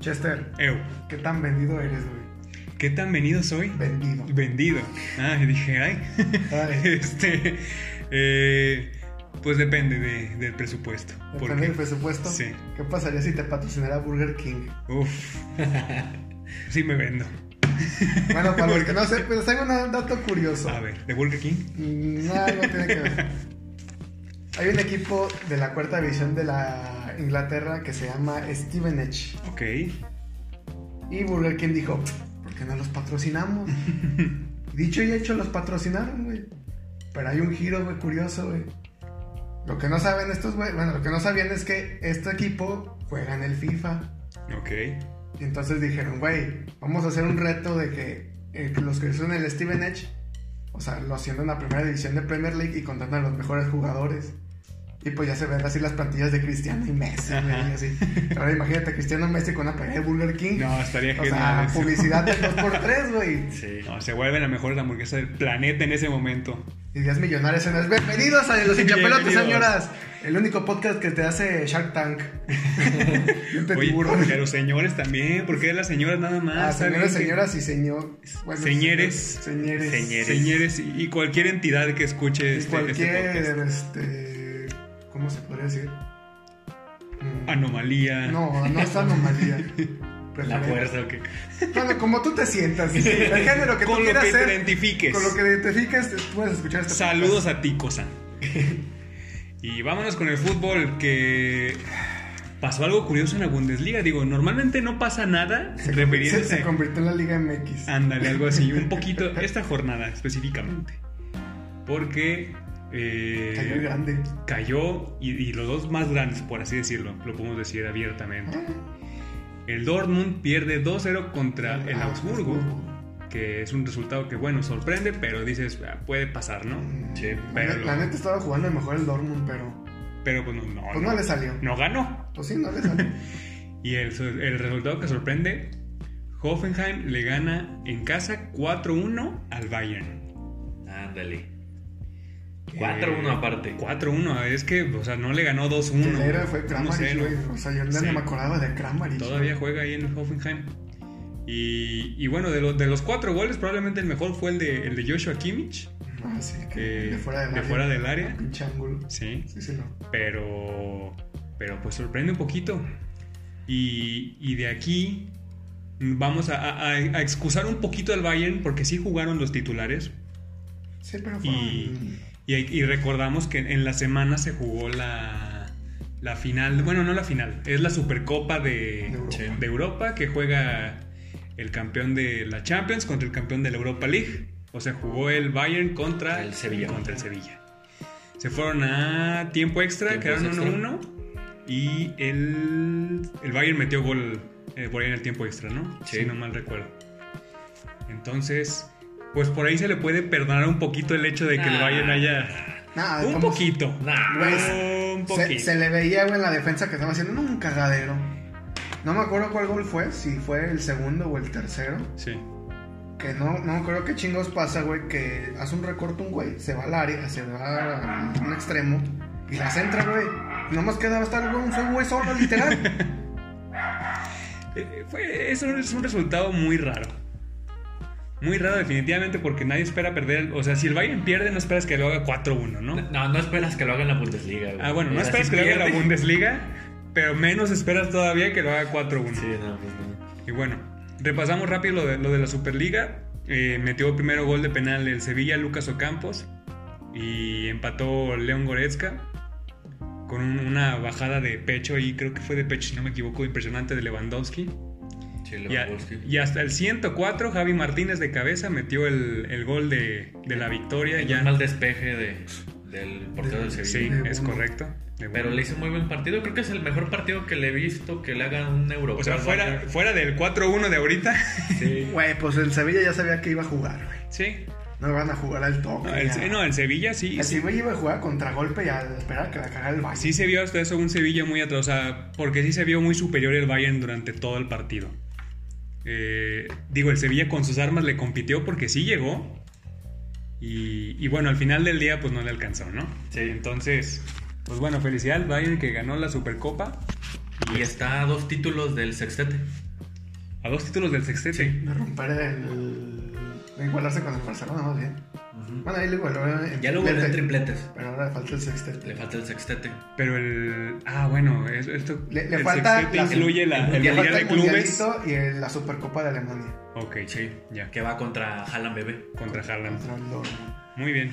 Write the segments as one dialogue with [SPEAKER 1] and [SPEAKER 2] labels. [SPEAKER 1] Chester,
[SPEAKER 2] Eu,
[SPEAKER 1] ¿qué tan vendido eres, güey?
[SPEAKER 2] ¿qué tan venido soy?
[SPEAKER 1] Vendido.
[SPEAKER 2] Vendido. Ah, y dije, ay.
[SPEAKER 1] Ay.
[SPEAKER 2] este. eh, pues depende de- del presupuesto.
[SPEAKER 1] Depende
[SPEAKER 2] porque-
[SPEAKER 1] del presupuesto.
[SPEAKER 2] Sí.
[SPEAKER 1] ¿Qué pasaría si te patrocinara Burger King?
[SPEAKER 2] Uf. sí me vendo.
[SPEAKER 1] Bueno, para los que no sé, pero tengo un dato curioso.
[SPEAKER 2] A ver, ¿de Burger King?
[SPEAKER 1] No, no tiene que ver. Hay un equipo de la cuarta división de la Inglaterra que se llama Stevenage.
[SPEAKER 2] Ok.
[SPEAKER 1] Y Burger King dijo, ¿por qué no los patrocinamos? Dicho y hecho, los patrocinaron, güey. Pero hay un giro, güey, curioso, güey. Lo que no saben estos, güey, bueno, lo que no sabían es que este equipo juega en el FIFA.
[SPEAKER 2] Ok.
[SPEAKER 1] Y entonces dijeron, güey, vamos a hacer un reto de que eh, los que son el Stevenage, o sea, lo asciendan a primera división de Premier League y contratan a los mejores jugadores. Y pues ya se ven así las plantillas de Cristiano y Messi, güey, y así. Ahora imagínate Cristiano Messi con una pared de Burger King.
[SPEAKER 2] No, estaría
[SPEAKER 1] o
[SPEAKER 2] genial.
[SPEAKER 1] sea,
[SPEAKER 2] eso.
[SPEAKER 1] publicidad del 2x3, güey.
[SPEAKER 2] Sí. No, se vuelve la mejor hamburguesa del planeta en ese momento.
[SPEAKER 1] Ideas millonarias en las... Bienvenidos a Los Hinchapelotes,
[SPEAKER 2] Bienvenidos.
[SPEAKER 1] señoras. El único podcast que te hace Shark Tank. Y un
[SPEAKER 2] Oye,
[SPEAKER 1] tiburón.
[SPEAKER 2] porque a los señores también, porque a las señoras nada más.
[SPEAKER 1] Ah, señoras,
[SPEAKER 2] ¿saben qué?
[SPEAKER 1] señoras y señor. bueno,
[SPEAKER 2] señores,
[SPEAKER 1] Señores.
[SPEAKER 3] Señeres.
[SPEAKER 2] señores y y cualquier entidad que escuche
[SPEAKER 1] Y
[SPEAKER 2] este,
[SPEAKER 1] cualquier,
[SPEAKER 2] este podcast.
[SPEAKER 1] este, ¿Cómo se podría decir? Mm,
[SPEAKER 2] Ah, Anomalía.
[SPEAKER 1] No, no es anomalía.
[SPEAKER 3] La
[SPEAKER 1] Preferente.
[SPEAKER 3] fuerza, ok.
[SPEAKER 1] Bueno, como tú te sientas. El género que tú
[SPEAKER 2] con lo
[SPEAKER 1] quieras
[SPEAKER 2] que te
[SPEAKER 1] ser.
[SPEAKER 2] identifiques.
[SPEAKER 1] Con lo que identifiques, puedes escuchar este
[SPEAKER 2] Saludos a ti, Cosa. y vámonos con el fútbol que pasó algo curioso en la Bundesliga. Digo, normalmente no pasa nada
[SPEAKER 1] podcast. Se,
[SPEAKER 2] refiriéndose
[SPEAKER 1] se- se convirtió en la Liga MX.
[SPEAKER 2] Ándale, algo así, un poquito esta jornada específicamente. Porque eh,
[SPEAKER 1] Cayó el grande.
[SPEAKER 2] cayó, y, y los dos más grandes, por así decirlo, lo podemos decir abiertamente. El Dortmund pierde 2-0 contra el
[SPEAKER 1] Ah,
[SPEAKER 2] Augsburgo, que es un resultado que, bueno, sorprende, pero dices, "Ah, puede pasar, ¿no?
[SPEAKER 1] Mm,
[SPEAKER 3] Sí,
[SPEAKER 1] la
[SPEAKER 2] pero-
[SPEAKER 1] ne- La neta estaba jugando mejor el Dortmund, pero
[SPEAKER 2] Pero pues no, no,
[SPEAKER 1] pues no le salió.
[SPEAKER 2] no ganó.
[SPEAKER 1] Pues sí, no le salió.
[SPEAKER 2] Y el, so- el resultado que sorprende, Hoffenheim le gana en casa 4-1 al Bayern.
[SPEAKER 3] Ándale. 4-1 aparte.
[SPEAKER 2] 4-1, es que, o sea, no le ganó 2-1.
[SPEAKER 1] El héroe fue
[SPEAKER 2] 1-0.
[SPEAKER 1] Kramaric, güey. O sea, yo
[SPEAKER 2] Sí.
[SPEAKER 1] no me acordaba de Kramaric.
[SPEAKER 2] Todavía juega ahí en el Hoffenheim. Y, y bueno, de, los de los cuatro goles, probablemente el mejor fue el de, el de Joshua Kimmich,
[SPEAKER 1] Ah, sí, que
[SPEAKER 2] que-
[SPEAKER 1] de fuera del área.
[SPEAKER 2] Eh, fuera del área.
[SPEAKER 1] Pinche ángulo.
[SPEAKER 2] Sí,
[SPEAKER 1] Sí, sí, no.
[SPEAKER 2] pero, pero pues sorprende un poquito. Y, y de aquí vamos a, a- a- a excusar un poquito al Bayern, porque sí jugaron los titulares.
[SPEAKER 1] Sí, pero fue.
[SPEAKER 2] Y- Y, hay- y recordamos que en la semana se jugó la, la final, bueno, no la final, es la Supercopa
[SPEAKER 1] De
[SPEAKER 2] de,
[SPEAKER 1] Europa.
[SPEAKER 3] Sí.
[SPEAKER 2] de Europa que juega el campeón de la Champions contra el campeón de la Europa League. O sea, jugó el Bayern contra
[SPEAKER 3] El Sevilla.
[SPEAKER 2] Contra el Sevilla. Se fueron a tiempo extra,
[SPEAKER 3] Tiempos
[SPEAKER 2] quedaron
[SPEAKER 3] extra.
[SPEAKER 2] 1-1 y el, el Bayern metió gol eh, por ahí en el tiempo extra, ¿no?
[SPEAKER 3] Sí.
[SPEAKER 2] Si no mal recuerdo. Entonces, pues por ahí se le puede perdonar un poquito el hecho de que el
[SPEAKER 3] Ah.
[SPEAKER 2] Bayern haya...
[SPEAKER 1] Nah,
[SPEAKER 2] un
[SPEAKER 1] como-
[SPEAKER 2] poquito.
[SPEAKER 3] Nah.
[SPEAKER 2] un poquito.
[SPEAKER 1] Ah, Pues, Se, se le veía, güey, en la defensa que estaba haciendo un cagadero. No me acuerdo cuál gol fue, si fue el segundo o el tercero.
[SPEAKER 2] Sí.
[SPEAKER 1] Que no, no creo que chingos pasa, güey, que hace un recorte un güey, se va al área, se va a un extremo y la centra, güey. Nomás quedaba estar, güey, un solo güey solo, literal.
[SPEAKER 2] Eh, fue- es, un, es un resultado muy raro. Muy raro, definitivamente, porque nadie espera perder. O sea, si el Bayern pierde, no esperas que lo haga 4-1, ¿no?
[SPEAKER 3] No, no esperas que lo haga en la Bundesliga, güey.
[SPEAKER 2] Ah, bueno, no
[SPEAKER 3] O sea,
[SPEAKER 2] esperas
[SPEAKER 3] si
[SPEAKER 2] que lo haga en la
[SPEAKER 3] pierde-
[SPEAKER 2] Bundesliga, pero menos esperas todavía que lo haga 4-1.
[SPEAKER 3] Sí, no, pues no.
[SPEAKER 2] Y bueno, repasamos rápido lo de, lo de la Superliga. Eh, metió el primero gol de penal el Sevilla, Lucas Ocampos. Y empató León Goretzka. Con un- una bajada de pecho, y creo que fue de pecho, si no me equivoco, impresionante de Lewandowski.
[SPEAKER 3] Sí,
[SPEAKER 2] Y, a-
[SPEAKER 3] Lewandowski.
[SPEAKER 2] y hasta el 104, Javi Martínez de cabeza metió el, el gol de, de la victoria.
[SPEAKER 3] Un
[SPEAKER 2] Ya.
[SPEAKER 3] mal despeje de, del portero del Sevilla.
[SPEAKER 2] Sí,
[SPEAKER 1] De
[SPEAKER 2] es
[SPEAKER 1] uno.
[SPEAKER 2] correcto. De
[SPEAKER 3] Pero
[SPEAKER 2] uno.
[SPEAKER 3] le hizo muy buen partido. Creo que es el mejor partido que le he visto que le hagan un euro.
[SPEAKER 2] O sea, fuera, fuera del 4-1 de ahorita.
[SPEAKER 3] Sí.
[SPEAKER 1] Güey, pues el Sevilla ya sabía que iba a jugar, güey.
[SPEAKER 2] Sí.
[SPEAKER 1] No van a jugar al toque.
[SPEAKER 2] No, Ah, el,
[SPEAKER 1] ya.
[SPEAKER 2] no, el Sevilla sí.
[SPEAKER 1] El
[SPEAKER 2] sí.
[SPEAKER 1] Sevilla iba a jugar a contragolpe y a esperar que la cagara el Bayern.
[SPEAKER 2] Sí se vio hasta eso un Sevilla muy atrás, o sea, porque sí se vio muy superior el Bayern durante todo el partido. Eh, digo, el Sevilla con sus armas le compitió porque sí llegó. Y, y bueno, al final del día pues no le alcanzó, ¿no?
[SPEAKER 3] Sí.
[SPEAKER 2] Entonces, pues bueno, felicidad al Bayern que ganó la Supercopa.
[SPEAKER 3] Y está a dos títulos del sextete.
[SPEAKER 2] A dos títulos del sextete.
[SPEAKER 1] De romper el. de igualarse con el Barcelona, más bien.
[SPEAKER 3] Ujú.
[SPEAKER 1] Bueno, ahí lo igualó. en
[SPEAKER 3] Ya luego en
[SPEAKER 1] triplete,
[SPEAKER 3] tripletes.
[SPEAKER 1] Pero ahora le falta el sextete.
[SPEAKER 3] Le falta el sextete.
[SPEAKER 2] Pero el. Ah, bueno, es- esto.
[SPEAKER 1] Le- le
[SPEAKER 2] el
[SPEAKER 1] falta
[SPEAKER 2] sextete
[SPEAKER 1] la-
[SPEAKER 2] incluye la,
[SPEAKER 3] le
[SPEAKER 2] el
[SPEAKER 1] Le
[SPEAKER 2] Mundial
[SPEAKER 1] falta
[SPEAKER 2] de
[SPEAKER 1] el
[SPEAKER 2] Clubes.
[SPEAKER 1] mundialito y el- la Supercopa de Alemania.
[SPEAKER 2] Ok, sí, ya.
[SPEAKER 3] Que va contra Haaland Bebé.
[SPEAKER 2] Contra Haaland.
[SPEAKER 1] Contra el Dortmund.
[SPEAKER 2] Muy bien.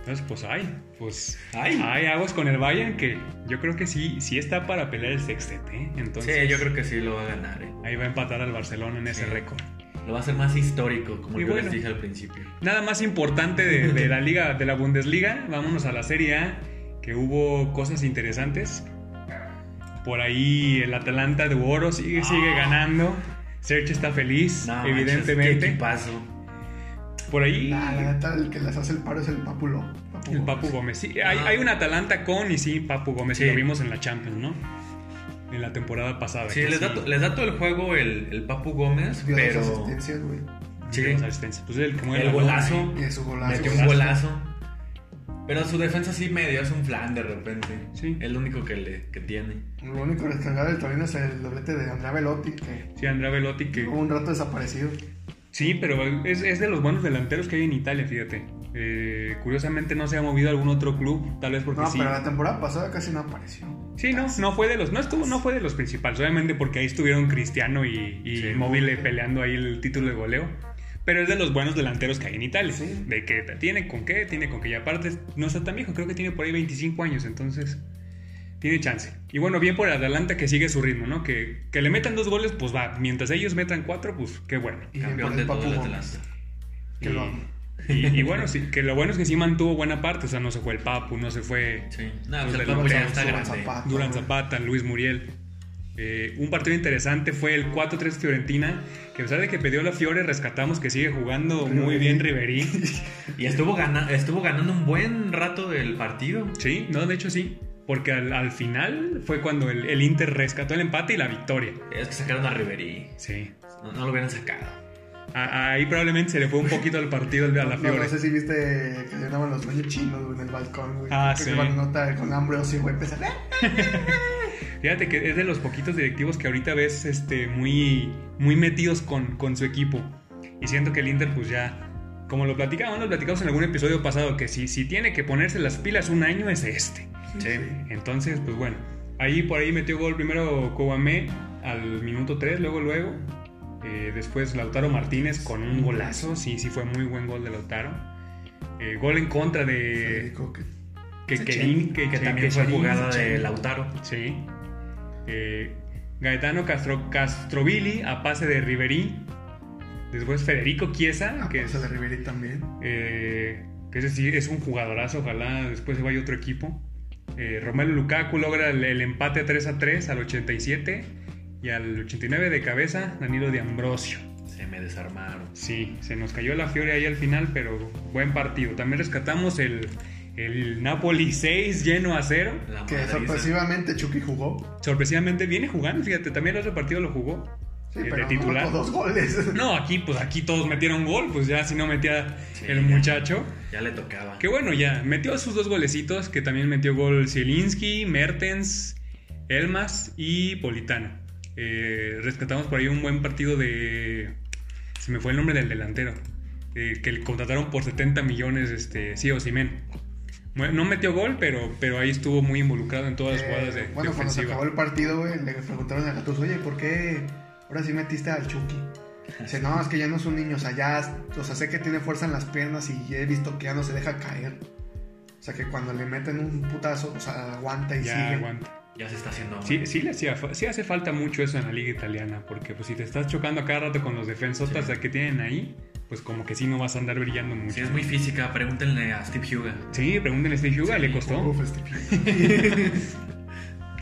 [SPEAKER 2] Entonces, pues hay. Pues.
[SPEAKER 3] Ay.
[SPEAKER 2] Hay aguas con el Bayern que yo creo que sí, sí está para pelear el sextete. ¿eh? Entonces.
[SPEAKER 3] Sí, yo creo que sí lo va a ganar. ¿eh?
[SPEAKER 2] Ahí va a empatar al Barcelona en ese
[SPEAKER 3] Sí.
[SPEAKER 2] récord.
[SPEAKER 3] Lo va a hacer más histórico, como
[SPEAKER 2] Y
[SPEAKER 3] yo
[SPEAKER 2] bueno.
[SPEAKER 3] les dije al principio.
[SPEAKER 2] Nada más importante de, de la liga, de la Bundesliga, vámonos a la Serie A, que hubo cosas interesantes. Por ahí el Atalanta de Oro sigue, sigue
[SPEAKER 3] Ah.
[SPEAKER 2] ganando. Serge está feliz,
[SPEAKER 3] No,
[SPEAKER 2] evidentemente.
[SPEAKER 3] paso.
[SPEAKER 2] Por ahí
[SPEAKER 3] Ah.
[SPEAKER 1] Nah, la neta, el que les hace el paro es el Papulo. Papu
[SPEAKER 2] el
[SPEAKER 1] Gómez.
[SPEAKER 2] Papu Gómez. Sí, hay,
[SPEAKER 3] Ah.
[SPEAKER 2] hay un Atalanta con y sin Papu Gómez,
[SPEAKER 3] Sí.
[SPEAKER 2] y lo vimos en la Champions, ¿no? En la temporada pasada.
[SPEAKER 3] Sí,
[SPEAKER 2] que
[SPEAKER 3] les da, to- les da todo el juego el, el Papu Gómez,
[SPEAKER 1] Dio
[SPEAKER 3] pero
[SPEAKER 1] dos asistencias, güey.
[SPEAKER 2] sí,
[SPEAKER 3] sí.
[SPEAKER 2] las asistencias. Pues el que mueve
[SPEAKER 3] el
[SPEAKER 2] la bola,
[SPEAKER 3] golazo.
[SPEAKER 1] Y su golazo.
[SPEAKER 3] Metió un golazo. Pero su defensa sí medio es un flan de repente.
[SPEAKER 2] Sí.
[SPEAKER 3] El único que, le, que tiene.
[SPEAKER 1] Lo único rescatable del torneo es el doblete de Andrea Velotti, que
[SPEAKER 2] Sí, Andrea Velotti que...
[SPEAKER 1] hubo un rato desaparecido.
[SPEAKER 2] Sí, pero es, es de los buenos delanteros que hay en Italia, fíjate. Eh, curiosamente no se ha movido a algún otro club, tal vez porque
[SPEAKER 1] No,
[SPEAKER 2] sí.
[SPEAKER 1] pero la temporada pasada casi no apareció.
[SPEAKER 2] Sí, no, no fue de los, no estuvo, no fue de los principales, obviamente porque ahí estuvieron Cristiano y, y
[SPEAKER 3] Sí.
[SPEAKER 2] Immobile peleando ahí el título de goleo. Pero es de los buenos delanteros que hay en Italia.
[SPEAKER 1] Sí.
[SPEAKER 2] De que tiene con qué, tiene con qué. Y aparte, no está tan viejo, creo que tiene por ahí 25 años, entonces tiene chance. Y bueno, bien por Atalanta que sigue su ritmo, ¿no? Que, que le metan dos goles, pues va. Mientras ellos metan cuatro, pues qué bueno.
[SPEAKER 1] Y
[SPEAKER 3] Campeón
[SPEAKER 1] por
[SPEAKER 3] de
[SPEAKER 1] el
[SPEAKER 3] todo
[SPEAKER 1] Papu
[SPEAKER 3] el
[SPEAKER 1] Gómez.
[SPEAKER 3] Atlanta.
[SPEAKER 1] Que
[SPEAKER 2] Y-
[SPEAKER 1] lo amo.
[SPEAKER 2] Y, y bueno, sí, que lo bueno es que sí mantuvo buena parte, o sea, no se fue el Papu, no se fue
[SPEAKER 3] Sí. No, pues
[SPEAKER 2] Los de
[SPEAKER 3] el Papu ya
[SPEAKER 1] Lorenzo,
[SPEAKER 3] está
[SPEAKER 1] Lorenzo
[SPEAKER 3] grande.
[SPEAKER 1] Zapata.
[SPEAKER 2] Durán Zapata, Luis Muriel. Eh, un partido interesante fue el 4-3 Fiorentina, que a pesar de que perdió la Fiore, rescatamos que sigue jugando muy bien Riverí.
[SPEAKER 3] Y estuvo, gana- estuvo ganando un buen rato del partido.
[SPEAKER 2] Sí, no, de hecho sí, porque al, al final fue cuando el, el Inter rescató el empate y la victoria.
[SPEAKER 3] Es que sacaron a Riverí.
[SPEAKER 2] Sí.
[SPEAKER 3] No, no lo hubieran sacado.
[SPEAKER 2] A- ahí probablemente se le fue un poquito al partido al- a la
[SPEAKER 1] No, no
[SPEAKER 2] Fiore.
[SPEAKER 1] sé si viste que llenaban los dueños chinos güey, en el balcón, güey.
[SPEAKER 2] Ah,
[SPEAKER 1] que
[SPEAKER 2] sí.
[SPEAKER 1] llevan nota con hambre o sí, güey. Empezar, "Eh".
[SPEAKER 2] Fíjate que es de los poquitos directivos que ahorita ves este, muy, muy metidos con, con su equipo. Y siento que el Inter, pues ya, como lo platicamos, lo platicamos en algún episodio pasado, que si, si tiene que ponerse las pilas un año es este.
[SPEAKER 3] Sí.
[SPEAKER 2] Entonces, pues bueno, ahí por ahí metió gol primero Kouamé al minuto 3, luego, luego. Eh, después Lautaro Martínez con un golazo, sí, sí fue muy buen gol de Lautaro. Eh, gol en contra de
[SPEAKER 1] Federico, que-
[SPEAKER 2] que,
[SPEAKER 1] Secherin,
[SPEAKER 2] que,
[SPEAKER 3] Que
[SPEAKER 2] que-
[SPEAKER 3] también
[SPEAKER 2] que
[SPEAKER 3] fue
[SPEAKER 2] Secherin,
[SPEAKER 3] jugada de
[SPEAKER 2] Secherin.
[SPEAKER 3] Lautaro.
[SPEAKER 2] Sí. Eh, Gaetano Castro, Castrovilli a pase de Riverí. Después Federico Chiesa,
[SPEAKER 1] Ah,
[SPEAKER 2] que
[SPEAKER 1] pues, el
[SPEAKER 2] es,
[SPEAKER 1] de Ribery también.
[SPEAKER 2] eh, que ese sí es un jugadorazo. Ojalá después se vaya a otro equipo. Eh, Romelu Lukaku logra el, el empate 3 a 3 al 87 y al 89 de cabeza Danilo de Ambrosio.
[SPEAKER 3] Se me desarmaron.
[SPEAKER 2] Sí, se nos cayó la Fiore ahí al final, pero buen partido. También rescatamos el, el Napoli 6 lleno a 0.
[SPEAKER 3] La
[SPEAKER 1] Que
[SPEAKER 3] madriza.
[SPEAKER 1] sorpresivamente Chucky jugó.
[SPEAKER 2] sorpresivamente viene jugando, fíjate, también el otro partido lo jugó.
[SPEAKER 1] Sí,
[SPEAKER 2] eh, de
[SPEAKER 1] pero no
[SPEAKER 2] titular.
[SPEAKER 1] marcó dos goles.
[SPEAKER 2] No, aquí, pues aquí todos metieron gol, pues ya si no metía
[SPEAKER 3] Sí,
[SPEAKER 2] el
[SPEAKER 3] ya.
[SPEAKER 2] muchacho.
[SPEAKER 3] Ya le tocaba.
[SPEAKER 2] Que bueno, ya, metió sus dos golecitos, que también metió gol Zielinski, Mertens, Elmas y Politano. Eh, rescatamos por ahí un buen partido de... Se me fue el nombre del delantero, eh, que le contrataron por 70 millones, este, sí o No metió gol, pero, pero ahí estuvo muy involucrado en todas las
[SPEAKER 1] Eh,
[SPEAKER 2] jugadas de, de
[SPEAKER 1] bueno, cuando se
[SPEAKER 2] ofensiva.
[SPEAKER 1] acabó el partido, güey, le preguntaron a Gattuso, oye, ¿por qué ahora sí metiste al Chucky? Dice, no, es que ya no es un niño, o sea, ya, o sea, sé que tiene fuerza en las piernas y he visto que ya no se deja caer. O sea, que cuando le meten un putazo, o sea, aguanta y
[SPEAKER 2] Ya
[SPEAKER 1] sigue.
[SPEAKER 2] aguanta.
[SPEAKER 3] Ya se está haciendo.
[SPEAKER 2] Sí, sí, le hacía fa- sí hace falta mucho eso en la liga italiana, porque pues si te estás chocando a cada rato con los defensotas
[SPEAKER 3] Sí.
[SPEAKER 2] a que tienen ahí, pues como que sí no vas a andar brillando mucho.
[SPEAKER 3] Si es muy física, pregúntenle a Steve Huga.
[SPEAKER 2] Sí, pregúntenle a Steve Huga, le costó.
[SPEAKER 1] Uf, este pinche.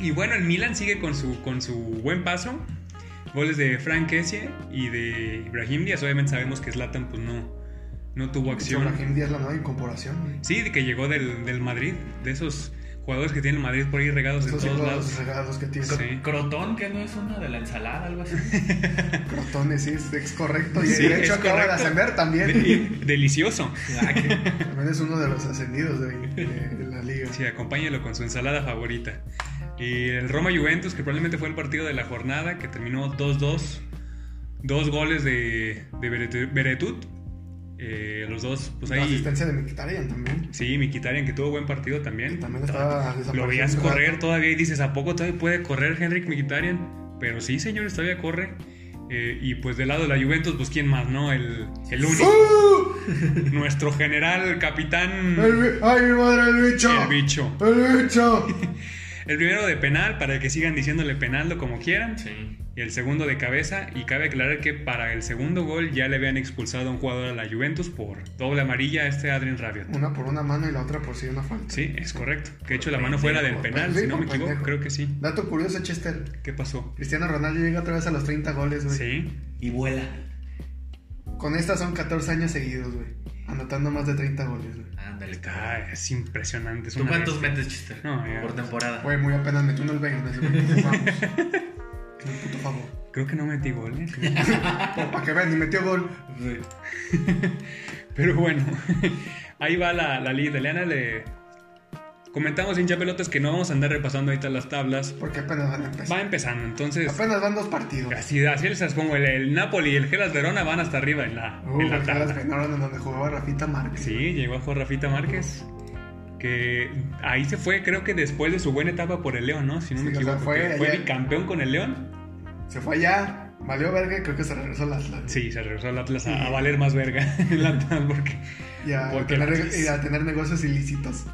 [SPEAKER 2] Y bueno, el Milan sigue con su, con su buen paso. Goles de Frank Kessie y de Ibrahim Díaz. Obviamente sabemos que Zlatan pues no, no tuvo acción.
[SPEAKER 1] Ibrahim Díaz la nueva incorporación, güey.
[SPEAKER 2] Sí, de que llegó del, del Madrid, de esos jugadores que tienen el Madrid por ahí regados en
[SPEAKER 1] Estos
[SPEAKER 2] todos
[SPEAKER 1] son
[SPEAKER 2] lados.
[SPEAKER 1] los regalos que tiene.
[SPEAKER 2] Sí.
[SPEAKER 3] Crotón, que no es una de la ensalada, algo así.
[SPEAKER 1] Crotones, sí, es, es correcto. Y
[SPEAKER 2] Sí,
[SPEAKER 1] de hecho
[SPEAKER 2] es
[SPEAKER 1] acaba de
[SPEAKER 2] correcto.
[SPEAKER 1] ascender también.
[SPEAKER 2] De- y delicioso.
[SPEAKER 3] Ah, que-
[SPEAKER 1] También es uno de los ascendidos de, de- de la liga.
[SPEAKER 2] Sí, acompáñelo con su ensalada favorita. Y el Roma Juventus, que probablemente fue el partido de la jornada, que terminó 2-2. Dos goles de, de Beret- Beretut. Eh, los dos, pues
[SPEAKER 1] La
[SPEAKER 2] ahí.
[SPEAKER 1] asistencia de Mkhitaryan también.
[SPEAKER 2] Sí, Miquitarian, que tuvo buen partido también. Ah,
[SPEAKER 1] También estaba
[SPEAKER 2] Lo veías
[SPEAKER 1] desapareciendo.
[SPEAKER 2] correr todavía y dices, ¿a poco todavía puede correr Henrik Mkhitaryan? Pero sí, señores, todavía corre. Eh, y pues del lado de la Juventus, pues quién más, ¿no? El, el único,
[SPEAKER 1] ¡Uh!
[SPEAKER 2] nuestro general, capitán,
[SPEAKER 1] El bi- ¡Ay, mi madre, el bicho!
[SPEAKER 2] el bicho.
[SPEAKER 1] ¡El bicho!
[SPEAKER 2] El primero de penal, para que sigan diciéndole penaldo como quieran.
[SPEAKER 3] Sí.
[SPEAKER 2] Y el segundo de cabeza. Y cabe aclarar que para el segundo gol ya le habían expulsado a un jugador a la Juventus por doble amarilla a este Adrien Rabiot.
[SPEAKER 1] Una por una mano y la otra por si una falta.
[SPEAKER 2] Sí, es correcto. Que de hecho la mano fuera del
[SPEAKER 1] Por
[SPEAKER 2] penal,
[SPEAKER 1] pendejo,
[SPEAKER 2] si no me
[SPEAKER 1] por
[SPEAKER 2] equivoco,
[SPEAKER 1] pendejo.
[SPEAKER 2] creo que sí.
[SPEAKER 1] Dato curioso, Chester.
[SPEAKER 2] ¿Qué pasó?
[SPEAKER 1] Cristiano Ronaldo llega otra vez a los 30 goles, güey.
[SPEAKER 2] Sí.
[SPEAKER 3] Y vuela.
[SPEAKER 1] Con esta son 14 años seguidos, güey. Anotando más de 30 goles, güey.
[SPEAKER 3] Ándale,
[SPEAKER 2] Ah,
[SPEAKER 3] cabrón.
[SPEAKER 2] es impresionante. es
[SPEAKER 3] ¿Tú
[SPEAKER 2] una
[SPEAKER 3] cuántos
[SPEAKER 2] bestia.
[SPEAKER 3] metes, Chester?
[SPEAKER 2] No, ya.
[SPEAKER 3] Por temporada.
[SPEAKER 1] Güey, muy apenas metí unos 20, güey. Vamos. Un puto favor.
[SPEAKER 2] Creo que no metí gol, ¿eh?
[SPEAKER 1] Para que vean, y metió gol.
[SPEAKER 3] Sí.
[SPEAKER 2] Pero bueno, ahí va la, la liga italiana. Le comentamos, hincha pelotas, que no vamos a andar repasando ahorita las tablas.
[SPEAKER 1] Porque apenas van a
[SPEAKER 2] Va
[SPEAKER 1] empezar.
[SPEAKER 2] empezando, entonces.
[SPEAKER 1] Apenas van dos partidos.
[SPEAKER 2] Así, así les pongo. El, el Napoli y el Gelas Verona van hasta arriba en la,
[SPEAKER 1] Uh,
[SPEAKER 2] en la
[SPEAKER 1] porque
[SPEAKER 2] tabla.
[SPEAKER 1] las ganaron en donde jugaba Rafita Márquez.
[SPEAKER 2] Sí, llegó a jugar Rafita Márquez. Que ahí se fue, creo que después de su buena etapa por el León, ¿no? Si no me
[SPEAKER 1] Sí, o sea,
[SPEAKER 2] equivoco.
[SPEAKER 1] fue
[SPEAKER 2] que fue
[SPEAKER 1] allá-
[SPEAKER 2] bicampeón con el León.
[SPEAKER 1] Se fue allá, valió verga y creo que se regresó al Atlas.
[SPEAKER 2] Sí, se regresó al Atlas a, a valer más verga el Atlas porque.
[SPEAKER 1] Y a,
[SPEAKER 2] Porque Ah,
[SPEAKER 1] tener,
[SPEAKER 2] el Atlas-
[SPEAKER 1] y a tener negocios ilícitos.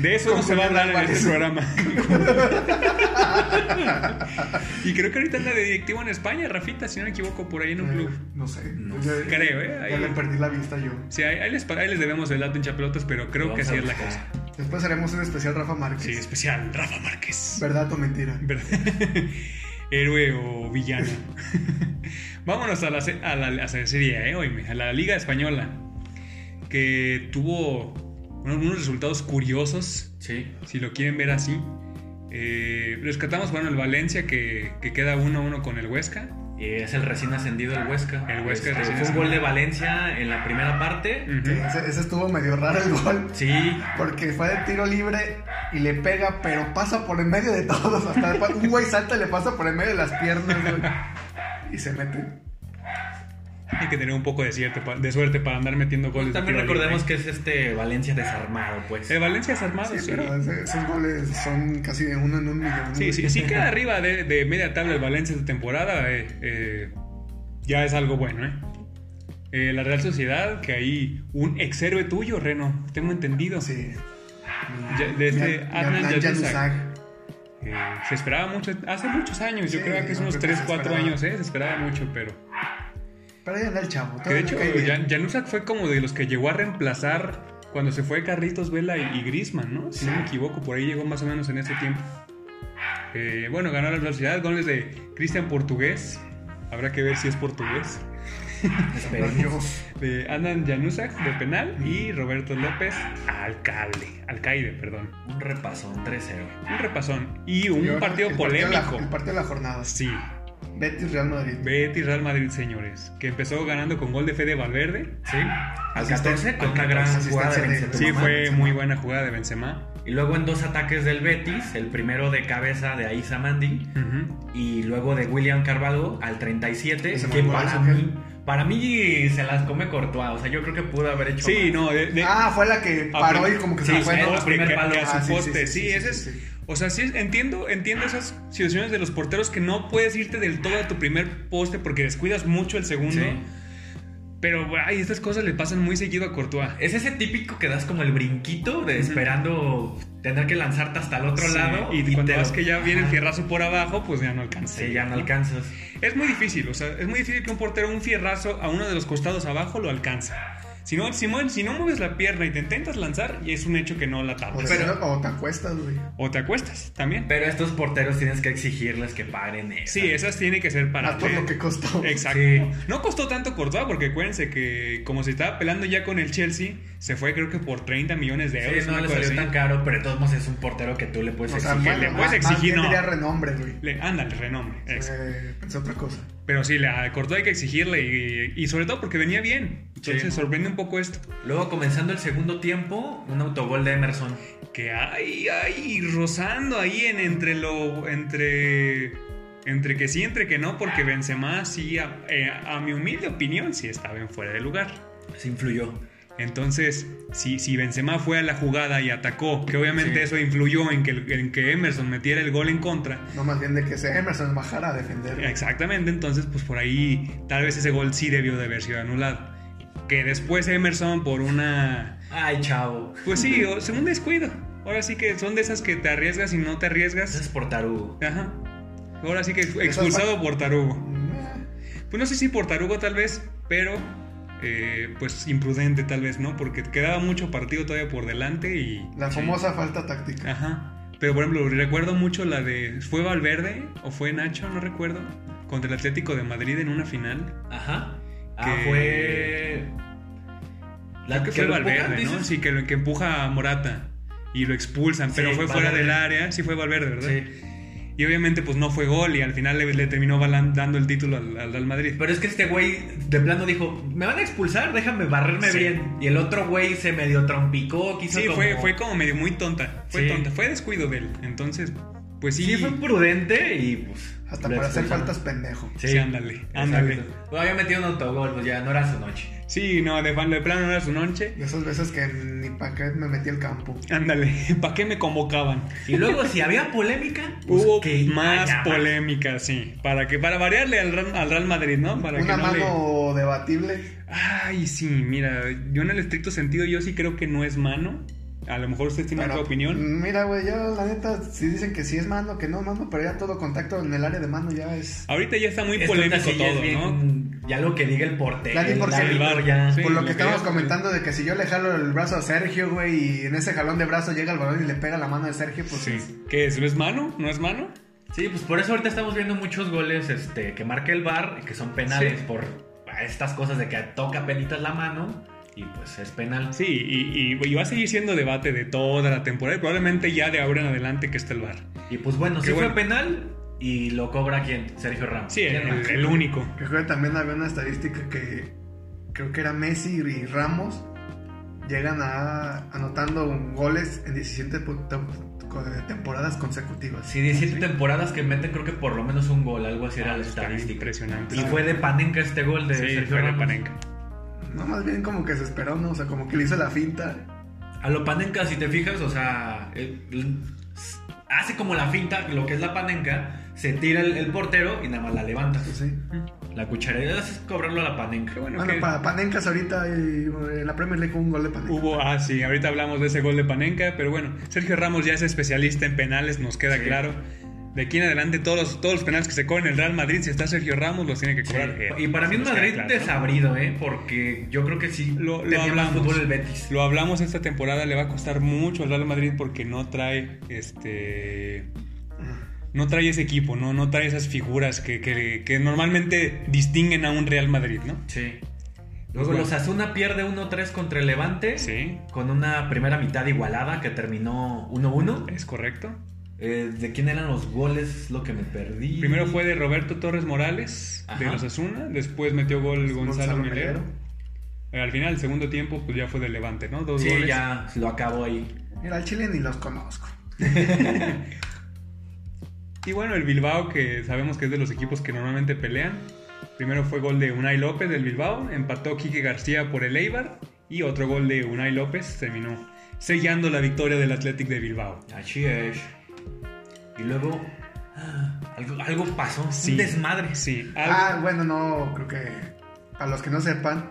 [SPEAKER 2] De eso no
[SPEAKER 1] Con
[SPEAKER 2] se va a
[SPEAKER 1] Julián
[SPEAKER 2] hablar en este programa. y creo que ahorita anda de directivo en España, Rafita, si no me equivoco, por ahí en un
[SPEAKER 1] Eh,
[SPEAKER 2] club.
[SPEAKER 1] No sé.
[SPEAKER 3] No
[SPEAKER 1] Yo-
[SPEAKER 2] Creo, ¿eh?
[SPEAKER 1] Ya le
[SPEAKER 2] Ahí,
[SPEAKER 1] perdí la vista yo.
[SPEAKER 2] sí, ahí, ahí les, ahí les debemos el dato en chapelotas, pero creo que
[SPEAKER 3] Vamos
[SPEAKER 2] así
[SPEAKER 3] a
[SPEAKER 2] es la
[SPEAKER 3] buscar.
[SPEAKER 2] cosa.
[SPEAKER 1] Después haremos un especial Rafa Márquez.
[SPEAKER 2] Sí, especial, Rafa Márquez.
[SPEAKER 1] ¿Verdad o mentira?
[SPEAKER 2] ¿Verdad? Héroe o villano. Vámonos a la, se- a la, a la serie, ¿eh? Oíme, a la Liga Española, que tuvo unos resultados curiosos
[SPEAKER 3] Sí.
[SPEAKER 2] si lo quieren ver así. Eh, rescatamos, bueno, el Valencia que, que queda 1-1 con el Huesca.
[SPEAKER 3] Y es el recién ascendido el Huesca.
[SPEAKER 2] El Huesca
[SPEAKER 3] Este,
[SPEAKER 2] es recién
[SPEAKER 3] Fue un
[SPEAKER 2] ascendido. Mm.
[SPEAKER 3] gol de Valencia en la primera parte.
[SPEAKER 1] Que
[SPEAKER 2] Ujú.
[SPEAKER 1] Ese, ese estuvo medio raro el gol.
[SPEAKER 3] Sí.
[SPEAKER 2] Ah,
[SPEAKER 1] Porque fue de tiro libre y le pega, pero pasa por en medio de todos. Hasta después un güey salta y le pasa por en medio de las piernas, güey. Y se mete.
[SPEAKER 2] Hay que tener un poco de, cierto, pa- de suerte para andar metiendo goles. de
[SPEAKER 3] También
[SPEAKER 2] tiro
[SPEAKER 3] recordemos
[SPEAKER 2] libre.
[SPEAKER 3] que es este Valencia desarmado, pues.
[SPEAKER 2] El Valencia es armado,
[SPEAKER 1] Sí,
[SPEAKER 2] Ah, sí.
[SPEAKER 1] pero ese- esos goles son casi de uno en un millón.
[SPEAKER 2] Sí,
[SPEAKER 1] güey.
[SPEAKER 2] sí, sí queda arriba de, de media tabla el Valencia esta temporada. eh, eh, ya es algo bueno, ¿eh? Eh, La Real Sociedad, que hay un ex héroe tuyo, Reno, tengo entendido.
[SPEAKER 1] Sí.
[SPEAKER 2] Ya- desde
[SPEAKER 1] Ya- ya
[SPEAKER 2] Adnan
[SPEAKER 1] Adnan
[SPEAKER 2] Januzaj.
[SPEAKER 1] Januzaj.
[SPEAKER 2] Eh, se esperaba mucho, hace muchos años, yo
[SPEAKER 1] Sí,
[SPEAKER 2] creo que es
[SPEAKER 1] yo
[SPEAKER 2] unos
[SPEAKER 1] creo que
[SPEAKER 2] 3,
[SPEAKER 1] se
[SPEAKER 2] 4
[SPEAKER 1] esperaba.
[SPEAKER 2] años, ¿eh? Se esperaba mucho, pero...
[SPEAKER 1] Pero ahí anda el chavo.
[SPEAKER 2] Que
[SPEAKER 1] todavía
[SPEAKER 2] de hecho,
[SPEAKER 1] cae bien.
[SPEAKER 2] Jan- Januzak fue como de los que llegó a reemplazar cuando se fue Carlitos Vela y, y Griezmann, ¿no? Si no me equivoco, por ahí llegó más o menos en ese tiempo. Eh, bueno, ganó la velocidad, goles de Cristian Portugués. Habrá que ver si es portugués.
[SPEAKER 1] Pero
[SPEAKER 3] Esperemos.
[SPEAKER 1] Dios,
[SPEAKER 2] De Andan Januzak de penal y Roberto López alcalde, alcaide, perdón.
[SPEAKER 3] Un repaso, un 3-0.
[SPEAKER 2] Un repasón y un
[SPEAKER 1] yo-
[SPEAKER 2] partido
[SPEAKER 1] el de la-
[SPEAKER 2] polémico.
[SPEAKER 1] el partido de la jornada.
[SPEAKER 2] Sí,
[SPEAKER 1] Betis Real Madrid.
[SPEAKER 2] Betis Real Madrid, señores, que empezó ganando con gol de Fede Valverde.
[SPEAKER 3] Sí.
[SPEAKER 2] Ah,
[SPEAKER 3] Al
[SPEAKER 1] Asisten-
[SPEAKER 3] 14 con
[SPEAKER 1] al
[SPEAKER 3] una
[SPEAKER 1] 14,
[SPEAKER 3] gran
[SPEAKER 1] asistencia
[SPEAKER 3] jugada de
[SPEAKER 1] de-
[SPEAKER 3] Benzema.
[SPEAKER 2] Sí,
[SPEAKER 1] mamá,
[SPEAKER 2] fue
[SPEAKER 1] Benzema.
[SPEAKER 2] muy buena jugada de Benzema.
[SPEAKER 3] Y luego en dos ataques del Betis, el primero de cabeza de Aiza Mandi
[SPEAKER 2] Ujú.
[SPEAKER 3] y luego de William Carvalho al 37,
[SPEAKER 1] Ese
[SPEAKER 3] que
[SPEAKER 1] fue
[SPEAKER 3] para
[SPEAKER 1] golazo,
[SPEAKER 3] mí,
[SPEAKER 2] ¿eh?
[SPEAKER 3] para mí se las come Courtois, o sea, yo creo que pudo haber hecho
[SPEAKER 2] Sí,
[SPEAKER 3] más.
[SPEAKER 2] no, de, de-
[SPEAKER 1] Ah, fue la que
[SPEAKER 2] Ah,
[SPEAKER 1] paró
[SPEAKER 2] pero-
[SPEAKER 1] y como que
[SPEAKER 3] sí,
[SPEAKER 1] se fue.
[SPEAKER 3] sí,
[SPEAKER 1] ¿no?
[SPEAKER 3] el primer
[SPEAKER 2] que-
[SPEAKER 3] palo.
[SPEAKER 2] que a su
[SPEAKER 1] Ah, sí,
[SPEAKER 2] poste.
[SPEAKER 1] sí, sí,
[SPEAKER 2] Sí,
[SPEAKER 1] sí,
[SPEAKER 2] ese
[SPEAKER 1] sí,
[SPEAKER 2] es.
[SPEAKER 1] sí.
[SPEAKER 2] O sea, sí, es- entiendo, entiendo esas situaciones de los porteros que no puedes irte del todo a tu primer poste porque descuidas mucho el segundo.
[SPEAKER 3] Sí.
[SPEAKER 2] Pero, ay, estas cosas le pasan muy seguido a Courtois.
[SPEAKER 3] Es ese típico que das como el brinquito de esperando tener que lanzarte hasta el otro
[SPEAKER 2] Sí,
[SPEAKER 3] lado
[SPEAKER 2] y, cuando
[SPEAKER 3] te
[SPEAKER 2] vas
[SPEAKER 3] lo-
[SPEAKER 2] que ya viene el
[SPEAKER 3] Ajá.
[SPEAKER 2] fierrazo por abajo, pues ya no alcanza.
[SPEAKER 3] Sí, ya no alcanzas.
[SPEAKER 2] Es muy difícil, o sea, es muy difícil que un portero un fierrazo a uno de los costados abajo lo alcance. Si no, si, mue- si no mueves la pierna y te intentas lanzar, y es un hecho que no la
[SPEAKER 1] O, de-
[SPEAKER 2] tapas.
[SPEAKER 1] o te acuestas, güey.
[SPEAKER 2] O te acuestas también.
[SPEAKER 3] Pero estos porteros tienes que exigirles que paren eso.
[SPEAKER 2] Sí, esas tiene que ser para
[SPEAKER 1] A todo lo que costó.
[SPEAKER 2] Exacto.
[SPEAKER 3] Sí.
[SPEAKER 2] No costó tanto Courtois porque acuérdense que como se estaba peleando ya con el Chelsea, se fue creo que por 30 millones de euros.
[SPEAKER 3] Sí, no
[SPEAKER 2] una
[SPEAKER 3] le
[SPEAKER 2] cosa
[SPEAKER 3] salió
[SPEAKER 2] así.
[SPEAKER 3] tan caro, pero de todos modos es un portero que tú le puedes
[SPEAKER 1] O sea,
[SPEAKER 3] exigir.
[SPEAKER 1] bueno,
[SPEAKER 2] le
[SPEAKER 1] más-
[SPEAKER 2] puedes exigir,
[SPEAKER 1] más bien
[SPEAKER 2] no.
[SPEAKER 1] diría renombre, güey.
[SPEAKER 2] Le- ándale, renombre. Exacto.
[SPEAKER 1] Eh, pensé otra cosa.
[SPEAKER 2] Pero sí, le- a Courtois hay que exigirle y, y sobre todo porque venía bien. Entonces
[SPEAKER 3] Sí.
[SPEAKER 2] sorprende un poco esto.
[SPEAKER 3] Luego comenzando el segundo tiempo, un autogol de Emerson.
[SPEAKER 2] Que hay, hay, rozando ahí en entre lo. entre Entre que sí, entre que no, porque Benzema sí, a, eh, a mi humilde opinión, sí estaba en fuera de lugar.
[SPEAKER 3] Se pues, influyó.
[SPEAKER 2] Entonces, si, si Benzema fue a la jugada y atacó, que obviamente
[SPEAKER 3] Sí.
[SPEAKER 2] eso influyó en que, en que Emerson metiera el gol en contra,
[SPEAKER 1] No más bien de que sea Emerson bajara a defender.
[SPEAKER 2] Exactamente, entonces pues por ahí tal vez ese gol sí debió de haber sido anulado. Que después Emerson por una...
[SPEAKER 3] Ay, chavo.
[SPEAKER 2] Pues sí, o- según descuido. Ahora sí que son de esas que te arriesgas y no te
[SPEAKER 3] Eso
[SPEAKER 2] arriesgas.
[SPEAKER 3] es por tarugo.
[SPEAKER 2] Ajá. Ahora sí que expulsado por Tarugo.
[SPEAKER 1] Mm,
[SPEAKER 2] Pues no sé si por Tarugo tal vez, pero eh, pues imprudente tal vez, ¿no? Porque quedaba mucho partido todavía por delante y...
[SPEAKER 1] La famosa falta táctica.
[SPEAKER 2] Ajá. Pero por ejemplo, recuerdo mucho la de... ¿Fue Valverde o fue Nacho? No recuerdo. Contra el Atlético de Madrid en una final.
[SPEAKER 3] Ajá. Ah,
[SPEAKER 2] Que-
[SPEAKER 3] fue.
[SPEAKER 2] Creo que fue
[SPEAKER 3] lo empujan,
[SPEAKER 2] Valverde, ¿no?
[SPEAKER 3] dices?
[SPEAKER 2] Sí, que, lo, que empuja a Morata y lo expulsan,
[SPEAKER 3] Sí,
[SPEAKER 2] pero fue fuera
[SPEAKER 3] Valverde.
[SPEAKER 2] del área, sí fue Valverde, ¿verdad?
[SPEAKER 3] Sí.
[SPEAKER 2] Y obviamente pues no fue gol y al final le, le terminó balan- dando el título al, al Real Madrid.
[SPEAKER 3] Pero es que este güey de plano dijo: Me van a expulsar, déjame barrerme
[SPEAKER 2] Sí.
[SPEAKER 3] bien. Y el otro güey se medio trompicó, quiso.
[SPEAKER 2] sí,
[SPEAKER 3] como-
[SPEAKER 2] Fue, fue como medio muy tonta, fue
[SPEAKER 3] Sí.
[SPEAKER 2] tonta, fue descuido de él. Entonces, pues sí,
[SPEAKER 3] Sí, fue prudente y pues.
[SPEAKER 1] Hasta
[SPEAKER 3] lo
[SPEAKER 1] para hacer
[SPEAKER 3] expulsaron.
[SPEAKER 1] faltas pendejo.
[SPEAKER 2] sí,
[SPEAKER 3] Sí.
[SPEAKER 2] ándale, ándale.
[SPEAKER 3] Ándale. Bueno, había metido un autogol, pues ya no era su noche.
[SPEAKER 2] Sí, no, de, de plano no era su noche.
[SPEAKER 1] De esas veces que ni para qué me metí al campo.
[SPEAKER 2] Ándale, ¿para qué me convocaban?
[SPEAKER 3] Y luego, si había polémica, pues,
[SPEAKER 2] Hubo
[SPEAKER 3] que
[SPEAKER 2] más
[SPEAKER 3] haya
[SPEAKER 2] polémica, sí. Para que, para variarle al, Real- al Real Madrid, ¿no? Para
[SPEAKER 1] Una
[SPEAKER 2] que no le-
[SPEAKER 1] mano debatible.
[SPEAKER 2] Ay, sí, mira, yo en el estricto sentido yo sí creo que no es mano. A lo mejor ustedes tienen
[SPEAKER 1] pero- mm.
[SPEAKER 2] otra opinión.
[SPEAKER 1] Mira, güey, yo la neta, si dicen que sí es mano, que no, mano, pero ya todo contacto en el área de mano ya es.
[SPEAKER 2] Ahorita ya está muy
[SPEAKER 3] Esto
[SPEAKER 2] polémico
[SPEAKER 3] sí ya es
[SPEAKER 2] todo, ¿no?
[SPEAKER 3] bien- Ya lo que diga el portero.
[SPEAKER 1] Ya ni por
[SPEAKER 3] el
[SPEAKER 1] qué.
[SPEAKER 3] árbitro,
[SPEAKER 2] El bar,
[SPEAKER 3] ya.
[SPEAKER 2] sí.
[SPEAKER 1] Por lo que
[SPEAKER 2] lo que
[SPEAKER 1] estábamos
[SPEAKER 2] es,
[SPEAKER 1] comentando de que si yo le jalo el brazo a Sergio, güey, y en ese jalón de brazo llega el balón y le pega la mano de Sergio, pues
[SPEAKER 2] Sí.
[SPEAKER 1] es-
[SPEAKER 2] ¿Qué es? ¿No es mano? ¿No es mano?
[SPEAKER 3] Sí, pues por eso ahorita estamos viendo muchos goles este, que marca el bar, que son penales
[SPEAKER 2] Sí.
[SPEAKER 3] por estas cosas de que toca penitas la mano y pues es penal.
[SPEAKER 2] Sí, y, y- y va a seguir siendo debate de toda la temporada y probablemente ya de ahora en adelante que esté el bar.
[SPEAKER 3] Y pues bueno,
[SPEAKER 2] Qué
[SPEAKER 3] sí
[SPEAKER 2] bueno.
[SPEAKER 3] fue penal y lo cobra quién? Sergio Ramos.
[SPEAKER 2] Sí, eh,
[SPEAKER 3] ¿Quién
[SPEAKER 2] el,
[SPEAKER 3] más?
[SPEAKER 2] el único.
[SPEAKER 1] Que creo que también había una estadística que creo que era Messi y Ramos llegan a anotando goles en 17 pu- tem- temporadas consecutivas.
[SPEAKER 3] Sí, 17 temporadas que meten creo que por lo menos un gol, algo así era
[SPEAKER 2] Ah,
[SPEAKER 3] la
[SPEAKER 2] Está
[SPEAKER 3] estadística.
[SPEAKER 2] Impresionante.
[SPEAKER 3] Y fue de Panenka este gol de
[SPEAKER 2] Sí,
[SPEAKER 3] Sergio
[SPEAKER 2] fue de
[SPEAKER 3] Ramos.
[SPEAKER 2] Panenka.
[SPEAKER 1] No, más bien como que se esperó, ¿no? O sea, como que le hizo la finta.
[SPEAKER 3] A lo Panenka, si te fijas, o sea, el- el- hace como la finta, lo que es la Panenka, se tira el, el portero y nada más la levantas.
[SPEAKER 1] pues sí.
[SPEAKER 3] La cucharadita es cobrarlo a la Panenka.
[SPEAKER 2] Qué bueno,
[SPEAKER 1] Bueno,
[SPEAKER 2] que
[SPEAKER 1] para Panenkas ahorita eh, en la Premier League hubo un gol de Panenka.
[SPEAKER 2] hubo. Ah, sí, ahorita hablamos de ese gol de Panenka, pero bueno, Sergio Ramos ya es especialista en penales, nos queda
[SPEAKER 3] Sí.
[SPEAKER 2] claro. De aquí en adelante, todos los, todos los penales que se cobren en el Real Madrid, si está Sergio Ramos, los tiene que
[SPEAKER 3] Sí.
[SPEAKER 2] cobrar. Eh,
[SPEAKER 3] Y para mí es
[SPEAKER 2] nos queda
[SPEAKER 3] Madrid
[SPEAKER 2] claro, ¿no?
[SPEAKER 3] desabrido, ¿eh? Porque yo creo que sí
[SPEAKER 2] Lo- lo
[SPEAKER 3] tenía más
[SPEAKER 2] hablamos.
[SPEAKER 3] fútbol el Betis.
[SPEAKER 2] Lo hablamos esta temporada, le va a costar mucho al Real Madrid porque no trae este. No trae ese equipo, no, no trae esas figuras que, que- que normalmente distinguen a un Real Madrid, ¿no?
[SPEAKER 3] Sí.
[SPEAKER 2] Pues
[SPEAKER 3] Luego
[SPEAKER 2] bueno.
[SPEAKER 3] los Asuna pierde 1-3 contra el Levante.
[SPEAKER 2] Sí,
[SPEAKER 3] Con una primera mitad igualada que terminó 1-1.
[SPEAKER 2] es correcto.
[SPEAKER 3] Eh, ¿De quién eran los goles? Es Lo que me perdí.
[SPEAKER 2] Primero fue de Roberto Torres Morales, de
[SPEAKER 3] Ajá.
[SPEAKER 2] los Asuna, después metió gol Gonzalo, Melero. Eh, Al final, el segundo tiempo, pues ya fue de Levante, ¿no? Dos
[SPEAKER 3] Sí,
[SPEAKER 2] goles.
[SPEAKER 3] ya lo acabó ahí.
[SPEAKER 1] Mira, al Chile ni los conozco.
[SPEAKER 2] Y bueno, el Bilbao, que sabemos que es de los equipos que normalmente pelean. Primero fue gol de Unai López del Bilbao, empató Quique García por el Eibar y otro gol de Unai López terminó sellando la victoria del Athletic de Bilbao.
[SPEAKER 3] Así es. Y luego. ah, Algo, algo pasó.
[SPEAKER 2] Sí.
[SPEAKER 3] Un desmadre.
[SPEAKER 2] Sí, algo-
[SPEAKER 1] Ah, bueno, no, creo que para los que no sepan,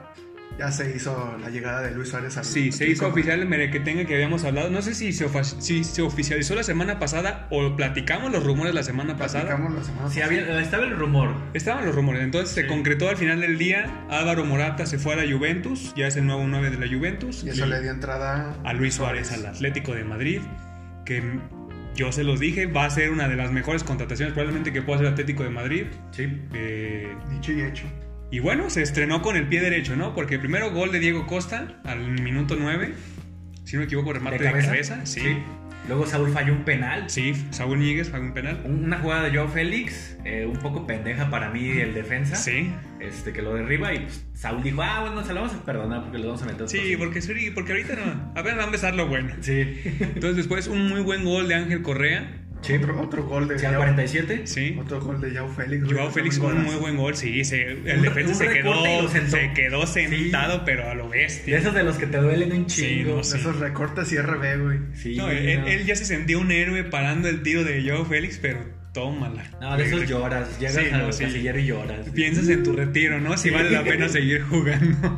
[SPEAKER 1] ya se hizo la llegada de Luis Suárez al
[SPEAKER 2] sí,
[SPEAKER 1] Atlético
[SPEAKER 2] se hizo
[SPEAKER 1] de Madrid.
[SPEAKER 2] oficial el merequetengue que habíamos hablado. No sé si se, ofa- si se oficializó la semana pasada o platicamos los rumores la semana pasada.
[SPEAKER 1] Platicamos la semana
[SPEAKER 3] Sí,
[SPEAKER 1] pasada.
[SPEAKER 3] había- estaba el rumor.
[SPEAKER 2] Estaban los rumores, entonces se
[SPEAKER 3] Sí.
[SPEAKER 2] concretó al final del día. Álvaro Morata se fue a la Juventus, ya es el nuevo 9 de la Juventus.
[SPEAKER 1] Y eso le dio entrada
[SPEAKER 2] a Luis Suárez al Atlético de Madrid, que yo se los dije, va a ser una de las mejores contrataciones probablemente que pueda hacer el Atlético de Madrid.
[SPEAKER 3] Sí.
[SPEAKER 2] Eh,
[SPEAKER 1] Dicho y hecho.
[SPEAKER 2] y bueno, se estrenó con el pie derecho, ¿no? Porque primero gol de Diego Costa al minuto 9, si no me equivoco, remate de cabeza, sí. sí.
[SPEAKER 3] Luego Saúl falló un penal.
[SPEAKER 2] Saúl Ñíguez fue un penal.
[SPEAKER 3] Un- Una jugada de Joao Félix, eh, un poco pendeja para mí el defensa.
[SPEAKER 2] Sí,
[SPEAKER 3] Este que lo derriba y pues, Saúl dijo, ah, bueno, se lo vamos a perdonar porque lo vamos a meter.
[SPEAKER 2] sí, porque, sí, porque ahorita no, apenas va a empezar lo bueno.
[SPEAKER 3] Sí.
[SPEAKER 2] Entonces después un muy buen gol de Ángel Correa
[SPEAKER 3] Sí.
[SPEAKER 1] Otro, otro gol de
[SPEAKER 3] Sí, al
[SPEAKER 1] Joao-
[SPEAKER 3] 47.
[SPEAKER 2] Sí.
[SPEAKER 1] Otro gol de Yao Félix. güey,
[SPEAKER 2] Joao
[SPEAKER 1] fue
[SPEAKER 2] Félix
[SPEAKER 1] un
[SPEAKER 2] con un muy
[SPEAKER 1] golazo.
[SPEAKER 2] buen gol, sí. se- el
[SPEAKER 3] Un-
[SPEAKER 2] defensa
[SPEAKER 3] un
[SPEAKER 2] se, quedó,
[SPEAKER 3] recorte y lo sentó.
[SPEAKER 2] se quedó
[SPEAKER 3] Sí.
[SPEAKER 2] sentado, pero a lo
[SPEAKER 3] De
[SPEAKER 2] bestia.
[SPEAKER 3] esos de los que te duelen un
[SPEAKER 2] Sí,
[SPEAKER 3] chingo.
[SPEAKER 2] no sé.
[SPEAKER 1] Esos recortes y RB, güey.
[SPEAKER 3] Sí,
[SPEAKER 2] No, él,
[SPEAKER 3] no.
[SPEAKER 2] él ya se sentía un héroe parando el tiro de Joao Félix, pero tómala.
[SPEAKER 3] No, de esos lloras. Llegas
[SPEAKER 2] Sí,
[SPEAKER 3] al
[SPEAKER 2] no, sí.
[SPEAKER 3] casillero y lloras.
[SPEAKER 2] Piensas en tu retiro, ¿no? Si vale la pena seguir jugando.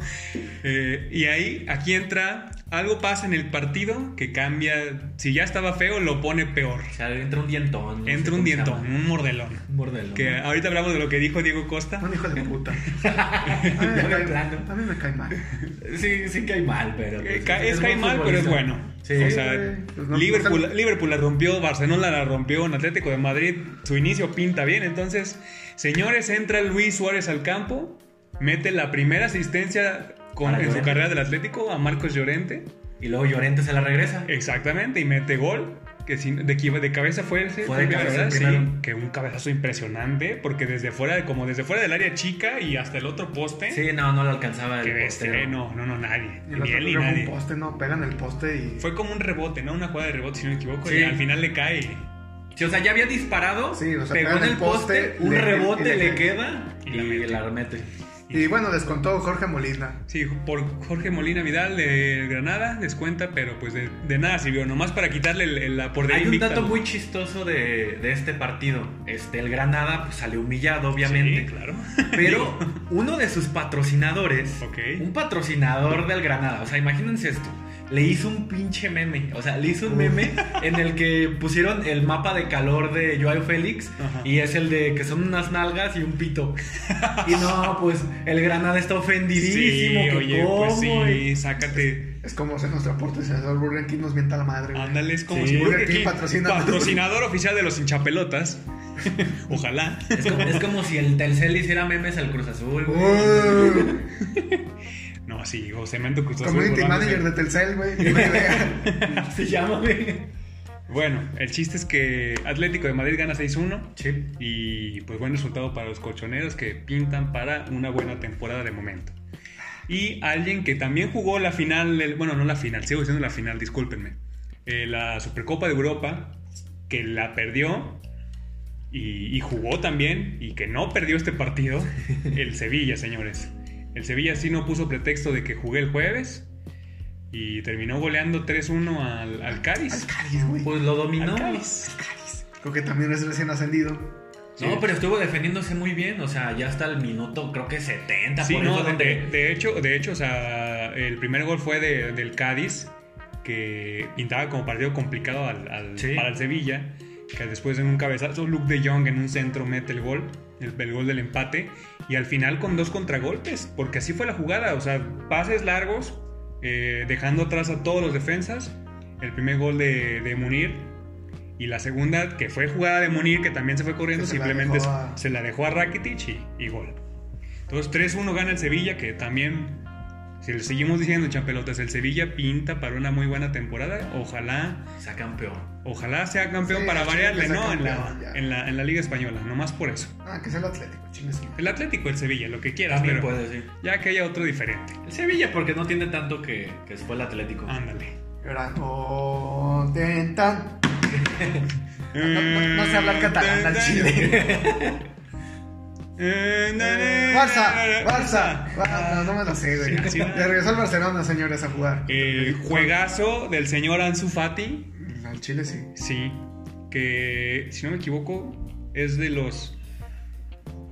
[SPEAKER 2] Eh, y ahí, aquí entra, algo pasa en el partido que cambia, si ya estaba feo, lo pone peor.
[SPEAKER 3] O sea, entra un dientón. no sé
[SPEAKER 2] Entra un
[SPEAKER 3] cómo se
[SPEAKER 2] dientón,
[SPEAKER 3] llama.
[SPEAKER 2] un mordelón.
[SPEAKER 3] Un mordelón.
[SPEAKER 2] Que ahorita hablamos de lo que dijo Diego Costa.
[SPEAKER 1] Un hijo de puta. A mí me
[SPEAKER 3] Ya de
[SPEAKER 1] cae-
[SPEAKER 3] plano.
[SPEAKER 1] A mí me cae mal.
[SPEAKER 3] Sí, sí cae mal, pero.
[SPEAKER 2] Eh,
[SPEAKER 3] pues,
[SPEAKER 2] ca- Es cae
[SPEAKER 3] buen
[SPEAKER 2] mal, pero es
[SPEAKER 3] futbolista.
[SPEAKER 2] bueno.
[SPEAKER 3] Sí.
[SPEAKER 2] o sea,
[SPEAKER 1] güey. Pues no,
[SPEAKER 2] Liverpool,
[SPEAKER 1] pues,
[SPEAKER 2] Liverpool la rompió, Barcelona la rompió, en Atlético de Madrid su inicio pinta bien. Entonces, señores, entra Luis Suárez al campo, mete la primera asistencia con,
[SPEAKER 3] Para
[SPEAKER 2] en su
[SPEAKER 3] Llorente.
[SPEAKER 2] carrera del Atlético a Marcos Llorente.
[SPEAKER 3] Y luego Llorente se la regresa.
[SPEAKER 2] Eh, Exactamente, y mete gol. Que sin- de, equi- de cabeza fue ese.
[SPEAKER 3] Fue de
[SPEAKER 2] primero,
[SPEAKER 3] cabeza el
[SPEAKER 2] Sí,
[SPEAKER 3] primero.
[SPEAKER 2] que un cabezazo impresionante, porque desde fuera, como desde fuera del área chica y hasta el otro poste.
[SPEAKER 3] Sí, no, no lo alcanzaba
[SPEAKER 2] que
[SPEAKER 3] el
[SPEAKER 2] bestia,
[SPEAKER 3] portero.
[SPEAKER 2] eh, no, no, no, nadie.
[SPEAKER 1] Y
[SPEAKER 2] Ni
[SPEAKER 1] el otro
[SPEAKER 2] él ni
[SPEAKER 1] pega un
[SPEAKER 2] nadie.
[SPEAKER 1] poste, no, pegan el poste y.
[SPEAKER 2] Fue como un rebote, ¿no? Una jugada de rebote, si no me equivoco.
[SPEAKER 3] Sí.
[SPEAKER 2] Y al final le cae.
[SPEAKER 3] Sí, o sea, ya había disparado.
[SPEAKER 1] Sí, o sea,
[SPEAKER 3] pegó en el poste, un
[SPEAKER 1] le-
[SPEAKER 3] rebote
[SPEAKER 1] y
[SPEAKER 3] le,
[SPEAKER 1] le-
[SPEAKER 3] queda
[SPEAKER 2] y
[SPEAKER 3] y,
[SPEAKER 2] la mete.
[SPEAKER 3] la remete.
[SPEAKER 1] Y bueno, descontó Jorge Molina.
[SPEAKER 2] Sí, por Jorge Molina Vidal de Granada, descuenta, pero pues de, de nada sirvió. Nomás para quitarle el- el- la portería
[SPEAKER 3] Hay un
[SPEAKER 2] invicta.
[SPEAKER 3] dato muy chistoso de, de este partido. Este, el Granada pues, salió humillado,
[SPEAKER 2] Sí,
[SPEAKER 3] obviamente.
[SPEAKER 2] claro.
[SPEAKER 3] Pero uno de sus patrocinadores,
[SPEAKER 2] Ok.
[SPEAKER 3] un patrocinador del Granada, o sea, imagínense esto, le hizo un pinche meme, o sea, le hizo un meme en el que pusieron el mapa de calor de Joao Félix
[SPEAKER 2] Ajá.
[SPEAKER 3] y es el de que son unas nalgas y un pito. Y no, pues el Granada está ofendidísimo,
[SPEAKER 2] Sí,
[SPEAKER 3] que
[SPEAKER 2] oye,
[SPEAKER 3] cómo,
[SPEAKER 2] pues
[SPEAKER 3] y-
[SPEAKER 2] sí, sácate.
[SPEAKER 1] Es como ser nuestro patrocinador Burger King nos mienta la madre. güey.
[SPEAKER 2] Ándale, es como
[SPEAKER 3] Sí,
[SPEAKER 2] si
[SPEAKER 1] Burger
[SPEAKER 2] Burger
[SPEAKER 1] King
[SPEAKER 2] King-
[SPEAKER 1] patrocina.
[SPEAKER 2] patrocinador oficial de los hinchapelotas. Ojalá.
[SPEAKER 3] Es como, es como si el Telcel hiciera memes al Cruz Azul. güey.
[SPEAKER 1] Uh,
[SPEAKER 2] No, sí, o Cemento Cruz Azul
[SPEAKER 1] community
[SPEAKER 2] burlándose.
[SPEAKER 1] manager de Telcel, güey. qué buena idea.
[SPEAKER 3] Se llama, güey.
[SPEAKER 2] Bueno, el chiste es que Atlético de Madrid gana 6-1
[SPEAKER 3] Sí.
[SPEAKER 2] y pues buen resultado para los colchoneros que pintan para una buena temporada de momento. Y alguien que también jugó la final, del- bueno, no la final, sigo diciendo la final, discúlpenme. Eh, la Supercopa de Europa, que la perdió y, y jugó también y que no perdió este partido, el Sevilla, señores. El Sevilla sí no puso pretexto de que jugué el jueves y terminó goleando 3-1 al, al Cádiz.
[SPEAKER 1] Al Cádiz, güey.
[SPEAKER 3] Pues lo dominó.
[SPEAKER 2] Al Cádiz.
[SPEAKER 1] Creo que también es recién ascendido.
[SPEAKER 2] Sí.
[SPEAKER 3] No, pero estuvo defendiéndose muy bien, o sea, ya hasta el minuto, creo que 70,
[SPEAKER 2] Sí,
[SPEAKER 3] por
[SPEAKER 2] no,
[SPEAKER 3] eso
[SPEAKER 2] de,
[SPEAKER 3] donde-
[SPEAKER 2] de- de hecho, de hecho, o sea, el primer gol fue de- del Cádiz, que pintaba como partido complicado al- al-
[SPEAKER 3] Sí.
[SPEAKER 2] para el Sevilla, que después en un cabezazo Luke de Jong en un centro mete el gol, el, el gol del empate, y al final con dos contragolpes, porque así fue la jugada, o sea, pases largos, eh, dejando atrás a todos los defensas, el primer gol de, de Munir. Y la segunda, que fue jugada de Munir, que también se fue corriendo,
[SPEAKER 1] Que se la
[SPEAKER 2] simplemente
[SPEAKER 1] dejó a-
[SPEAKER 2] se la dejó a Rakitic y- y gol. Entonces 3-1 gana el Sevilla, que también, si le seguimos diciendo, champelotas, el Sevilla pinta para una muy buena temporada. Ojalá,
[SPEAKER 3] sea campeón.
[SPEAKER 2] ojalá sea campeón
[SPEAKER 1] Sí,
[SPEAKER 2] para
[SPEAKER 1] sí,
[SPEAKER 2] variarle,
[SPEAKER 1] que sea
[SPEAKER 2] ¿no? En la,
[SPEAKER 1] campeón, ya.
[SPEAKER 2] en, la, en la Liga Española, nomás por eso.
[SPEAKER 1] Ah, que es el Atlético, chingue su madre.
[SPEAKER 2] El Atlético, el Sevilla, lo que quieras,
[SPEAKER 3] También
[SPEAKER 2] pero
[SPEAKER 3] puede, sí.
[SPEAKER 2] ya que haya otro diferente.
[SPEAKER 3] El Sevilla, porque no tiene tanto que, que fue el Atlético.
[SPEAKER 2] Ándale.
[SPEAKER 1] Y ahora, oh, ten, tan. No, no-
[SPEAKER 2] Eh,
[SPEAKER 1] no sé hablar catalán al chile.
[SPEAKER 2] Eh,
[SPEAKER 1] Barça, Barça. Barça. No, no me lo sé, güey.
[SPEAKER 2] Sí, sí, va.
[SPEAKER 1] Le regresó al Barcelona, señores, a jugar.
[SPEAKER 2] Eh, juegazo del señor Ansu Fati.
[SPEAKER 1] Al Chile sí.
[SPEAKER 2] Sí, que si no me equivoco es de los...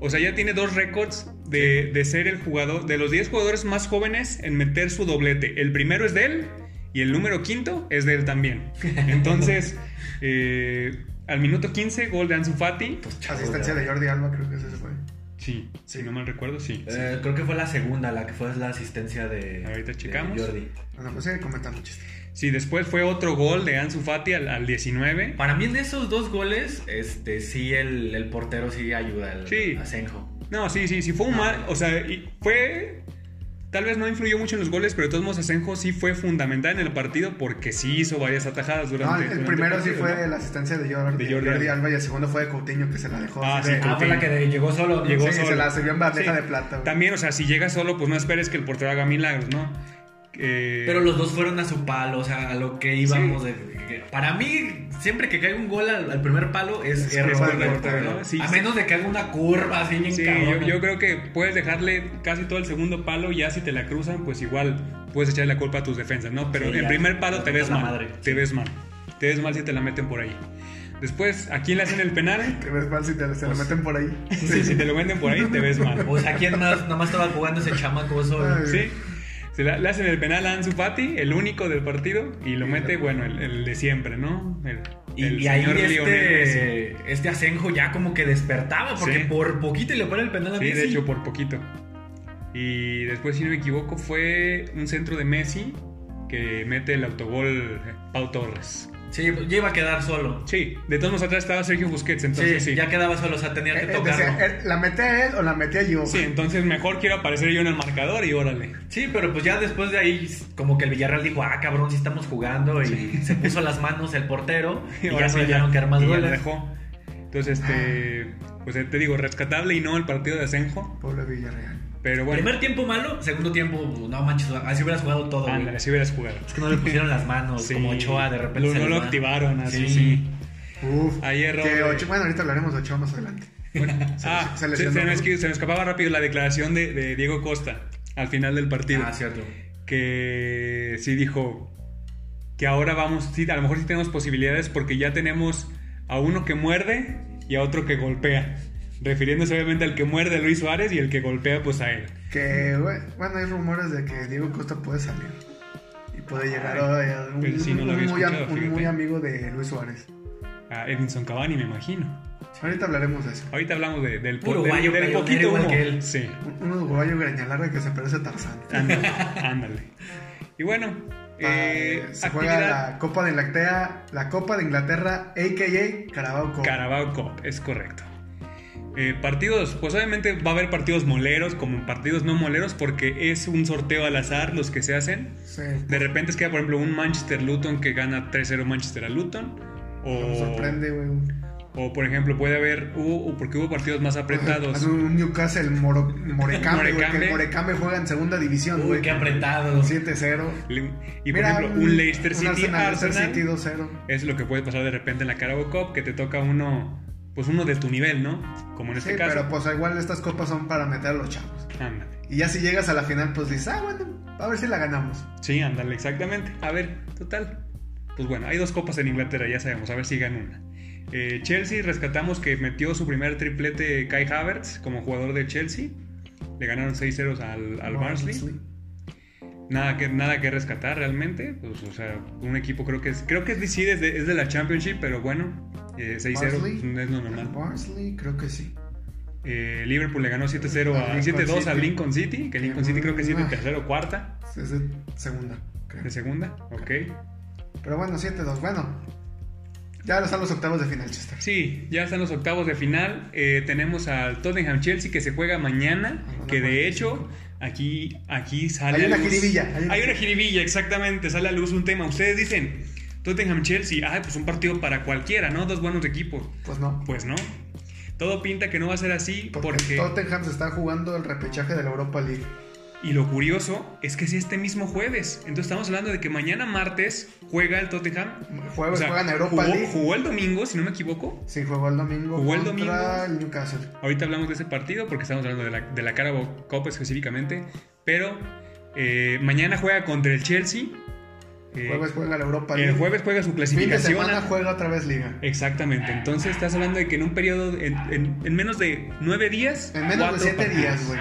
[SPEAKER 2] O sea, ya tiene dos récords de, de ser el jugador, de los 10 jugadores más jóvenes en meter su doblete. El primero es de él y el número quinto es de él también. Entonces, eh, al minuto 15, gol de Ansu Fati.
[SPEAKER 3] Pues, chavo,
[SPEAKER 1] Asistencia
[SPEAKER 3] ya.
[SPEAKER 1] de Jordi Alba, creo que ese fue.
[SPEAKER 2] Sí, si no mal recuerdo, sí.
[SPEAKER 3] Eh, Creo que fue la segunda, la que fue la asistencia de,
[SPEAKER 2] Ahorita
[SPEAKER 3] de
[SPEAKER 2] checamos.
[SPEAKER 3] Jordi.
[SPEAKER 1] Bueno, pues sigue comentando chistes.
[SPEAKER 2] Sí, después fue otro gol de Ansu Fati al, al 19.
[SPEAKER 3] Para mí, en esos dos goles, este sí, el, el portero sí ayuda al,
[SPEAKER 2] Sí.
[SPEAKER 3] a Senjo.
[SPEAKER 2] No, sí, sí, sí, fue un mal. O sea, y fue. Tal vez no influyó mucho en los goles, pero de todos modos Asenjo sí fue fundamental en el partido porque sí hizo varias atajadas
[SPEAKER 1] No,
[SPEAKER 2] durante.
[SPEAKER 1] el- el
[SPEAKER 2] durante
[SPEAKER 1] primero sí
[SPEAKER 2] partido,
[SPEAKER 1] fue
[SPEAKER 2] ¿no?
[SPEAKER 1] la asistencia de Jordi,
[SPEAKER 2] De Jordi
[SPEAKER 1] Jordi
[SPEAKER 2] Alba.
[SPEAKER 1] Alba y el segundo fue de Coutinho que se la dejó.
[SPEAKER 2] Ah,
[SPEAKER 1] así
[SPEAKER 2] sí,
[SPEAKER 1] de-
[SPEAKER 2] Coutinho.
[SPEAKER 3] Ah, fue la que de- llegó solo. ¿no?
[SPEAKER 2] Llegó
[SPEAKER 1] sí, se
[SPEAKER 2] solo.
[SPEAKER 1] la sirvió en bandeja de plata, güey.
[SPEAKER 2] También, o sea, si llega solo, pues no esperes que el portero haga milagros, ¿no? Eh,
[SPEAKER 3] Pero los dos fueron a su palo, o sea, a lo que íbamos. de- Para mí, siempre que caiga un gol al, al primer palo es,
[SPEAKER 2] Es
[SPEAKER 3] error
[SPEAKER 2] culpa
[SPEAKER 3] del
[SPEAKER 2] del
[SPEAKER 3] portero,
[SPEAKER 2] portero,
[SPEAKER 3] ¿no?
[SPEAKER 2] sí,
[SPEAKER 3] a
[SPEAKER 2] sí.
[SPEAKER 3] menos de que haga una curva así bien
[SPEAKER 2] Sí, yo,
[SPEAKER 3] cabrona.
[SPEAKER 2] yo creo que puedes dejarle casi todo el segundo palo, ya si te la cruzan, pues igual puedes echarle la culpa a tus defensas, ¿no? Pero
[SPEAKER 3] Sí,
[SPEAKER 2] en
[SPEAKER 3] ya,
[SPEAKER 2] primer palo
[SPEAKER 3] la
[SPEAKER 2] te ves
[SPEAKER 3] la
[SPEAKER 2] mal.
[SPEAKER 3] madre.
[SPEAKER 2] Te ves mal. Te ves mal si te la meten por ahí. Después, ¿a quién le hacen el penal?
[SPEAKER 1] Te ves mal si te, se
[SPEAKER 2] Pues,
[SPEAKER 1] lo meten por ahí.
[SPEAKER 2] Sí, si te lo meten por ahí, te ves mal.
[SPEAKER 3] O sea, ¿quién más? Nada más estaba jugando ese chamacoso.
[SPEAKER 1] Ay.
[SPEAKER 2] Sí. Se la- le hacen el penal a Ansu Fati, el único del partido, y lo mete, bueno, el, el de siempre, ¿no? El,
[SPEAKER 3] Y,
[SPEAKER 2] el
[SPEAKER 3] y ahí
[SPEAKER 2] Lionel Messi.
[SPEAKER 3] este, este Asenjo ya como que despertaba, porque
[SPEAKER 2] Sí.
[SPEAKER 3] por poquito y le pone el penal a
[SPEAKER 2] Sí, de
[SPEAKER 3] Messi.
[SPEAKER 2] hecho, por poquito. Y después, si no me equivoco, fue un centro de Messi que mete el autogol eh, Pau Torres.
[SPEAKER 3] Sí, ya iba a quedar solo.
[SPEAKER 2] Sí, de todos modos atrás estaba Sergio Busquets,
[SPEAKER 3] Sí,
[SPEAKER 2] entonces sí.
[SPEAKER 3] ya quedaba solo, o sea, tenía que
[SPEAKER 1] Eh, eh,
[SPEAKER 3] tocarlo.
[SPEAKER 1] decía, eh, ¿La metía él o la metía yo?
[SPEAKER 2] Sí, entonces mejor quiero aparecer yo en el marcador y órale.
[SPEAKER 3] Sí, pero pues ya después de ahí, como que el Villarreal dijo, ah, cabrón, sí estamos jugando. Y se puso las manos el portero. Y,
[SPEAKER 2] ahora
[SPEAKER 3] ya
[SPEAKER 2] sí
[SPEAKER 3] se dejaron caer más
[SPEAKER 2] y ya lo
[SPEAKER 3] goles.
[SPEAKER 2] dejó. Entonces, este, pues te digo, rescatable y no el partido de Asenjo,
[SPEAKER 1] Pobre Villarreal.
[SPEAKER 2] pero bueno,
[SPEAKER 3] Primer tiempo malo, segundo tiempo, no manches, así hubieras jugado todo. güey.
[SPEAKER 2] ándale, si hubieras jugado.
[SPEAKER 3] Es que no le pusieron las manos,
[SPEAKER 2] Sí.
[SPEAKER 3] como Ochoa de repente.
[SPEAKER 2] Lo-
[SPEAKER 3] se
[SPEAKER 2] no
[SPEAKER 3] les
[SPEAKER 2] lo
[SPEAKER 3] va.
[SPEAKER 2] activaron, así, sí.
[SPEAKER 1] Uf.
[SPEAKER 2] Ahí erró
[SPEAKER 1] que
[SPEAKER 2] de-
[SPEAKER 1] Ochoa- bueno, ahorita hablaremos de Ochoa más adelante.
[SPEAKER 2] Ah,
[SPEAKER 1] se
[SPEAKER 2] se,
[SPEAKER 1] lesionó.
[SPEAKER 2] se me, esqui- se me escapaba rápido la declaración de, de Diego Costa al final del partido.
[SPEAKER 3] Ah, cierto.
[SPEAKER 2] Que sí dijo que ahora vamos, sí, a lo mejor sí tenemos posibilidades porque ya tenemos a uno que muerde y a otro que golpea. Refiriéndose obviamente al que muerde a Luis Suárez y el que golpea pues a él.
[SPEAKER 1] Que, bue- bueno, hay rumores de que Diego Costa puede salir. Y puede llegar a, a un,
[SPEAKER 2] pero sí, no
[SPEAKER 1] un
[SPEAKER 2] lo había
[SPEAKER 1] muy, am-
[SPEAKER 2] escuchado,
[SPEAKER 1] un muy
[SPEAKER 2] fíjate.
[SPEAKER 1] amigo de Luis Suárez.
[SPEAKER 2] A Edinson Cavani me imagino.
[SPEAKER 1] Ahorita hablaremos de eso.
[SPEAKER 2] Ahorita hablamos de- del, po-
[SPEAKER 3] Uruguayo,
[SPEAKER 2] del, del
[SPEAKER 3] pero
[SPEAKER 2] poquito
[SPEAKER 3] era igual
[SPEAKER 2] humo.
[SPEAKER 3] que él.
[SPEAKER 2] Sí.
[SPEAKER 1] Un, un uruguayo grañalarga que se parece a Tarzán.
[SPEAKER 2] Ándale, ándale. Y bueno, eh,
[SPEAKER 1] Ah, se juega
[SPEAKER 2] actividad-
[SPEAKER 1] la Copa de Inglaterra, la Copa de Inglaterra, a.k.a. Carabao Cup.
[SPEAKER 2] Carabao Cup, es correcto. Eh, partidos, pues obviamente va a haber partidos moleros como partidos no moleros porque es un sorteo al azar los que se hacen.
[SPEAKER 1] Sí.
[SPEAKER 2] De repente es que, por ejemplo, un Manchester Luton que gana 3-0 Manchester a Luton.
[SPEAKER 1] Me
[SPEAKER 2] O,
[SPEAKER 1] sorprende, güey.
[SPEAKER 2] o, por ejemplo, puede haber, hubo- porque hubo partidos más apretados.
[SPEAKER 1] Un- Un Newcastle Moro, Morecambe, güey, que
[SPEAKER 2] Pues, Morecambe.
[SPEAKER 1] el Morecambe juega en segunda división,
[SPEAKER 3] Uy,
[SPEAKER 1] güey.
[SPEAKER 3] qué apretado.
[SPEAKER 1] 7-0.
[SPEAKER 2] Le- Y, por
[SPEAKER 1] Mira,
[SPEAKER 2] ejemplo, un Leicester City
[SPEAKER 1] Arsenal, Leicester
[SPEAKER 2] Arsenal,
[SPEAKER 1] City 2-0.
[SPEAKER 2] es lo que puede pasar de repente en la Carabao Cup, que te toca uno, pues uno de tu nivel, ¿no? Como en
[SPEAKER 1] Sí,
[SPEAKER 2] este caso.
[SPEAKER 1] pero pues igual estas copas son para meter a los chavos.
[SPEAKER 2] Ándale.
[SPEAKER 1] Y ya si llegas a la final, pues dices, ah, bueno, a ver si la ganamos.
[SPEAKER 2] Sí, ándale, exactamente. A ver, total. Pues bueno, hay dos copas en Inglaterra, ya sabemos, a ver si ganan una. Eh, Chelsea, rescatamos que metió su primer triplete Kai Havertz como jugador de Chelsea. Le ganaron 6-0 al, al
[SPEAKER 1] No,
[SPEAKER 2] Barnsley.
[SPEAKER 1] sí.
[SPEAKER 2] Nada que, nada que rescatar realmente. Pues, o sea, un equipo creo que es, creo que sí, es de, es de la Championship, pero bueno, eh, 6-0
[SPEAKER 1] Barnsley.
[SPEAKER 2] pues, no es lo normal.
[SPEAKER 1] Barnsley, creo que sí.
[SPEAKER 2] Eh, Liverpool le ganó 7-0
[SPEAKER 1] Al
[SPEAKER 2] a
[SPEAKER 1] Lincoln
[SPEAKER 2] 7-2 al
[SPEAKER 1] City. Ah.
[SPEAKER 2] Lincoln City, que Lincoln City creo que sí es de tercera o cuarta,
[SPEAKER 1] Es de segunda, creo.
[SPEAKER 2] de segunda, ok.
[SPEAKER 1] Pero bueno, 7-2. Bueno, ya ahora están los octavos de final, Chester.
[SPEAKER 2] Sí, ya están los octavos de final. Eh, tenemos al Tottenham Chelsea que se juega mañana.
[SPEAKER 1] Ajá,
[SPEAKER 2] Que de
[SPEAKER 1] 45.
[SPEAKER 2] hecho, aquí, aquí sale.
[SPEAKER 1] Hay
[SPEAKER 2] a
[SPEAKER 1] una
[SPEAKER 2] luz-
[SPEAKER 1] jiribilla, hay
[SPEAKER 2] Hay
[SPEAKER 1] una
[SPEAKER 2] una, jiribilla, exactamente. Sale a luz un tema. Ustedes dicen Tottenham Chelsea. Ah, pues un partido para cualquiera, ¿no? Dos buenos equipos.
[SPEAKER 1] Pues no.
[SPEAKER 2] Pues no. Todo pinta que no va a ser así
[SPEAKER 1] Porque,
[SPEAKER 2] porque.
[SPEAKER 1] Tottenham se está jugando el repechaje de la Europa League.
[SPEAKER 2] Y lo curioso es que es este mismo jueves. Entonces estamos hablando de que mañana martes juega el Tottenham.
[SPEAKER 1] Jueves
[SPEAKER 2] O sea,
[SPEAKER 1] juegan Europa
[SPEAKER 2] jugó-
[SPEAKER 1] League.
[SPEAKER 2] jugó el domingo, si no me equivoco.
[SPEAKER 1] Sí, jugó el domingo
[SPEAKER 2] Jugó el
[SPEAKER 1] contra
[SPEAKER 2] domingo.
[SPEAKER 1] el Newcastle.
[SPEAKER 2] Ahorita hablamos de ese partido porque estamos hablando de la, de la Carabao Cup específicamente. Pero eh, mañana juega contra el Chelsea. Eh,
[SPEAKER 1] Jueves juega la Europa League.
[SPEAKER 2] el jueves juega su
[SPEAKER 1] Fin de
[SPEAKER 2] clasificación.
[SPEAKER 1] semana juega otra vez Liga.
[SPEAKER 2] Exactamente. Entonces estás hablando de que en un periodo, en, en- en menos de nueve días.
[SPEAKER 1] En menos de
[SPEAKER 2] cuatro
[SPEAKER 1] 7
[SPEAKER 2] partidos.
[SPEAKER 1] días, güey.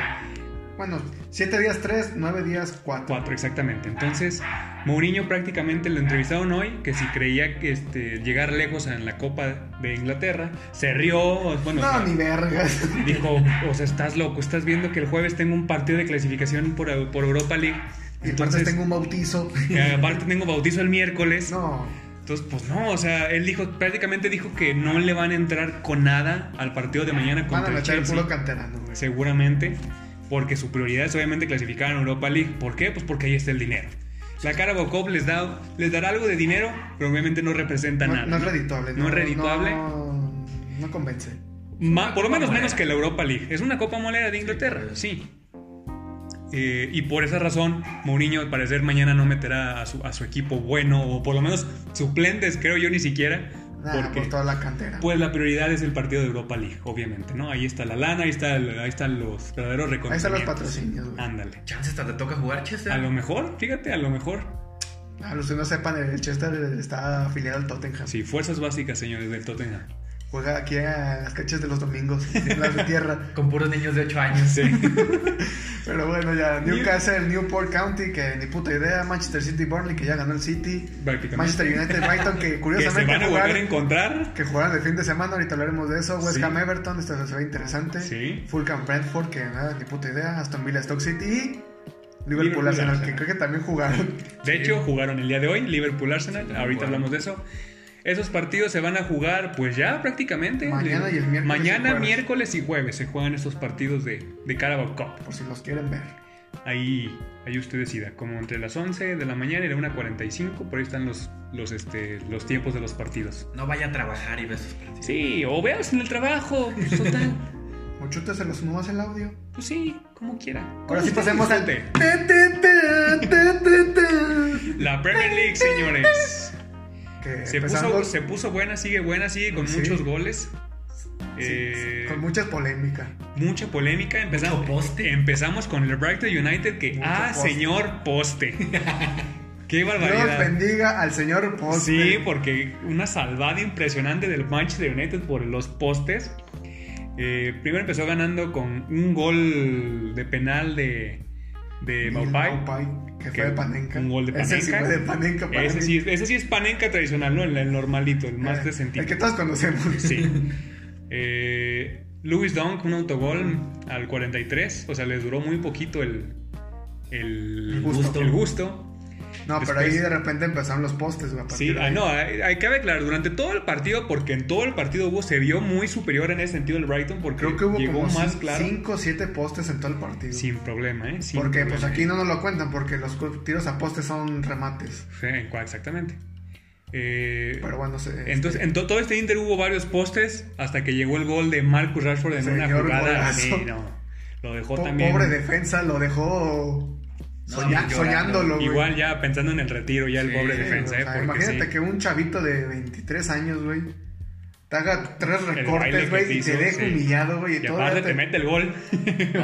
[SPEAKER 1] Bueno, 7 días 3, 9 días 4.
[SPEAKER 2] Cuatro, exactamente. Entonces, Mourinho prácticamente lo entrevistaron hoy, que si creía que este, llegar lejos en la Copa de Inglaterra, se rió. Bueno, o
[SPEAKER 1] No,
[SPEAKER 2] sea,
[SPEAKER 1] ni vergas.
[SPEAKER 2] Dijo, o sea, estás loco, estás viendo que el jueves tengo un partido de clasificación por, por Europa League.
[SPEAKER 1] Y aparte
[SPEAKER 2] Entonces,
[SPEAKER 1] tengo un bautizo.
[SPEAKER 2] eh, aparte tengo bautizo el miércoles.
[SPEAKER 1] No,
[SPEAKER 2] Entonces, pues no, o sea, él dijo, prácticamente dijo que no le van a entrar con nada al partido de mañana
[SPEAKER 1] van a
[SPEAKER 2] contra el
[SPEAKER 1] meter
[SPEAKER 2] Chelsea.
[SPEAKER 1] puro canterano, güey.
[SPEAKER 2] seguramente, porque su prioridad es obviamente clasificar en Europa League. ¿Por qué? Pues porque ahí está el dinero. La Carabao Cup les, da, les dará algo de dinero, pero obviamente no representa
[SPEAKER 1] No,
[SPEAKER 2] nada.
[SPEAKER 1] no es redituable.
[SPEAKER 2] No, es redituable.
[SPEAKER 1] No, no convence.
[SPEAKER 2] Ma- por lo menos
[SPEAKER 3] Molera.
[SPEAKER 2] menos que la Europa League. Es una Copa molera de Inglaterra, sí. Eh, y por esa razón, Mourinho al parecer mañana no meterá a su, a su equipo bueno, o por lo menos suplentes, creo yo ni siquiera.
[SPEAKER 1] Nah,
[SPEAKER 2] porque
[SPEAKER 1] Ah, por toda la cantera.
[SPEAKER 2] pues la prioridad es el partido de Europa League, obviamente, ¿no? Ahí está la lana, ahí, está el- ahí están los
[SPEAKER 1] Ahí
[SPEAKER 2] verdaderos
[SPEAKER 1] están los
[SPEAKER 2] reconocimientos.
[SPEAKER 1] patrocinios, güey.
[SPEAKER 2] Ándale.
[SPEAKER 3] Chance hasta te toca jugar, Chester.
[SPEAKER 2] A lo mejor, fíjate, a lo mejor.
[SPEAKER 1] A los que no sepan, el Chester está afiliado al Tottenham.
[SPEAKER 2] Sí, fuerzas básicas, señores del Tottenham.
[SPEAKER 1] Juega aquí a las canchas de los domingos, en las de tierra.
[SPEAKER 3] Con puros niños de 8 años.
[SPEAKER 2] Sí.
[SPEAKER 1] Pero bueno, ya Newcastle, Newport County, que ni puta idea. Manchester City, Burnley, que ya ganó el City.
[SPEAKER 2] Prácticamente.
[SPEAKER 1] Manchester United, Brighton, que
[SPEAKER 2] que se
[SPEAKER 1] curiosamente
[SPEAKER 2] van a volver a
[SPEAKER 1] jugaron.
[SPEAKER 2] encontrar.
[SPEAKER 1] Que jugaron el fin de semana, ahorita hablaremos de eso. West
[SPEAKER 2] Sí.
[SPEAKER 1] Ham Everton, esto se ve interesante.
[SPEAKER 2] Sí.
[SPEAKER 1] Fulham Brentford, que nada, ni puta idea. Aston Villa Stock City y
[SPEAKER 2] Liverpool,
[SPEAKER 1] Liverpool Arsenal, que
[SPEAKER 2] Arsenal.
[SPEAKER 1] creo que también jugaron.
[SPEAKER 2] De hecho, jugaron el día de hoy Liverpool Arsenal. Ahorita
[SPEAKER 3] Bueno.
[SPEAKER 2] hablamos de eso. Esos partidos se van a jugar, pues ya prácticamente.
[SPEAKER 1] Mañana y el miércoles y
[SPEAKER 2] Mañana,
[SPEAKER 1] jueves.
[SPEAKER 2] miércoles y jueves se juegan estos partidos de, de Carabao Cup.
[SPEAKER 1] Por si los quieren ver.
[SPEAKER 2] Ahí, ahí usted decida. Como entre las 11 de la mañana y la 1.45, por ahí están los, los, este, los tiempos de los partidos.
[SPEAKER 3] No vaya a trabajar y ve sus partidos.
[SPEAKER 2] Sí, o veas en el trabajo. pues, Total.
[SPEAKER 1] Muchachos, se los nomás el audio.
[SPEAKER 2] pues sí, como quiera.
[SPEAKER 1] Ahora
[SPEAKER 2] Como
[SPEAKER 1] sí
[SPEAKER 2] usted
[SPEAKER 1] pasemos al.
[SPEAKER 2] disfrute.
[SPEAKER 1] Te, te, te, te, te, te.
[SPEAKER 2] La Premier League, señores.
[SPEAKER 1] Que
[SPEAKER 2] Se
[SPEAKER 1] empezando
[SPEAKER 2] puso, se puso buena, sigue buena, sigue con
[SPEAKER 1] Sí.
[SPEAKER 2] muchos goles.
[SPEAKER 1] sí,
[SPEAKER 2] Eh,
[SPEAKER 1] con mucha polémica.
[SPEAKER 2] mucha polémica. Empezamos,
[SPEAKER 3] Mucho poste.
[SPEAKER 2] empezamos con el Brighton United que,
[SPEAKER 1] Mucho
[SPEAKER 2] ah,
[SPEAKER 1] poste.
[SPEAKER 2] señor poste. Qué
[SPEAKER 1] Dios
[SPEAKER 2] barbaridad.
[SPEAKER 1] bendiga al señor Poste.
[SPEAKER 2] Sí, porque una salvada impresionante del Manchester United por los postes. Eh, primero empezó ganando con un gol de penal de, de
[SPEAKER 1] Y
[SPEAKER 2] Maupay.
[SPEAKER 1] Maupay, Que
[SPEAKER 2] Que
[SPEAKER 1] fue de Panenka.
[SPEAKER 2] Un gol de Panenka.
[SPEAKER 1] Ese sí fue de Panenka. para
[SPEAKER 2] Ese
[SPEAKER 1] mí.
[SPEAKER 2] sí, es- ese sí es Panenka tradicional, ¿no? El, el normalito, el más
[SPEAKER 1] Eh,
[SPEAKER 2] decentito.
[SPEAKER 1] El que todos conocemos.
[SPEAKER 2] Sí. Eh, Louis Dunk, un autogol al 43. O sea, les duró muy poquito el, el,
[SPEAKER 1] El gusto.
[SPEAKER 2] el gusto.
[SPEAKER 1] No, pero
[SPEAKER 2] Después-
[SPEAKER 1] ahí de repente empezaron los postes. güey, a partir
[SPEAKER 2] Sí,
[SPEAKER 1] de
[SPEAKER 2] ah,
[SPEAKER 1] ahí.
[SPEAKER 2] no, hay, hay que aclarar, durante todo el partido, porque en todo el partido hubo, se vio muy superior en ese sentido el Brighton, porque
[SPEAKER 1] Creo que hubo
[SPEAKER 2] llegó
[SPEAKER 1] como
[SPEAKER 2] más
[SPEAKER 1] 5
[SPEAKER 2] claro.
[SPEAKER 1] o 7 postes en todo el partido.
[SPEAKER 2] Sin problema, ¿eh? Sin
[SPEAKER 1] porque pues
[SPEAKER 2] problema.
[SPEAKER 1] aquí no nos lo cuentan, porque los cu- tiros a postes son remates.
[SPEAKER 2] Sí, en cual- exactamente. Eh,
[SPEAKER 1] Pero bueno, se, este,
[SPEAKER 2] Entonces, en to- todo este Inter hubo varios postes hasta que llegó el gol de Marcus Rashford en una
[SPEAKER 1] Señor
[SPEAKER 2] jugada.
[SPEAKER 1] golazo.
[SPEAKER 2] Sí, no, lo dejó
[SPEAKER 1] po-
[SPEAKER 2] también.
[SPEAKER 1] pobre defensa lo dejó soña-
[SPEAKER 3] llorando.
[SPEAKER 1] soñándolo. güey.
[SPEAKER 2] Igual ya pensando en el retiro, ya el
[SPEAKER 3] Sí,
[SPEAKER 2] pobre
[SPEAKER 1] Sí,
[SPEAKER 2] defensa,
[SPEAKER 1] güey,
[SPEAKER 2] ¿eh?
[SPEAKER 1] o sea,
[SPEAKER 2] Porque
[SPEAKER 1] imagínate
[SPEAKER 2] sí.
[SPEAKER 1] que un chavito de 23 años, güey, te haga tres
[SPEAKER 2] baile que
[SPEAKER 1] recortes, güey, y
[SPEAKER 2] hizo,
[SPEAKER 1] te deja
[SPEAKER 2] sí.
[SPEAKER 1] humillado, güey, y,
[SPEAKER 2] Y
[SPEAKER 1] todo.
[SPEAKER 2] aparte te mete el gol.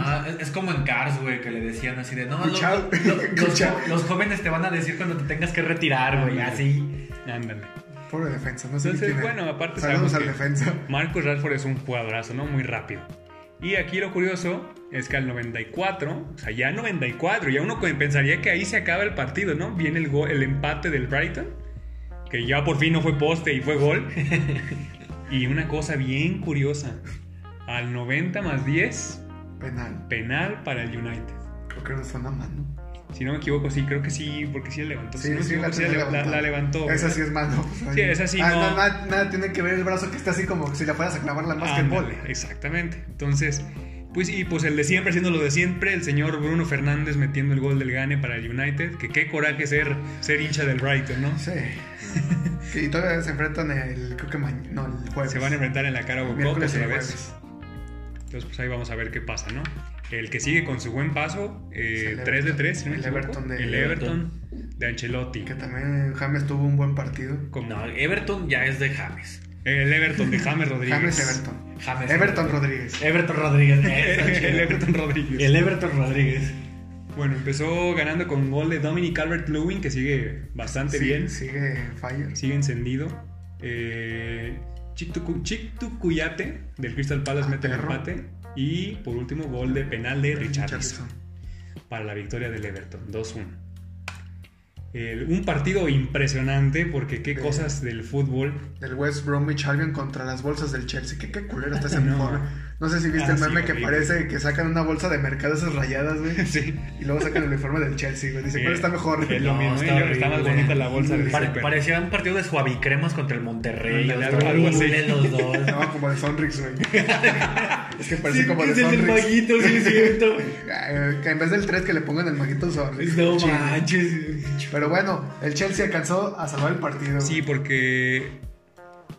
[SPEAKER 3] Ah, es- es como en Cars, güey, que le decían así de, no, lo-
[SPEAKER 1] Cuchao.
[SPEAKER 3] lo- los,
[SPEAKER 1] Cuchao.
[SPEAKER 3] jo- los jóvenes te van a decir cuando te tengas que
[SPEAKER 2] Ah,
[SPEAKER 3] retirar, güey, así.
[SPEAKER 2] Ándale.
[SPEAKER 1] Pobre defensa, no sé ni
[SPEAKER 2] Entonces,
[SPEAKER 1] quién era.
[SPEAKER 2] bueno, aparte
[SPEAKER 1] Saludos
[SPEAKER 2] sabemos
[SPEAKER 1] al
[SPEAKER 2] que
[SPEAKER 1] defensa.
[SPEAKER 2] Marcus Rashford es un jugadorazo, ¿no? Muy rápido. Y aquí lo curioso es que al 94, o sea, ya 94, ya uno pensaría que ahí se acaba el partido, ¿no? Viene el, go- el empate del Brighton, que ya por fin no fue poste y fue gol. y una cosa bien curiosa, al 90 más 10,
[SPEAKER 1] Penal.
[SPEAKER 2] penal para el United.
[SPEAKER 1] Creo que nos fue una mano.
[SPEAKER 2] Si no me equivoco, sí, creo que sí, porque sí la levantó. Si
[SPEAKER 1] Sí,
[SPEAKER 2] no me
[SPEAKER 1] sí, la,
[SPEAKER 2] equivoco, Pues sí
[SPEAKER 1] tenía
[SPEAKER 2] la, la- la levantó.
[SPEAKER 1] Esa
[SPEAKER 2] ¿verdad?
[SPEAKER 1] sí es mano.
[SPEAKER 2] Sí, esa sí,
[SPEAKER 1] Ah,
[SPEAKER 2] no.
[SPEAKER 1] nada, nada tiene que ver el brazo que está así como si la fueras a clavarla más que el
[SPEAKER 2] Ándale,
[SPEAKER 1] vole.
[SPEAKER 2] Exactamente. Entonces, pues y pues el de siempre siendo lo de siempre, el señor Bruno Fernández metiendo el gol del Gane para el United, que qué coraje ser ser hincha del Brighton, ¿no?
[SPEAKER 1] Sí. Sí, y todavía se enfrentan el, creo que mañana, no, el jueves.
[SPEAKER 2] Se van a enfrentar en la cara a
[SPEAKER 1] el miércoles y
[SPEAKER 2] otra
[SPEAKER 1] el
[SPEAKER 2] vez.
[SPEAKER 1] jueves.
[SPEAKER 2] Entonces, pues ahí vamos a ver qué pasa, ¿no? El que sigue con su buen paso,
[SPEAKER 1] Es
[SPEAKER 2] eh,
[SPEAKER 1] el
[SPEAKER 2] 3 de
[SPEAKER 1] Everton.
[SPEAKER 2] 3, si no me
[SPEAKER 1] El
[SPEAKER 2] equivoco.
[SPEAKER 1] Everton de-
[SPEAKER 2] El Everton de Ancelotti.
[SPEAKER 1] Que también James tuvo un buen partido.
[SPEAKER 2] Como
[SPEAKER 3] No, Everton ya es de James.
[SPEAKER 2] el Everton de James Rodríguez.
[SPEAKER 1] eh. James Everton.
[SPEAKER 3] James.
[SPEAKER 1] Everton Rodríguez.
[SPEAKER 3] Everton Rodríguez. eh, está chido.
[SPEAKER 2] el Everton Rodríguez.
[SPEAKER 3] El E- Everton Rodríguez.
[SPEAKER 2] Bueno, empezó ganando con gol de Dominic Albert-Lewin, que sigue bastante
[SPEAKER 1] Sí,
[SPEAKER 2] bien.
[SPEAKER 1] Sigue Fire.
[SPEAKER 2] sigue encendido. Eh, Chictucu- Chictucuyate del Crystal Palace
[SPEAKER 1] Ah,
[SPEAKER 2] mete el
[SPEAKER 1] perro.
[SPEAKER 2] empate. Y por último, gol de penal de Richardson
[SPEAKER 1] Richarlison.
[SPEAKER 2] para la victoria del Everton, 2-1. El- un partido impresionante porque qué
[SPEAKER 1] Sí.
[SPEAKER 2] cosas del fútbol.
[SPEAKER 1] Del West Bromich Albion contra las bolsas del Chelsea. Qué, qué culero está ese
[SPEAKER 2] No.
[SPEAKER 1] informe. No sé si viste
[SPEAKER 2] Ah,
[SPEAKER 1] el
[SPEAKER 2] sí,
[SPEAKER 1] meme que
[SPEAKER 2] horrible.
[SPEAKER 1] parece que sacan una bolsa de mercado esas rayadas, güey.
[SPEAKER 2] Sí,
[SPEAKER 1] Y luego sacan el uniforme del Chelsea, güey. Dice,
[SPEAKER 2] Sí.
[SPEAKER 1] ¿cuál está mejor?
[SPEAKER 2] Es lo
[SPEAKER 3] No,
[SPEAKER 2] mismo,
[SPEAKER 3] está
[SPEAKER 2] ¿eh? Yo creo que está, más
[SPEAKER 3] horrible.
[SPEAKER 2] bonita la bolsa del
[SPEAKER 3] Pare-
[SPEAKER 2] Super.
[SPEAKER 3] parecía un partido de suavicremas contra el Monterrey.
[SPEAKER 2] Ándale,
[SPEAKER 3] Estaba
[SPEAKER 2] algo así.
[SPEAKER 3] horrible los dos.
[SPEAKER 1] No, como de Sonrix, güey. es que parece
[SPEAKER 3] Sí,
[SPEAKER 1] como
[SPEAKER 3] que
[SPEAKER 1] de
[SPEAKER 3] es el del
[SPEAKER 1] Sonrix.
[SPEAKER 3] maguito, sí, es cierto.
[SPEAKER 1] Ah, eh, Que en vez del 3 que le pongan el maguito Sonrix.
[SPEAKER 3] No
[SPEAKER 1] Chile.
[SPEAKER 3] manches.
[SPEAKER 1] Pero bueno, el Chelsea alcanzó a salvar el partido.
[SPEAKER 2] Sí, porque.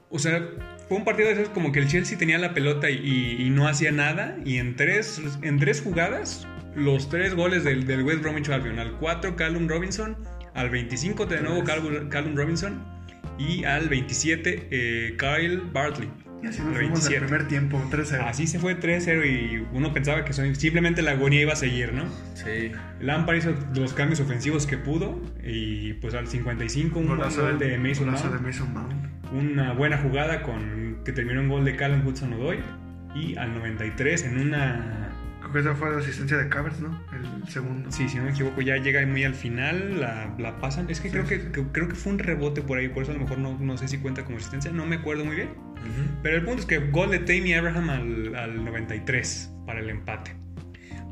[SPEAKER 2] O sea, fue un partido de esos como que el Chelsea tenía la pelota y, y no hacía nada. Y en tres, en tres jugadas los tres goles del, del West Bromwich Albion. Al 4, Callum Robinson. Al 25, de nuevo, Callum, Callum Robinson. Y al 27, eh, Kyle Bartley.
[SPEAKER 1] Y así nos fuimos al primer tiempo, un 3-0.
[SPEAKER 2] Así se fue 3-0 y uno pensaba que son- simplemente la agonía iba a seguir, ¿no?
[SPEAKER 3] Sí.
[SPEAKER 2] Lampard hizo los cambios ofensivos que pudo y pues al 55 un buen
[SPEAKER 1] Golazo
[SPEAKER 2] gol de Mason
[SPEAKER 1] golazo
[SPEAKER 2] Mount,
[SPEAKER 1] de Mason Mount.
[SPEAKER 2] una buena jugada con que terminó en gol de Callum Hudson-Odoi y al 93 en una
[SPEAKER 1] Creo que esa fue la asistencia de Cavers, ¿no? El segundo.
[SPEAKER 2] sí, si no me equivoco ya llega muy al final la, la pasan es que
[SPEAKER 1] Sí,
[SPEAKER 2] creo
[SPEAKER 1] sí,
[SPEAKER 2] que, que- creo que fue un rebote por ahí por eso a lo mejor no, no sé si cuenta como asistencia no me acuerdo muy bien pero el punto es que gol de Tammy Abraham al, al 93 para el empate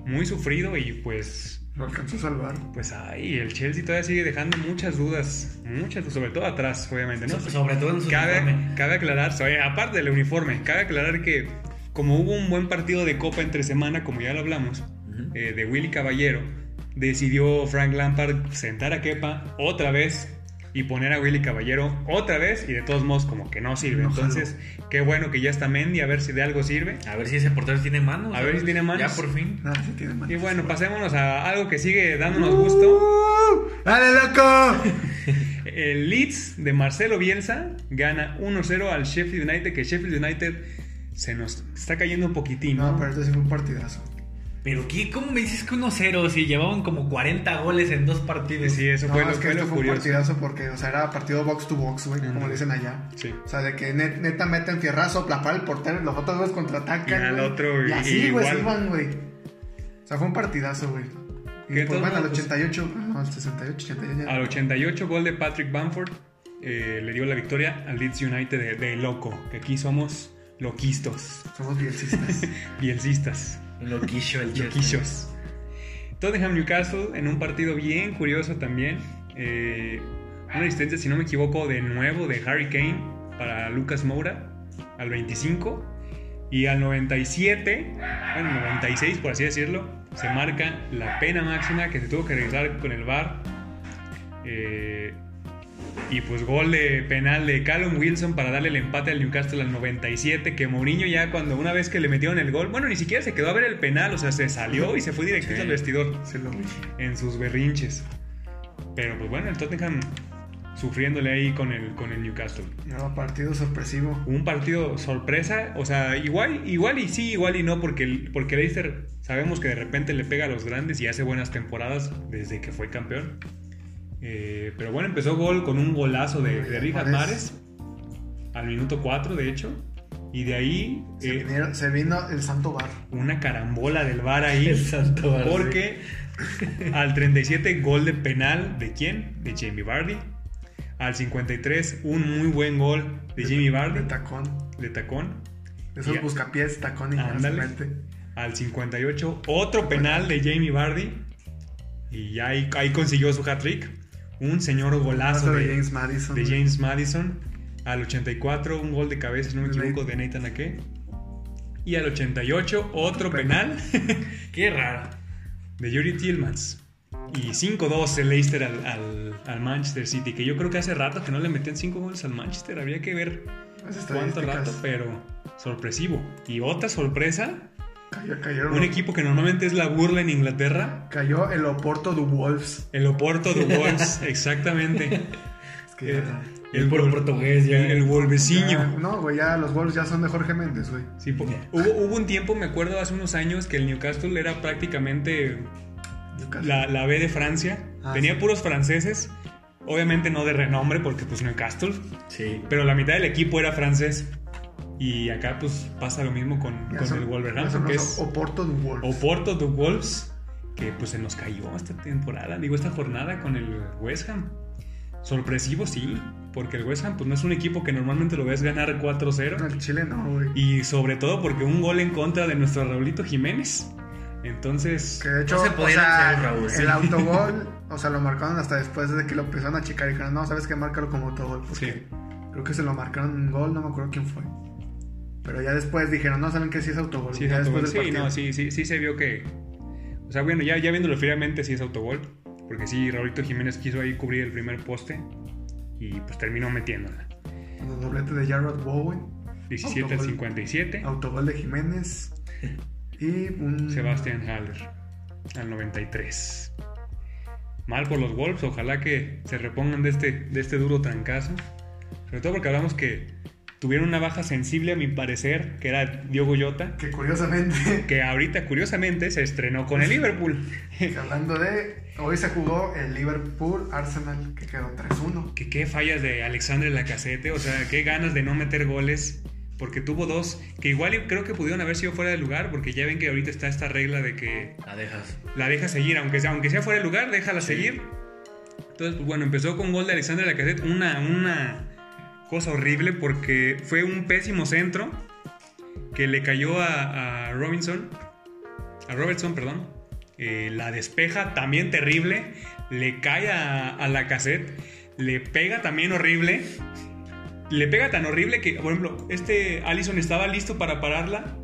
[SPEAKER 2] muy sufrido y pues
[SPEAKER 1] Lo alcanzó a salvar.
[SPEAKER 2] Pues ahí, el Chelsea todavía sigue dejando muchas dudas, muchas, sobre todo atrás, obviamente, ¿no?
[SPEAKER 3] So- sobre todo en su
[SPEAKER 2] Cabe,
[SPEAKER 3] uniforme.
[SPEAKER 2] cabe aclarar, oye, aparte del uniforme, cabe aclarar que como hubo un buen partido de Copa entre semana, como ya lo hablamos,
[SPEAKER 3] Ujú.
[SPEAKER 2] eh, de Willy Caballero, decidió Frank Lampard sentar a Kepa otra vez y poner a Willy Caballero otra vez y de todos modos como que no sirve.
[SPEAKER 1] No jaló.
[SPEAKER 2] Entonces, qué bueno que ya está Mendy, a ver si de algo sirve.
[SPEAKER 3] A ver si ese portero tiene manos.
[SPEAKER 2] A ver si tiene manos.
[SPEAKER 3] Ya por fin.
[SPEAKER 1] Nada, sí tiene mal.
[SPEAKER 2] Y bueno, pasémonos a algo que sigue dándonos gusto.
[SPEAKER 1] ¡Uh! ¡Dale, loco!
[SPEAKER 2] El Leeds de Marcelo Bielsa gana 1-0 al Sheffield United, que Sheffield United se nos está cayendo un poquitín.
[SPEAKER 1] No,
[SPEAKER 2] ¿no?
[SPEAKER 1] pero este sí fue un partidazo.
[SPEAKER 3] Pero ¿qué? ¿Cómo me dices que 1-0 si llevaban como 40 goles en dos partidos?
[SPEAKER 2] Sí, eso
[SPEAKER 1] No,
[SPEAKER 2] fue lo,
[SPEAKER 1] es que
[SPEAKER 2] fue
[SPEAKER 1] este
[SPEAKER 2] lo
[SPEAKER 1] fue un
[SPEAKER 2] curioso.
[SPEAKER 1] partidazo porque, o sea, era partido box to box, güey, como
[SPEAKER 2] Ajá.
[SPEAKER 1] le dicen allá.
[SPEAKER 2] Sí.
[SPEAKER 1] O sea, de que net- neta meten fierrazo, plapar el portero, los otros dos contraatacan.
[SPEAKER 2] Y al
[SPEAKER 1] güey.
[SPEAKER 2] otro,
[SPEAKER 1] Y
[SPEAKER 2] y-
[SPEAKER 1] así, güey, se
[SPEAKER 2] igual.
[SPEAKER 1] iban, güey. O sea, fue un partidazo, güey.
[SPEAKER 2] Que
[SPEAKER 1] Y
[SPEAKER 2] de
[SPEAKER 1] pues
[SPEAKER 2] todos
[SPEAKER 1] bueno, al
[SPEAKER 2] modos,
[SPEAKER 1] 88, no, al 68, 88.
[SPEAKER 2] Al 88 gol de Patrick Bamford eh, le dio la victoria al Leeds United de, de loco, que aquí somos loquistos,
[SPEAKER 1] Somos bielcistas.
[SPEAKER 2] bielcistas,
[SPEAKER 3] Loquillo el Chelsea.
[SPEAKER 2] loquillos. Tottenham Newcastle en un partido bien curioso también. eh, una asistencia, si no me equivoco, de nuevo de Harry Kane para Lucas Moura al 25 y al 97, bueno, 96 por así decirlo, se marca la pena máxima que se tuvo que revisar con el VAR. Eh, y pues gol de penal de Callum Wilson para darle el empate al Newcastle al 97, que Mourinho ya cuando una vez que le metieron el gol, bueno, ni siquiera se quedó a ver el penal, o sea, se salió y se fue directito
[SPEAKER 3] Sí.
[SPEAKER 2] al vestidor
[SPEAKER 1] se lo vi.
[SPEAKER 2] en sus berrinches. Pero pues bueno, el Tottenham sufriéndole ahí con el, con el Newcastle.
[SPEAKER 1] No, partido sorpresivo.
[SPEAKER 2] Un partido sorpresa, o sea, igual, igual y sí, igual y no, porque, el- porque Leicester sabemos que de repente le pega a los grandes y hace buenas temporadas desde que fue campeón. Eh, pero bueno, empezó gol con un golazo de, de Richard Mares
[SPEAKER 1] Mahrez.
[SPEAKER 2] al minuto 4, de hecho. Y de ahí
[SPEAKER 1] Se,
[SPEAKER 2] eh,
[SPEAKER 1] vinieron- se vino el Santo Bar.
[SPEAKER 2] una carambola del bar ahí.
[SPEAKER 3] El Santo Barça.
[SPEAKER 2] Porque al 37 gol de penal de quién? De Jamie Vardy. Al 53 un muy buen gol de Jamie
[SPEAKER 1] De
[SPEAKER 2] Vardy
[SPEAKER 1] tacón.
[SPEAKER 2] de tacón.
[SPEAKER 1] De Esos
[SPEAKER 2] Ya.
[SPEAKER 1] buscapiés, tacón y
[SPEAKER 2] Ándale.
[SPEAKER 1] frente.
[SPEAKER 2] Al 58 otro penal de Jamie Vardy. Y ya ahí, ahí consiguió su hat-trick. Un señor golazo
[SPEAKER 1] Paso de
[SPEAKER 2] de,
[SPEAKER 1] James Madison.
[SPEAKER 2] Ah, de James Madison. Al 84 un gol de cabeza, si no me equivoco, de Nathan Ake. Y al 88 otro penal
[SPEAKER 3] Qué raro.
[SPEAKER 2] de Yuri Tillmans. Y 5-2 el Leicester al, al- al Manchester City, que yo creo que hace rato que no le metían 5 goles al Manchester, habría que ver
[SPEAKER 1] Las
[SPEAKER 2] cuánto
[SPEAKER 1] estadísticas.
[SPEAKER 2] rato, pero sorpresivo. Y otra sorpresa,
[SPEAKER 1] Cayó, cayeron-
[SPEAKER 2] un equipo que normalmente es la burla en Inglaterra,
[SPEAKER 1] Cayó el Oporto du Wolves.
[SPEAKER 2] el Oporto de Wolves, exactamente.
[SPEAKER 1] Es
[SPEAKER 2] Eh,
[SPEAKER 1] que ya-
[SPEAKER 3] El puro
[SPEAKER 2] Wol-
[SPEAKER 3] portugués, ya.
[SPEAKER 2] el, el
[SPEAKER 1] Ya,
[SPEAKER 2] Wolvesiño.
[SPEAKER 1] No, güey, ya los Wolves ya son de Jorge Méndez, güey.
[SPEAKER 2] Sí, po- hubo, hubo un tiempo, me acuerdo hace unos años, que el Newcastle era prácticamente
[SPEAKER 1] Newcastle.
[SPEAKER 2] la, la B de Francia.
[SPEAKER 1] Ah,
[SPEAKER 2] Tenía
[SPEAKER 1] sí.
[SPEAKER 2] puros franceses, obviamente no de renombre, porque pues Newcastle.
[SPEAKER 3] Sí.
[SPEAKER 2] Pero la mitad del equipo era francés. Y acá pues pasa lo mismo con,
[SPEAKER 1] Ya
[SPEAKER 2] con
[SPEAKER 1] son-
[SPEAKER 2] el
[SPEAKER 1] ya
[SPEAKER 2] Wolverhampton,
[SPEAKER 1] son
[SPEAKER 2] que
[SPEAKER 1] los
[SPEAKER 2] es
[SPEAKER 1] Oporto du Wolves.
[SPEAKER 2] Oporto de Wolves, que pues se nos cayó esta temporada, digo esta jornada con el West Ham. Sorpresivo sí, porque el West Ham pues no es un equipo que normalmente lo ves ganar 4-0.
[SPEAKER 1] El Chile no, güey.
[SPEAKER 2] Y sobre todo porque un gol en contra de nuestro Raulito Jiménez. Entonces...
[SPEAKER 1] Que de hecho,
[SPEAKER 3] se
[SPEAKER 1] o
[SPEAKER 3] podían
[SPEAKER 1] sea,
[SPEAKER 3] hacer, Raúl,
[SPEAKER 1] el
[SPEAKER 3] sí.
[SPEAKER 1] autogol, o sea, lo marcaron hasta después de que lo empezaron a checar y dijeron, no, sabes que márcalo como autogol. Porque Creo que se lo marcaron un gol, no me acuerdo quién fue. Pero ya después dijeron, no, saben que sí es autogol.
[SPEAKER 2] Sí, es
[SPEAKER 1] ya
[SPEAKER 2] autogol.
[SPEAKER 1] después
[SPEAKER 2] Sí, no, sí, sí, sí se vio que. O sea, bueno, ya, ya viéndolo fríamente, sí es autogol. Porque sí, Raulito Jiménez quiso ahí cubrir el primer poste y pues terminó metiéndola.
[SPEAKER 1] Con el doblete de Jarrod Bowen,
[SPEAKER 2] 17 al
[SPEAKER 1] Autogol.
[SPEAKER 2] 57,
[SPEAKER 1] autogol de Jiménez y un...
[SPEAKER 2] Sebastián Haller. al 93. Mal por los Wolves, ojalá que se repongan de este, de este duro trancazo. Sobre todo porque hablamos que tuvieron una baja sensible, a mi parecer, que era Diogo Jota,
[SPEAKER 1] Que curiosamente,
[SPEAKER 2] que ahorita, curiosamente, se estrenó con el Liverpool.
[SPEAKER 1] que hablando de. Hoy se jugó el Liverpool Arsenal, que quedó 3-1.
[SPEAKER 2] que qué fallas de Alexandre Lacazette, o sea, qué ganas de no meter goles, porque tuvo dos que igual y creo que pudieron haber sido fuera de lugar, porque ya ven que ahorita está esta regla de que
[SPEAKER 3] La dejas.
[SPEAKER 2] la deja seguir, aunque sea, aunque sea fuera de lugar, déjala seguir. Entonces, pues bueno, empezó con gol de Alexandre Lacazette, una, una cosa horrible, porque fue un pésimo centro que le cayó a, a Robinson, a Robertson, perdón. Eh, la despeja también terrible, le cae a, a Lacazette, le pega también horrible. Le pega tan horrible que, por ejemplo, este Allison estaba listo para pararla,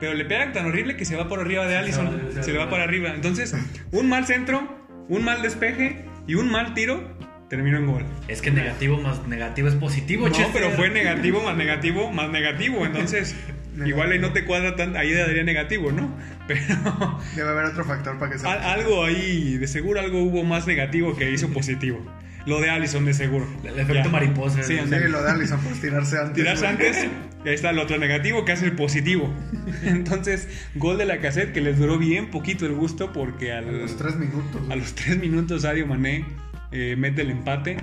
[SPEAKER 2] pero le pega tan horrible que se va por arriba de Allison,
[SPEAKER 3] va,
[SPEAKER 2] se,
[SPEAKER 3] se va,
[SPEAKER 2] le va
[SPEAKER 3] va.
[SPEAKER 2] para arriba. Entonces, un mal centro, un mal despeje y un mal tiro terminó en gol.
[SPEAKER 3] Es que negativo más negativo es positivo,
[SPEAKER 2] No,
[SPEAKER 3] Chester.
[SPEAKER 2] pero fue negativo más negativo más negativo, entonces igual ahí no te cuadra tanto, ahí daría negativo, ¿no? Pero
[SPEAKER 1] Debe haber otro factor para que se.
[SPEAKER 2] al- algo ahí, de seguro algo hubo más negativo que hizo positivo. Lo de Allison, de seguro.
[SPEAKER 3] El efecto mariposa.
[SPEAKER 2] Sí,
[SPEAKER 3] Sí,
[SPEAKER 1] Sí,
[SPEAKER 2] ándale.
[SPEAKER 1] lo de Allison por tirarse antes.
[SPEAKER 2] Tirarse
[SPEAKER 1] güey.
[SPEAKER 2] antes, y ahí está el otro negativo que hace el positivo. Entonces, gol de la cassette que les duró bien poquito el gusto porque
[SPEAKER 1] A
[SPEAKER 2] al,
[SPEAKER 1] los 3 minutos.
[SPEAKER 2] a
[SPEAKER 1] güey.
[SPEAKER 2] los tres minutos Sadio Mané eh, mete el empate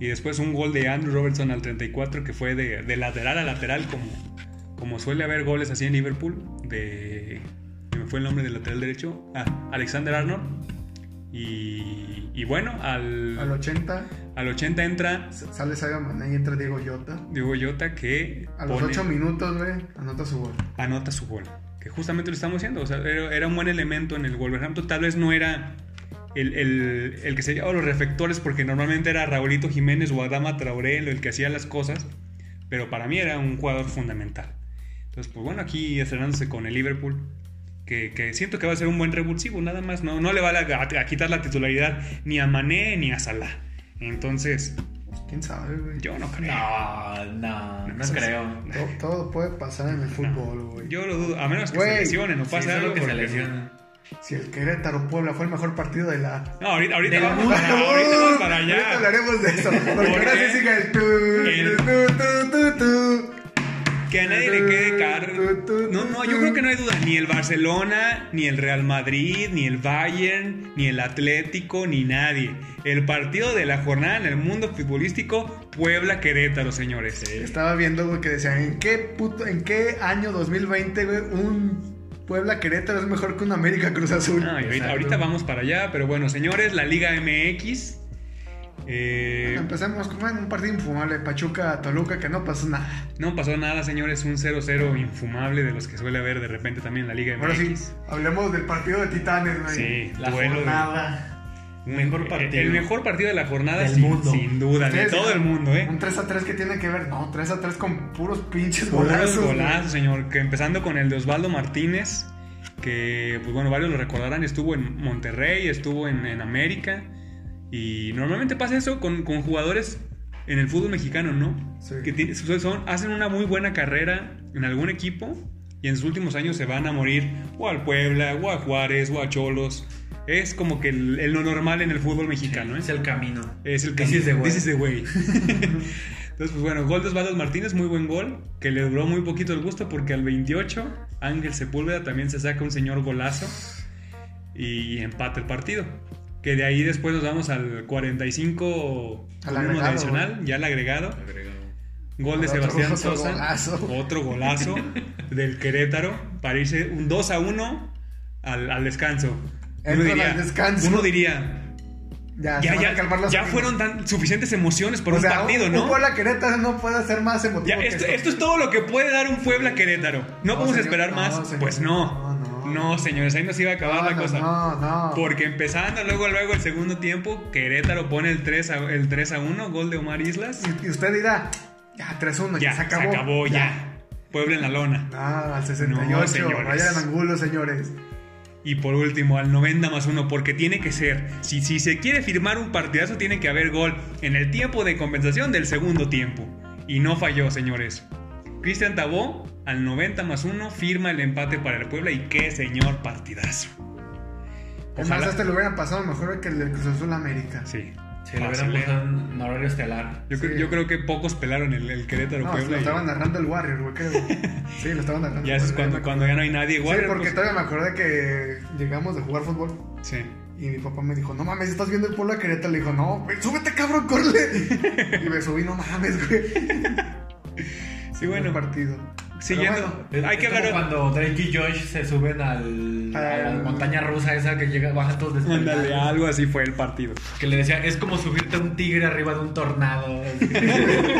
[SPEAKER 2] y después un gol de Andrew Robertson al 34 que fue de, de lateral a lateral como, como suele haber goles así en Liverpool de se me fue el nombre del lateral derecho ah, Alexander Arnold y, y bueno al,
[SPEAKER 1] Al 80
[SPEAKER 2] al 80 entra
[SPEAKER 1] s- sale Sadio Mané y entra Diego Llota.
[SPEAKER 2] Diego Llota que
[SPEAKER 1] A los
[SPEAKER 2] pone-
[SPEAKER 1] 8 minutos, güey, anota su gol.
[SPEAKER 2] anota su gol. Que justamente lo estamos diciendo. O sea, era, era un buen elemento en el Wolverhampton. Tal vez no era el, el- el que se llevaba los reflectores, porque normalmente era Raulito Jiménez o Adama Traoré el que hacía las cosas. Pero para mí era un jugador fundamental. Entonces, pues bueno, aquí estrenándose con el Liverpool. Que, que siento que va a ser un buen revulsivo, nada más. No, no le va a, la- a- a quitar la titularidad ni a Mané ni a Salah. Entonces,
[SPEAKER 1] ¿Quién sabe, güey?
[SPEAKER 2] yo no creo.
[SPEAKER 3] No, no, no
[SPEAKER 2] Sí, sí.
[SPEAKER 3] creo.
[SPEAKER 1] Todo, todo puede pasar en el fútbol, güey.
[SPEAKER 2] Yo lo dudo. A menos que
[SPEAKER 1] Güey,
[SPEAKER 2] se lesionen o pase
[SPEAKER 3] Sí,
[SPEAKER 2] algo.
[SPEAKER 3] solo que se
[SPEAKER 2] porque-
[SPEAKER 3] lesiona.
[SPEAKER 1] Si el Querétaro Puebla fue el mejor partido de la.
[SPEAKER 2] No, ahorita, ahorita
[SPEAKER 3] Del
[SPEAKER 2] vamos
[SPEAKER 3] mundo.
[SPEAKER 2] para, ahorita vamos para
[SPEAKER 1] Ahorita
[SPEAKER 2] allá.
[SPEAKER 1] hablaremos de eso. Porque
[SPEAKER 2] ¿Por
[SPEAKER 1] ahora
[SPEAKER 2] qué?
[SPEAKER 1] sí sigue el tu,
[SPEAKER 2] El-
[SPEAKER 1] tu, tu, tu, tu.
[SPEAKER 2] Que a nadie le quede caro. No, no, yo creo que no hay duda. Ni el Barcelona, ni el Real Madrid, ni el Bayern, ni el Atlético, ni nadie. El partido de la jornada en el mundo futbolístico, Puebla-Querétaro, señores.
[SPEAKER 1] Estaba viendo, güey, que decían: ¿en qué, puto, ¿en qué año 2020, güey, un Puebla Querétaro es mejor que un América Cruz Azul?
[SPEAKER 2] No, y ahorita,
[SPEAKER 3] Exacto.
[SPEAKER 2] ahorita vamos para allá, pero bueno, señores, la Liga MX. eh,
[SPEAKER 1] Empezamos con bueno, un partido infumable, Pachuca, Toluca, que no pasó nada.
[SPEAKER 2] no pasó nada, señores. Un 0-0 infumable de los que suele haber de repente también en la Liga MX.
[SPEAKER 1] Ahora sí, hablemos del partido de Titanes, güey.
[SPEAKER 2] Sí,
[SPEAKER 3] La
[SPEAKER 2] duelo de-
[SPEAKER 3] jornada.
[SPEAKER 2] Eh,
[SPEAKER 3] Mejor partido.
[SPEAKER 2] El mejor partido de la jornada,
[SPEAKER 3] Del
[SPEAKER 2] sin,
[SPEAKER 3] mundo.
[SPEAKER 2] sin duda, de
[SPEAKER 1] Ustedes
[SPEAKER 2] todo el
[SPEAKER 1] dijeron,
[SPEAKER 2] mundo, ¿eh?
[SPEAKER 1] Un 3 a 3 que tiene que ver, no, 3 a 3 con puros pinches
[SPEAKER 2] Puros
[SPEAKER 1] golazos. güey.
[SPEAKER 2] golazos, señor. Que empezando con el de Osvaldo Martínez, que, pues bueno, varios lo recordarán, estuvo en Monterrey, estuvo en, en América. Y normalmente pasa eso con, con jugadores en el fútbol mexicano, ¿no?
[SPEAKER 1] Sí.
[SPEAKER 2] Que tiene- son- son- hacen una muy buena carrera en algún equipo y en sus últimos años se van a morir o al Puebla, o a Juárez, o a Cholos. Es como que el, el lo normal en el fútbol mexicano, ¿eh?
[SPEAKER 3] Es el camino.
[SPEAKER 2] Es el
[SPEAKER 3] This
[SPEAKER 2] camino.
[SPEAKER 3] is the way.
[SPEAKER 2] This is the way. Entonces, pues bueno, gol de Osvaldo Martínez, muy buen gol, que le duró muy poquito el gusto porque al 28 Ángel Sepúlveda también se saca un señor golazo y empata el partido. Que de ahí después nos vamos al 45
[SPEAKER 1] Al
[SPEAKER 2] con uno
[SPEAKER 1] agregado,
[SPEAKER 2] adicional, ya al agregado. Gol de
[SPEAKER 1] Otro-
[SPEAKER 2] Sebastián
[SPEAKER 1] otro
[SPEAKER 2] Sosa.
[SPEAKER 1] golazo.
[SPEAKER 2] Otro golazo del Querétaro para irse un 2 a 1 al, al descanso.
[SPEAKER 1] Entran al descanso.
[SPEAKER 2] uno diría,
[SPEAKER 1] Ya, se
[SPEAKER 2] ya,
[SPEAKER 1] van a
[SPEAKER 2] ya,
[SPEAKER 1] calmar las
[SPEAKER 2] ya
[SPEAKER 1] cosas.
[SPEAKER 2] fueron tan suficientes emociones por
[SPEAKER 1] O
[SPEAKER 2] un
[SPEAKER 1] sea,
[SPEAKER 2] partido,
[SPEAKER 1] un-
[SPEAKER 2] ¿no?
[SPEAKER 1] Un Puebla Querétaro no puede ser más emotivo.
[SPEAKER 2] Ya,
[SPEAKER 1] que
[SPEAKER 2] esto, esto es todo lo que puede dar un Puebla Querétaro. No,
[SPEAKER 1] No,
[SPEAKER 2] podemos
[SPEAKER 1] señor,
[SPEAKER 2] esperar
[SPEAKER 1] no,
[SPEAKER 2] más.
[SPEAKER 1] señor,
[SPEAKER 2] pues no.
[SPEAKER 1] no,
[SPEAKER 2] No,
[SPEAKER 1] no.
[SPEAKER 2] señores, ahí nos iba a acabar
[SPEAKER 1] no,
[SPEAKER 2] la
[SPEAKER 1] no,
[SPEAKER 2] cosa.
[SPEAKER 1] No, no.
[SPEAKER 2] Porque empezando luego, luego el segundo tiempo, Querétaro pone el 3 a, el 3 a 1, gol de Omar Islas.
[SPEAKER 1] Y, y usted dirá, ya 3-1, pues ya,
[SPEAKER 2] Ya, se acabó, ya. Puebla en la lona.
[SPEAKER 1] Ah, al
[SPEAKER 2] No,
[SPEAKER 1] 68,
[SPEAKER 2] señores.
[SPEAKER 1] vayan angulo, señores.
[SPEAKER 2] Y por último, al 90 más 1, porque tiene que ser. Si, si se quiere firmar un partidazo, tiene que haber gol en el tiempo de compensación del segundo tiempo. Y no falló, señores. Cristian Tabó, al 90 más 1, firma el empate para el Puebla. Y qué señor partidazo.
[SPEAKER 1] Además,
[SPEAKER 2] Ojalá.
[SPEAKER 1] este lo hubieran pasado mejor que el del Cruz Azul América.
[SPEAKER 2] Sí.
[SPEAKER 3] Si lo
[SPEAKER 2] Fácil,
[SPEAKER 3] hubieran
[SPEAKER 2] eh.
[SPEAKER 3] puesto en horario estelar.
[SPEAKER 2] Yo, creo,
[SPEAKER 1] Sí.
[SPEAKER 2] yo creo que pocos pelaron el, el Querétaro
[SPEAKER 1] No,
[SPEAKER 2] Puebla.
[SPEAKER 1] lo
[SPEAKER 2] y-
[SPEAKER 1] estaban narrando el Warrior, güey, creo. Sí, lo estaban narrando.
[SPEAKER 2] Ya
[SPEAKER 1] el
[SPEAKER 2] es
[SPEAKER 1] Warrior,
[SPEAKER 2] cuando,
[SPEAKER 1] me
[SPEAKER 2] cuando ya no hay nadie.
[SPEAKER 1] acuerdo.
[SPEAKER 2] Warrior,
[SPEAKER 1] Sí, porque
[SPEAKER 2] pues-
[SPEAKER 1] todavía me acordé que llegamos de jugar fútbol
[SPEAKER 2] Sí.
[SPEAKER 1] y mi papá me dijo, no mames, ¿estás viendo el pueblo de Querétaro? Le dijo, no, güey, súbete, cabrón, corre. y me subí, no mames, güey.
[SPEAKER 2] Y bueno,
[SPEAKER 1] Buen partido.
[SPEAKER 2] siguiendo.
[SPEAKER 1] Pero
[SPEAKER 3] Es-
[SPEAKER 2] hay que
[SPEAKER 3] es como
[SPEAKER 2] hablar.
[SPEAKER 3] cuando Drake y Josh se suben al, a la
[SPEAKER 1] Al-
[SPEAKER 3] montaña rusa esa que llega, bajan todos
[SPEAKER 2] Ándale, ah.
[SPEAKER 3] despeinados.
[SPEAKER 2] algo así fue el partido.
[SPEAKER 3] Que le decía, es como subirte a un tigre arriba de un tornado.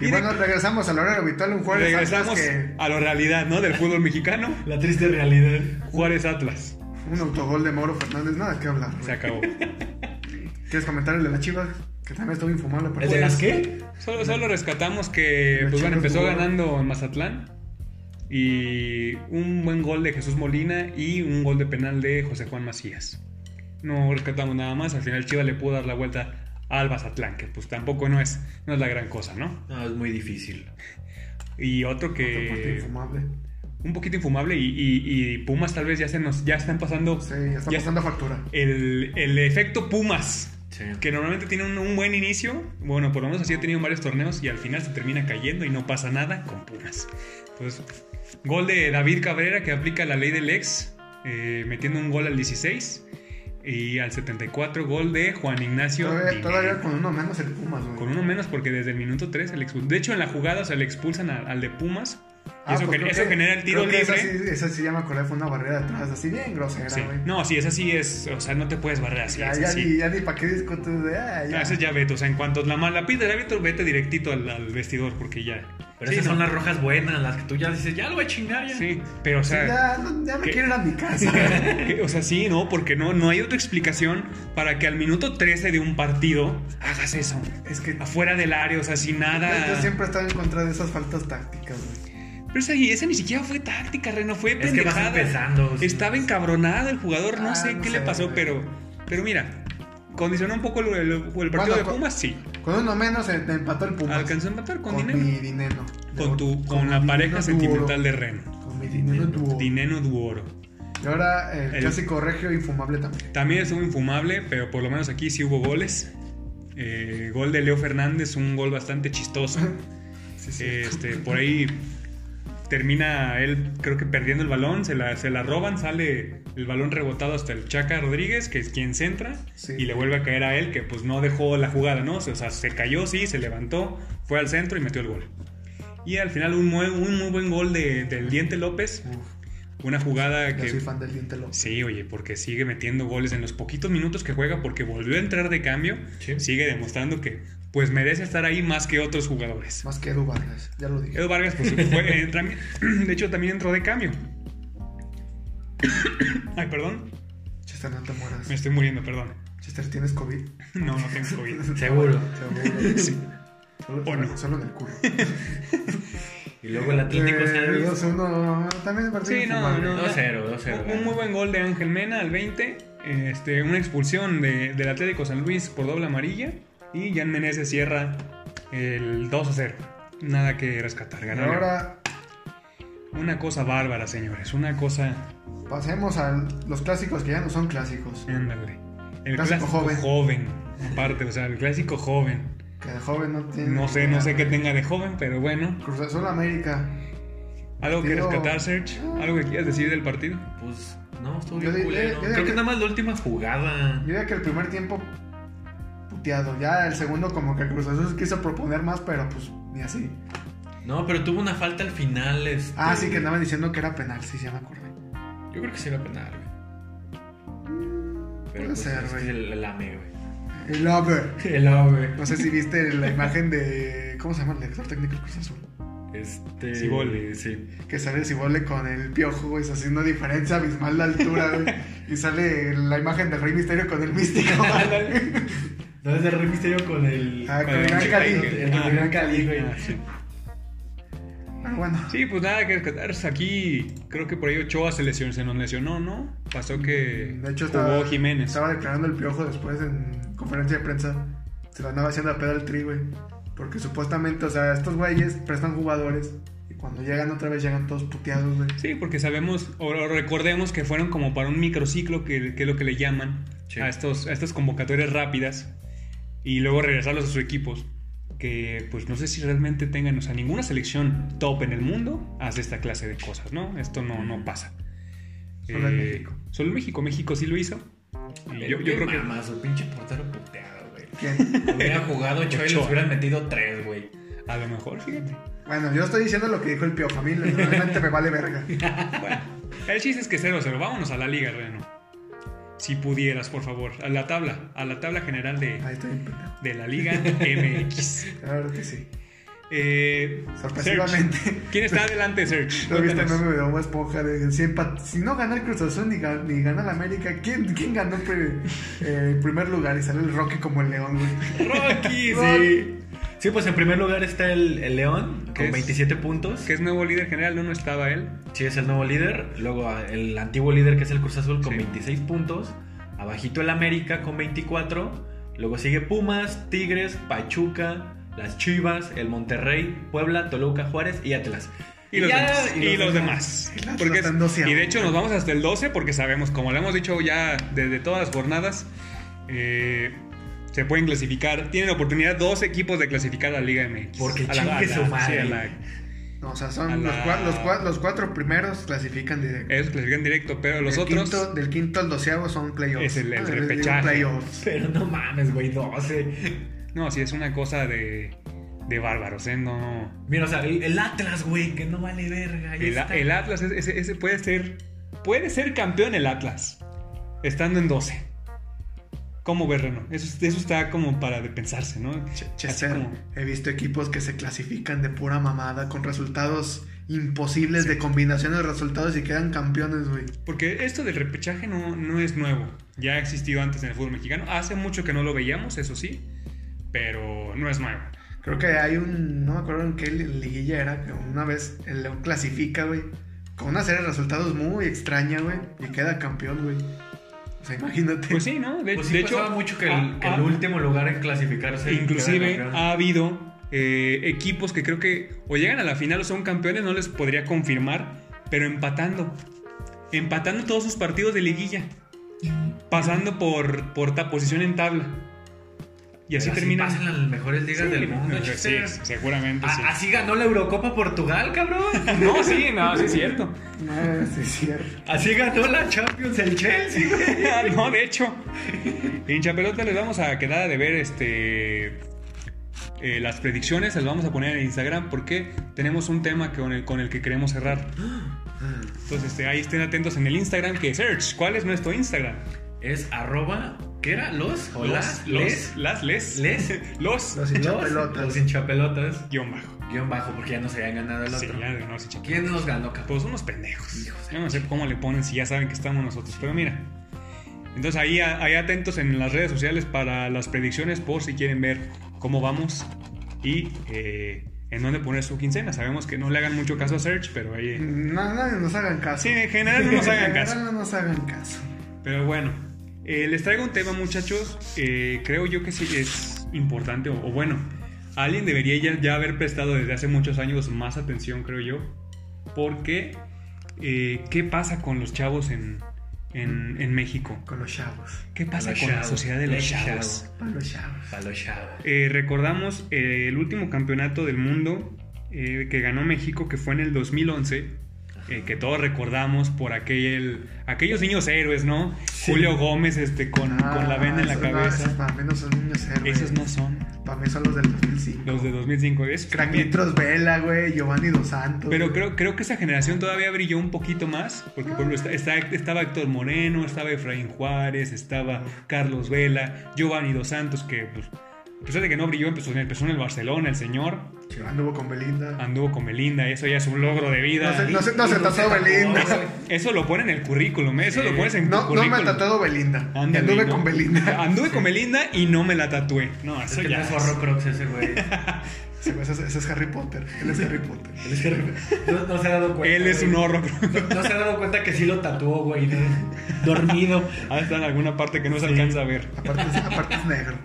[SPEAKER 1] Y, bueno, regresamos al horario habitual un jueves
[SPEAKER 2] Regresamos
[SPEAKER 1] antes que
[SPEAKER 2] a la realidad, ¿no? Del fútbol mexicano.
[SPEAKER 3] la triste realidad.
[SPEAKER 2] Juárez Atlas.
[SPEAKER 1] un autogol de Mauro Fernández. Nada que hablar. güey.
[SPEAKER 2] Se acabó.
[SPEAKER 1] ¿Quieres comentar el de la Chivas? Que también estuvo infumable.
[SPEAKER 3] ¿El de las qué?
[SPEAKER 2] Solo, solo rescatamos que
[SPEAKER 1] Los
[SPEAKER 2] pues, bueno,
[SPEAKER 1] chicos
[SPEAKER 2] empezó
[SPEAKER 1] jugaron.
[SPEAKER 2] ganando en Mazatlán. Y un buen gol de Jesús Molina y un gol de penal de José Juan Macías. No rescatamos nada más. Al final Chivas le pudo dar la vuelta al Mazatlán, que pues tampoco no es, no es la gran cosa, ¿no?
[SPEAKER 3] No, es muy difícil.
[SPEAKER 2] Y otro
[SPEAKER 1] Otro partido
[SPEAKER 2] que
[SPEAKER 1] infumable.
[SPEAKER 2] un poquito infumable y, y- y Pumas tal vez ya se nos ya están pasando
[SPEAKER 1] Sí, ya está
[SPEAKER 2] Ya-
[SPEAKER 1] pasando factura.
[SPEAKER 2] el, el efecto Pumas.
[SPEAKER 3] Sí.
[SPEAKER 2] Que normalmente tiene un, un buen inicio, bueno, por lo menos así ha tenido varios torneos y al final se termina cayendo y no pasa nada con Pumas. Entonces, gol de David Cabrera que aplica la ley del ex, eh, metiendo un gol al 16 y al 74 gol de Juan Ignacio.
[SPEAKER 1] Todavía,
[SPEAKER 2] Dineno.
[SPEAKER 1] todavía con uno menos el Pumas, güey.
[SPEAKER 2] Con uno menos porque desde el minuto 3 el expul- De hecho, en la jugada, o sea, le expulsan a- al de Pumas. Y
[SPEAKER 1] Ah,
[SPEAKER 2] eso,
[SPEAKER 1] pues
[SPEAKER 2] gen-
[SPEAKER 1] creo
[SPEAKER 2] eso
[SPEAKER 1] que-
[SPEAKER 2] genera el tiro
[SPEAKER 1] creo que
[SPEAKER 2] libre.
[SPEAKER 1] Esa sí, esa sí ya me acordé, fue una barrera de atrás, así bien grosera,
[SPEAKER 2] Sí.
[SPEAKER 1] güey.
[SPEAKER 2] No, sí, esa sí es. O sea, no te puedes barrer así.
[SPEAKER 1] ya,
[SPEAKER 2] esa
[SPEAKER 1] ya,
[SPEAKER 2] sí.
[SPEAKER 1] Ni, ya ni para qué discutes de. Ah, ya.
[SPEAKER 2] Ah, esa ya vete. O sea, en cuanto la mala pide el árbitro, vete directito al, al vestidor porque ya.
[SPEAKER 3] Pero
[SPEAKER 2] sí,
[SPEAKER 3] esas
[SPEAKER 2] no.
[SPEAKER 3] son las rojas buenas, las que tú ya dices, ya lo voy a chingar ya.
[SPEAKER 2] Sí, pero o
[SPEAKER 1] Sí,
[SPEAKER 2] sea.
[SPEAKER 1] ya, no- ya me
[SPEAKER 2] ¿Qué?
[SPEAKER 1] quiero ir a mi casa.
[SPEAKER 2] que- o sea, sí, ¿no? Porque no, no hay otra explicación para que al minuto 13 de un partido hagas eso.
[SPEAKER 1] es que yo,
[SPEAKER 2] Afuera del área, o sea, sin nada.
[SPEAKER 1] yo Pues, siempre he estado en contra de esas faltas tácticas, güey.
[SPEAKER 2] Pero esa, esa ni siquiera fue táctica, Reno, fue
[SPEAKER 3] Es que vas
[SPEAKER 2] pendejada.
[SPEAKER 3] empezando, sí.
[SPEAKER 2] Estaba encabronado el jugador, no
[SPEAKER 1] Ah,
[SPEAKER 2] sé
[SPEAKER 1] no
[SPEAKER 2] qué
[SPEAKER 1] sé,
[SPEAKER 2] le pasó,
[SPEAKER 1] güey.
[SPEAKER 2] pero, pero mira, condicionó un poco el, el- el partido
[SPEAKER 1] Bueno,
[SPEAKER 2] de
[SPEAKER 1] con-
[SPEAKER 2] Pumas, sí.
[SPEAKER 1] Con uno menos eh, te empató el Pumas.
[SPEAKER 2] Alcanzó a empatar con,
[SPEAKER 1] con
[SPEAKER 2] dinero.
[SPEAKER 1] mi dinero.
[SPEAKER 2] Con, tu, con,
[SPEAKER 1] mi
[SPEAKER 2] la
[SPEAKER 1] dinero
[SPEAKER 2] pareja
[SPEAKER 1] duro.
[SPEAKER 2] sentimental de Reno.
[SPEAKER 1] Con mi dinero duro.
[SPEAKER 2] Dineno Duoro.
[SPEAKER 1] Y ahora el,
[SPEAKER 2] El-
[SPEAKER 1] clásico regio infumable también.
[SPEAKER 2] También es un infumable, pero por lo menos aquí sí hubo goles. Eh, gol de Leo Fernández, un gol bastante chistoso.
[SPEAKER 1] Sí,
[SPEAKER 2] Este, por ahí termina él, creo que perdiendo el balón, se la, se la roban, sale el balón rebotado hasta el Chaca Rodríguez, que es quien centra,
[SPEAKER 1] Sí.
[SPEAKER 2] y le vuelve a caer a él, que pues no dejó la jugada, ¿no? O sea, se cayó, sí, se levantó, fue al centro y metió el gol. Y al final un muy, un muy buen gol de- del Diente López,
[SPEAKER 1] Uf,
[SPEAKER 2] una jugada
[SPEAKER 1] yo
[SPEAKER 2] que...
[SPEAKER 1] soy fan del diente López.
[SPEAKER 2] Sí, oye, porque sigue metiendo goles en los poquitos minutos que juega, porque volvió a entrar de cambio,
[SPEAKER 3] Sí.
[SPEAKER 2] sigue demostrando que pues merece estar ahí más que otros jugadores.
[SPEAKER 1] Más que Edu Vargas, ya lo dije.
[SPEAKER 2] Edu Vargas, pues, fue, eh, también- de hecho, también entró de cambio. Ay, perdón.
[SPEAKER 1] Chester, no te mueras.
[SPEAKER 2] Me estoy muriendo, perdón.
[SPEAKER 1] Chester, ¿tienes COVID?
[SPEAKER 2] No, no tengo COVID.
[SPEAKER 3] Seguro.
[SPEAKER 1] Seguro.
[SPEAKER 2] Sí.
[SPEAKER 1] Solo,
[SPEAKER 2] ¿O no?
[SPEAKER 1] solo en el culo.
[SPEAKER 3] Y luego el Atlético
[SPEAKER 1] Eh,
[SPEAKER 3] San Luis.
[SPEAKER 1] 2-1, también es partido
[SPEAKER 2] Sí, no,
[SPEAKER 1] infumable.
[SPEAKER 2] no.
[SPEAKER 3] 2-0, 2-0.
[SPEAKER 2] Un muy buen gol de Ángel Mena al 20. Este, una expulsión de- del Atlético San Luis por doble amarilla. Y Jan Meneses cierra el 2 a 0. Nada que rescatar.
[SPEAKER 1] Y
[SPEAKER 2] Ganaron.
[SPEAKER 1] Ahora
[SPEAKER 2] Una cosa bárbara, señores. Una cosa.
[SPEAKER 1] pasemos a los clásicos que ya no son clásicos.
[SPEAKER 2] Ándale. El clásico,
[SPEAKER 1] Clásico
[SPEAKER 2] joven.
[SPEAKER 1] joven.
[SPEAKER 2] Aparte, o sea, el clásico joven.
[SPEAKER 1] Que de joven no tiene.
[SPEAKER 2] No sé, no sé qué tenga de joven, pero bueno.
[SPEAKER 1] Cruz Azul América.
[SPEAKER 2] ¿Algo que
[SPEAKER 1] Digo-
[SPEAKER 2] rescatar, Serge? ¿Algo que quieras decir del partido?
[SPEAKER 3] Pues no, estuvo
[SPEAKER 1] Yo
[SPEAKER 3] bien
[SPEAKER 1] di-
[SPEAKER 3] culero.
[SPEAKER 1] yo- yo
[SPEAKER 3] Creo
[SPEAKER 1] diría
[SPEAKER 3] que
[SPEAKER 1] que-
[SPEAKER 3] nada más la última jugada.
[SPEAKER 1] Yo diría que el primer tiempo puteado. Ya el segundo, como que Cruz Azul quiso proponer más, pero pues ni así.
[SPEAKER 3] No, pero tuvo una falta al final. Este...
[SPEAKER 1] Ah, sí, que andaban diciendo que era penal. Sí, ya me acordé.
[SPEAKER 3] Yo creo que sí era penal, güey. Pero
[SPEAKER 1] Puede
[SPEAKER 3] pues,
[SPEAKER 1] ser,
[SPEAKER 3] es que
[SPEAKER 1] güey.
[SPEAKER 3] El, el AME, güey.
[SPEAKER 1] El Ave.
[SPEAKER 3] El E, AME.
[SPEAKER 1] No sé si viste la imagen de. ¿Cómo se llama el director técnico de Cruz Azul?
[SPEAKER 3] Este.
[SPEAKER 2] Siboldi.
[SPEAKER 3] sí.
[SPEAKER 1] Que sale el Cibole con el piojo, güey, haciendo una diferencia abismal de altura, güey. Y sale la imagen del Rey Misterio con el místico, güey.
[SPEAKER 3] No es el Rey Misterio con el.
[SPEAKER 1] Ah, con
[SPEAKER 2] el
[SPEAKER 1] el gran
[SPEAKER 2] Che
[SPEAKER 1] Cali.
[SPEAKER 2] Heidel.
[SPEAKER 1] El
[SPEAKER 2] Ah.
[SPEAKER 1] gran Cali, güey. Pero bueno,
[SPEAKER 2] Sí, pues nada que rescatar. Aquí creo que por ahí Ochoa se lesionó, se nos lesionó, ¿no? Pasó que
[SPEAKER 1] de hecho
[SPEAKER 2] jugó
[SPEAKER 1] estaba,
[SPEAKER 2] Jiménez.
[SPEAKER 1] estaba declarando el piojo después en conferencia de prensa. Se lo andaba haciendo a pedo al tri, güey. Porque supuestamente, o sea, estos güeyes prestan jugadores Y cuando llegan otra vez, llegan todos puteados, güey.
[SPEAKER 2] Sí, porque sabemos, o o recordemos que fueron como para un microciclo, que, que es lo que le llaman
[SPEAKER 3] Sí.
[SPEAKER 2] a, estos, a estas convocatorias rápidas, y luego regresarlos a sus equipos. Que pues no sé si realmente tengan, o sea, ninguna selección top en el mundo hace esta clase de cosas, ¿no? Esto no, no pasa.
[SPEAKER 1] Mm.
[SPEAKER 2] Eh,
[SPEAKER 1] Solo en México.
[SPEAKER 2] Solo en México. México sí lo hizo. Y yo, yo creo que.
[SPEAKER 3] Más, un pinche portero puteado, güey.
[SPEAKER 1] ¿Quién?
[SPEAKER 3] Hubiera jugado ocho y les
[SPEAKER 2] Ochoa.
[SPEAKER 3] hubieran metido tres, güey.
[SPEAKER 2] A lo mejor, fíjate.
[SPEAKER 1] Bueno, yo estoy diciendo lo que dijo el Pio Familia, realmente me vale verga.
[SPEAKER 2] Bueno, el chiste es que 0-0. Vámonos a la liga, Reno. Si pudieras, por favor. A la tabla. A la tabla general de,
[SPEAKER 1] Ahí estoy bien pendejo.
[SPEAKER 2] de la Liga MX.
[SPEAKER 1] Claro que sí.
[SPEAKER 2] Eh,
[SPEAKER 1] Sorpresivamente.
[SPEAKER 2] Serge, ¿Quién está adelante, Serge?
[SPEAKER 1] ¿No viste el
[SPEAKER 2] Cuéntanos.
[SPEAKER 1] meme de Bob Esponja? De, si, empa- si no gana el Cruz Azul ni, ga- ni gana la América, ¿quién, quién ganó pri- eh, el primer lugar? Y sale el Rocky como el león, güey.
[SPEAKER 2] Rocky, sí.
[SPEAKER 3] Sí. Sí, pues en primer lugar está el, el León
[SPEAKER 2] ¿Qué
[SPEAKER 3] con
[SPEAKER 2] es?
[SPEAKER 3] 27 puntos.
[SPEAKER 2] Que es nuevo líder general, no, no estaba él.
[SPEAKER 3] Sí, es el nuevo líder. Luego ah, el antiguo líder que es el Cruz Azul con
[SPEAKER 2] Sí.
[SPEAKER 3] 26 puntos. Abajito el América con 24. Luego sigue Pumas, Tigres, Pachuca, las Chivas, el Monterrey, Puebla, Toluca, Juárez y Atlas.
[SPEAKER 2] Y los
[SPEAKER 3] Ya-
[SPEAKER 2] demás.
[SPEAKER 3] y los demás.
[SPEAKER 1] El Atlas
[SPEAKER 2] Porque es-
[SPEAKER 1] está en doceavo.
[SPEAKER 2] y de hecho nos vamos hasta el 12 porque sabemos, como le hemos dicho ya desde todas las jornadas, eh, se pueden clasificar. Tienen oportunidad dos equipos de clasificar a la Liga MX.
[SPEAKER 3] Porque
[SPEAKER 2] a la,
[SPEAKER 3] chingue su madre.
[SPEAKER 2] sí, a la-
[SPEAKER 1] No, o sea,
[SPEAKER 2] A
[SPEAKER 1] son los,
[SPEAKER 2] la-
[SPEAKER 1] cua- los, cua- los cuatro primeros clasifican directo.
[SPEAKER 2] Ellos clasifican directo, pero los
[SPEAKER 1] Del
[SPEAKER 2] otros...
[SPEAKER 1] quinto- del quinto al doceavo son playoffs.
[SPEAKER 2] Es el- el
[SPEAKER 1] Ah, les digo
[SPEAKER 2] repechaje.
[SPEAKER 1] playoffs.
[SPEAKER 3] Pero no mames, güey, 12.
[SPEAKER 2] No, sí, es una cosa de, de bárbaros, ¿eh? No...
[SPEAKER 3] Mira, o sea, el, el Atlas, güey, que no vale verga. ahí
[SPEAKER 2] El,
[SPEAKER 3] está.
[SPEAKER 2] el Atlas, es- ese, ese puede ser... Puede ser campeón el Atlas, estando en 12. ¿Cómo ver, Reno? Eso, eso está como para de pensarse, ¿no?
[SPEAKER 1] Chester,
[SPEAKER 2] Así como-
[SPEAKER 1] he visto equipos que se clasifican de pura mamada con resultados imposibles de combinaciones de resultados y quedan campeones, güey.
[SPEAKER 2] Porque esto del repechaje no, no es nuevo. Ya ha existido antes en el fútbol mexicano. Hace mucho que no lo veíamos, eso sí. Pero no es nuevo.
[SPEAKER 1] Creo que hay un, no me acuerdo en qué li- liguilla era, que una vez el León clasifica, güey, con una serie de resultados muy extraña, güey, y queda campeón, güey. O sea, imagínate.
[SPEAKER 2] Pues sí, ¿no? De,
[SPEAKER 3] Pues sí,
[SPEAKER 2] de
[SPEAKER 3] pasaba mucho que el,
[SPEAKER 2] ah,
[SPEAKER 3] que el
[SPEAKER 2] ah,
[SPEAKER 3] último lugar en clasificarse.
[SPEAKER 2] Inclusive ah,
[SPEAKER 3] quedara campeón.
[SPEAKER 2] ha habido eh, equipos que creo que o llegan a la final o son campeones, no les podría confirmar, pero empatando. Empatando todos sus partidos de liguilla. Pasando por, por ta- posición en tabla. Y así
[SPEAKER 3] Pero
[SPEAKER 2] termina.
[SPEAKER 3] Pasan las mejores ligas del mundo.
[SPEAKER 2] Sí,
[SPEAKER 3] Chester. Ah,
[SPEAKER 2] seguramente sí.
[SPEAKER 3] A- Así ganó la Eurocopa Portugal, cabrón.
[SPEAKER 2] No, sí, no, sí es cierto.
[SPEAKER 1] No, sí, es cierto.
[SPEAKER 3] Así ganó la Champions el Chelsea, güey.
[SPEAKER 2] no, de hecho. Hincha pelota, les vamos a quedar de ver este. eh, las predicciones las vamos a poner en Instagram porque tenemos un tema con el, con el que queremos cerrar. Entonces este, ahí estén atentos en el Instagram que search. ¿Cuál es nuestro Instagram?
[SPEAKER 3] Es arroba, ¿qué era? ¿Los? ¿O las?
[SPEAKER 2] los,
[SPEAKER 3] ¿Les?
[SPEAKER 2] las, les,
[SPEAKER 3] ¿Les?
[SPEAKER 2] los,
[SPEAKER 1] Los hinchapelotas.
[SPEAKER 3] Los hinchapelotas.
[SPEAKER 2] guión bajo.
[SPEAKER 3] Guión bajo, porque ya no se habían ganado el
[SPEAKER 2] Sí,
[SPEAKER 3] otro.
[SPEAKER 2] ya de no, sí, chica.
[SPEAKER 3] ¿Quién nos ganó, cabrón?
[SPEAKER 2] Pues unos pendejos.
[SPEAKER 3] Hijos de
[SPEAKER 2] Yo no sé cómo le ponen si ya saben que estamos nosotros. Pero mira. Entonces ahí, ahí atentos en las redes sociales para las predicciones por si quieren ver cómo vamos y eh, en dónde poner su quincena. Sabemos que no le hagan mucho caso a Search, pero ahí...
[SPEAKER 1] No, no nos hagan caso.
[SPEAKER 2] Sí, en general no nos hagan
[SPEAKER 1] En
[SPEAKER 2] caso.
[SPEAKER 1] general No nos hagan caso.
[SPEAKER 2] Pero bueno, eh, les traigo un tema muchachos. Eh, creo yo que sí es importante o, o bueno. Alguien debería ya, ya haber prestado desde hace muchos años más atención, creo yo. Porque, eh, ¿qué pasa con los chavos en, en, en México?
[SPEAKER 1] Con los chavos.
[SPEAKER 2] ¿Qué pasa
[SPEAKER 3] Los
[SPEAKER 2] con la
[SPEAKER 3] chavos,
[SPEAKER 2] sociedad de los
[SPEAKER 3] los
[SPEAKER 2] chavos?
[SPEAKER 3] chavos.
[SPEAKER 1] Con los chavos.
[SPEAKER 3] Para los chavos.
[SPEAKER 2] Eh, recordamos eh, el último campeonato del mundo eh, que ganó México, que fue en el 2011, eh, que todos recordamos por aquel, aquellos niños héroes, ¿no?
[SPEAKER 3] Sí.
[SPEAKER 2] Julio Gómez este, con, con la venda en la
[SPEAKER 1] Ah, esos
[SPEAKER 2] cabeza.
[SPEAKER 1] No, para mí no son niños héroes.
[SPEAKER 2] Esos no son
[SPEAKER 1] Para mí son los del 2005.
[SPEAKER 2] los de 2005. esos también.
[SPEAKER 1] Craquitos Vela, güey, Giovanni Dos Santos.
[SPEAKER 2] Pero
[SPEAKER 1] güey.
[SPEAKER 2] creo, creo que esa generación todavía brilló un poquito más, porque por
[SPEAKER 1] Ah.
[SPEAKER 2] ejemplo, está- está- estaba Héctor Moreno, estaba Efraín Juárez, estaba Carlos Vela, Giovanni Dos Santos, que pues, a pesar de que no brilló, empezó, en- empezó en el Barcelona, el señor,
[SPEAKER 1] Anduvo con Belinda.
[SPEAKER 2] anduvo con Belinda, eso ya es un logro de vida.
[SPEAKER 1] No sé- no sé- no se
[SPEAKER 3] Y
[SPEAKER 1] trató
[SPEAKER 3] se
[SPEAKER 1] Belinda.
[SPEAKER 3] tatuó, güey.
[SPEAKER 2] Eso lo pone en el currículum, ¿eh? eso
[SPEAKER 3] Sí.
[SPEAKER 2] lo pones en tu
[SPEAKER 1] No, no
[SPEAKER 2] currículum.
[SPEAKER 1] me ha tratado Belinda.
[SPEAKER 2] Ándale,
[SPEAKER 1] Anduve
[SPEAKER 2] ¿no? Ah.
[SPEAKER 1] con Belinda.
[SPEAKER 2] Anduve con Belinda y no me la tatué. No,
[SPEAKER 3] Es
[SPEAKER 2] eso
[SPEAKER 3] que
[SPEAKER 2] ya.
[SPEAKER 3] no es
[SPEAKER 2] es-
[SPEAKER 3] Horror Crocs ese, güey.
[SPEAKER 1] Sí, güey, ese, es- ese es Harry Potter. Él es Harry Potter.
[SPEAKER 3] Es que no, no se ha dado cuenta.
[SPEAKER 2] Él es un
[SPEAKER 3] güey.
[SPEAKER 2] horror.
[SPEAKER 3] No, no se ha dado cuenta que sí lo tatuó, güey. ¿no? Dormido.
[SPEAKER 2] Ah, está en alguna parte que no se
[SPEAKER 3] Sí.
[SPEAKER 2] alcanza a ver.
[SPEAKER 1] Aparte, es- aparte es negro.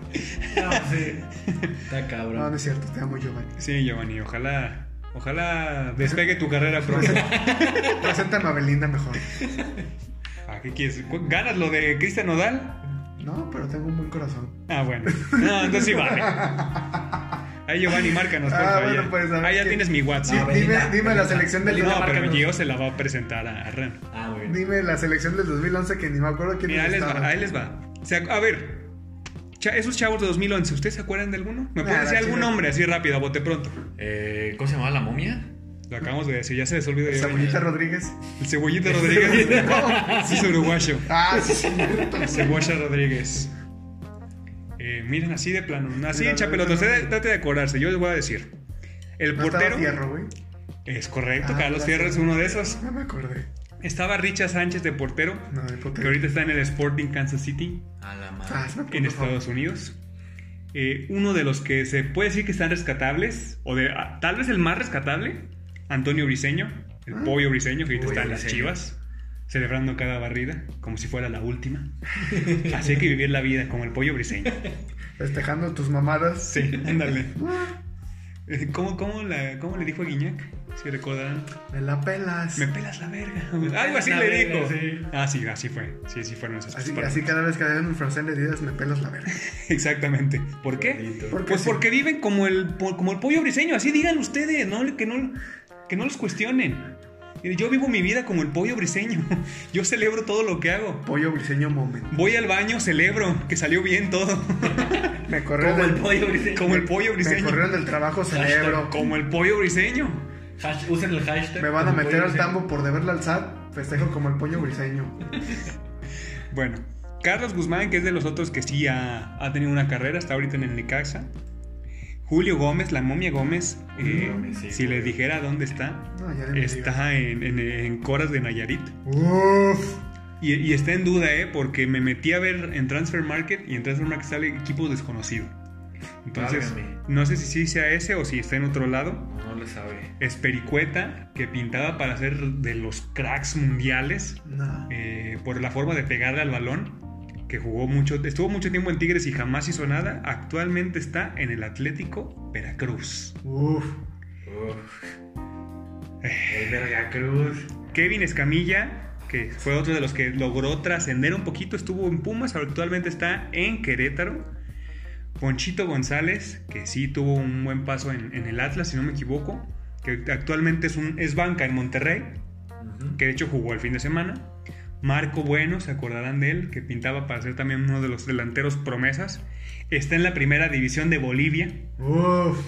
[SPEAKER 3] No, sí. Está
[SPEAKER 1] No,
[SPEAKER 3] cabrón.
[SPEAKER 1] no es cierto. Te amo, Giovanni.
[SPEAKER 2] Sí, Giovanni, ojalá Ojalá despegue tu carrera pronto.
[SPEAKER 1] Preséntame a Belinda mejor.
[SPEAKER 2] Ah, ¿Qué quieres? ¿Cu- ¿Ganas lo de Cristian Nodal?
[SPEAKER 1] No, pero tengo un buen corazón.
[SPEAKER 2] Ah, bueno. No, entonces sí vale. Ahí Giovanni, márcanos, por
[SPEAKER 1] Ah,
[SPEAKER 2] favor.
[SPEAKER 1] bueno,
[SPEAKER 2] ya.
[SPEAKER 1] pues, a ver
[SPEAKER 2] ah, ya
[SPEAKER 1] qué-
[SPEAKER 2] tienes mi
[SPEAKER 1] Sí,
[SPEAKER 2] WhatsApp.
[SPEAKER 3] Ah, Belinda,
[SPEAKER 1] dime, dime la
[SPEAKER 3] Belinda,
[SPEAKER 1] selección del
[SPEAKER 3] Belinda,
[SPEAKER 2] no, pero
[SPEAKER 3] márcanos.
[SPEAKER 2] Gio se la va a presentar a, a Ren.
[SPEAKER 3] Ah, muy bien.
[SPEAKER 1] Dime la selección del 2011 que ni me acuerdo quién
[SPEAKER 2] Mira, ahí les
[SPEAKER 1] estaba.
[SPEAKER 2] va, ahí les va. O sea, a ver, cha- esos chavos de 2011, ¿ustedes se acuerdan de alguno? ¿Me
[SPEAKER 1] Nah,
[SPEAKER 2] pueden decir
[SPEAKER 1] la
[SPEAKER 2] algún
[SPEAKER 1] chida.
[SPEAKER 2] nombre así rápido, a bote pronto?
[SPEAKER 3] Eh, ¿Cómo se llamaba la momia?
[SPEAKER 2] Lo acabamos de decir, ya se les olvidó. ya.
[SPEAKER 1] Cebollita Rodríguez.
[SPEAKER 2] El cebollita Rodríguez. sí, es uruguayo.
[SPEAKER 1] Ah, sí, sí.
[SPEAKER 2] El cebolla Rodríguez. Eh, miren, así de plano. Así,
[SPEAKER 1] Mira,
[SPEAKER 2] chapeloto,
[SPEAKER 1] no, no,
[SPEAKER 2] usted
[SPEAKER 1] no.
[SPEAKER 2] trate de acordarse, yo les voy a decir. El
[SPEAKER 1] No
[SPEAKER 2] portero.
[SPEAKER 1] estaba Fierro, güey.
[SPEAKER 2] Es correcto,
[SPEAKER 1] Ah,
[SPEAKER 2] Carlos
[SPEAKER 1] gracias.
[SPEAKER 2] Fierro es uno de esos.
[SPEAKER 1] No me acordé.
[SPEAKER 2] Estaba Richa Sánchez de portero,
[SPEAKER 1] No, el
[SPEAKER 2] que
[SPEAKER 1] portero.
[SPEAKER 2] ahorita está en el Sporting Kansas City.
[SPEAKER 3] A la
[SPEAKER 1] Ah,
[SPEAKER 3] madre.
[SPEAKER 1] hazme punto,
[SPEAKER 2] en
[SPEAKER 1] por favor.
[SPEAKER 2] Estados Unidos. Eh, uno de los que se puede decir que están rescatables, o de, ah, tal vez el más rescatable, Antonio Briseño, el
[SPEAKER 1] Ah.
[SPEAKER 2] pollo briseño que ahorita
[SPEAKER 3] Pollo
[SPEAKER 2] está en las
[SPEAKER 3] Briseño.
[SPEAKER 2] chivas, celebrando cada barrida como si fuera la última. Así hay que vivir la vida como el pollo briseño.
[SPEAKER 1] Festejando tus mamadas.
[SPEAKER 2] Sí, ándale. Eh, ¿Cómo, cómo, la- ¿Cómo le dijo a Guiñac? Si recordarán,
[SPEAKER 1] Me la pelas.
[SPEAKER 2] me pelas la verga.
[SPEAKER 3] Me
[SPEAKER 2] Algo
[SPEAKER 3] pelas
[SPEAKER 2] así
[SPEAKER 3] la
[SPEAKER 2] le
[SPEAKER 3] verga,
[SPEAKER 2] dijo.
[SPEAKER 3] sí.
[SPEAKER 2] Ah, sí, así fue. Sí, sí fueron esas
[SPEAKER 1] Así,
[SPEAKER 2] palabras.
[SPEAKER 1] así cada vez que vean un francés de Adidas me pelas la verga.
[SPEAKER 2] Exactamente. ¿Por qué?
[SPEAKER 3] Gordito.
[SPEAKER 1] ¿Por qué
[SPEAKER 2] Pues
[SPEAKER 1] sí?
[SPEAKER 2] porque viven como el, po- como el pollo briseño, así digan ustedes, ¿no? Que, no, que no los cuestionen. Mire, Yo vivo mi vida como el pollo briseño. Yo celebro todo lo que hago.
[SPEAKER 1] Pollo briseño moment.
[SPEAKER 2] Voy al baño, celebro que salió bien todo.
[SPEAKER 1] Me corrieron
[SPEAKER 3] Como el
[SPEAKER 1] del-
[SPEAKER 3] pollo briseño.
[SPEAKER 2] Como el pollo
[SPEAKER 1] Me
[SPEAKER 2] briseño.
[SPEAKER 1] corrieron del trabajo celebro.
[SPEAKER 2] Como el pollo briseño.
[SPEAKER 3] Hash- usen el hashtag.
[SPEAKER 1] Me van a
[SPEAKER 3] como
[SPEAKER 1] meter
[SPEAKER 3] pollo
[SPEAKER 1] al
[SPEAKER 3] briseño.
[SPEAKER 1] tambo por deberle al SAT. Festejo como el pollo briseño.
[SPEAKER 2] Bueno, Carlos Guzmán, que es de los otros que sí ha, ha tenido una carrera, está ahorita en el Necaxa. Julio Gómez, la momia Gómez.
[SPEAKER 3] Julio
[SPEAKER 2] eh,
[SPEAKER 3] Gómez, sí.
[SPEAKER 2] si les dijera dónde está,
[SPEAKER 1] No, ya le
[SPEAKER 2] está en, en- en Coras de Nayarit.
[SPEAKER 1] Uff.
[SPEAKER 2] Y, y está en duda, ¿eh? Porque me metí a ver en Transfer Market y en Transfer Market sale equipo desconocido. Entonces,
[SPEAKER 3] Válgame.
[SPEAKER 2] no sé si sí sea ese o si está en otro lado.
[SPEAKER 3] No le sabe.
[SPEAKER 2] Espericueta, que pintaba para ser de los cracks mundiales
[SPEAKER 1] No.
[SPEAKER 2] eh, por la forma de pegarle al balón, que jugó mucho, estuvo mucho tiempo en Tigres y jamás hizo nada. Actualmente está en el Atlético Veracruz.
[SPEAKER 1] Uff.
[SPEAKER 3] Uf. El Veracruz.
[SPEAKER 2] Kevin Escamilla, que fue otro de los que logró trascender un poquito, estuvo en Pumas, actualmente está en Querétaro. Ponchito González, que sí tuvo un buen paso en, en el Atlas, si no me equivoco, que actualmente es, un, es banca en Monterrey,
[SPEAKER 3] Ujú.
[SPEAKER 2] que de hecho jugó el fin de semana. Marco Bueno, se acordarán de él, que pintaba para ser también uno de los delanteros promesas. Está en la primera división de Bolivia.
[SPEAKER 1] Uff.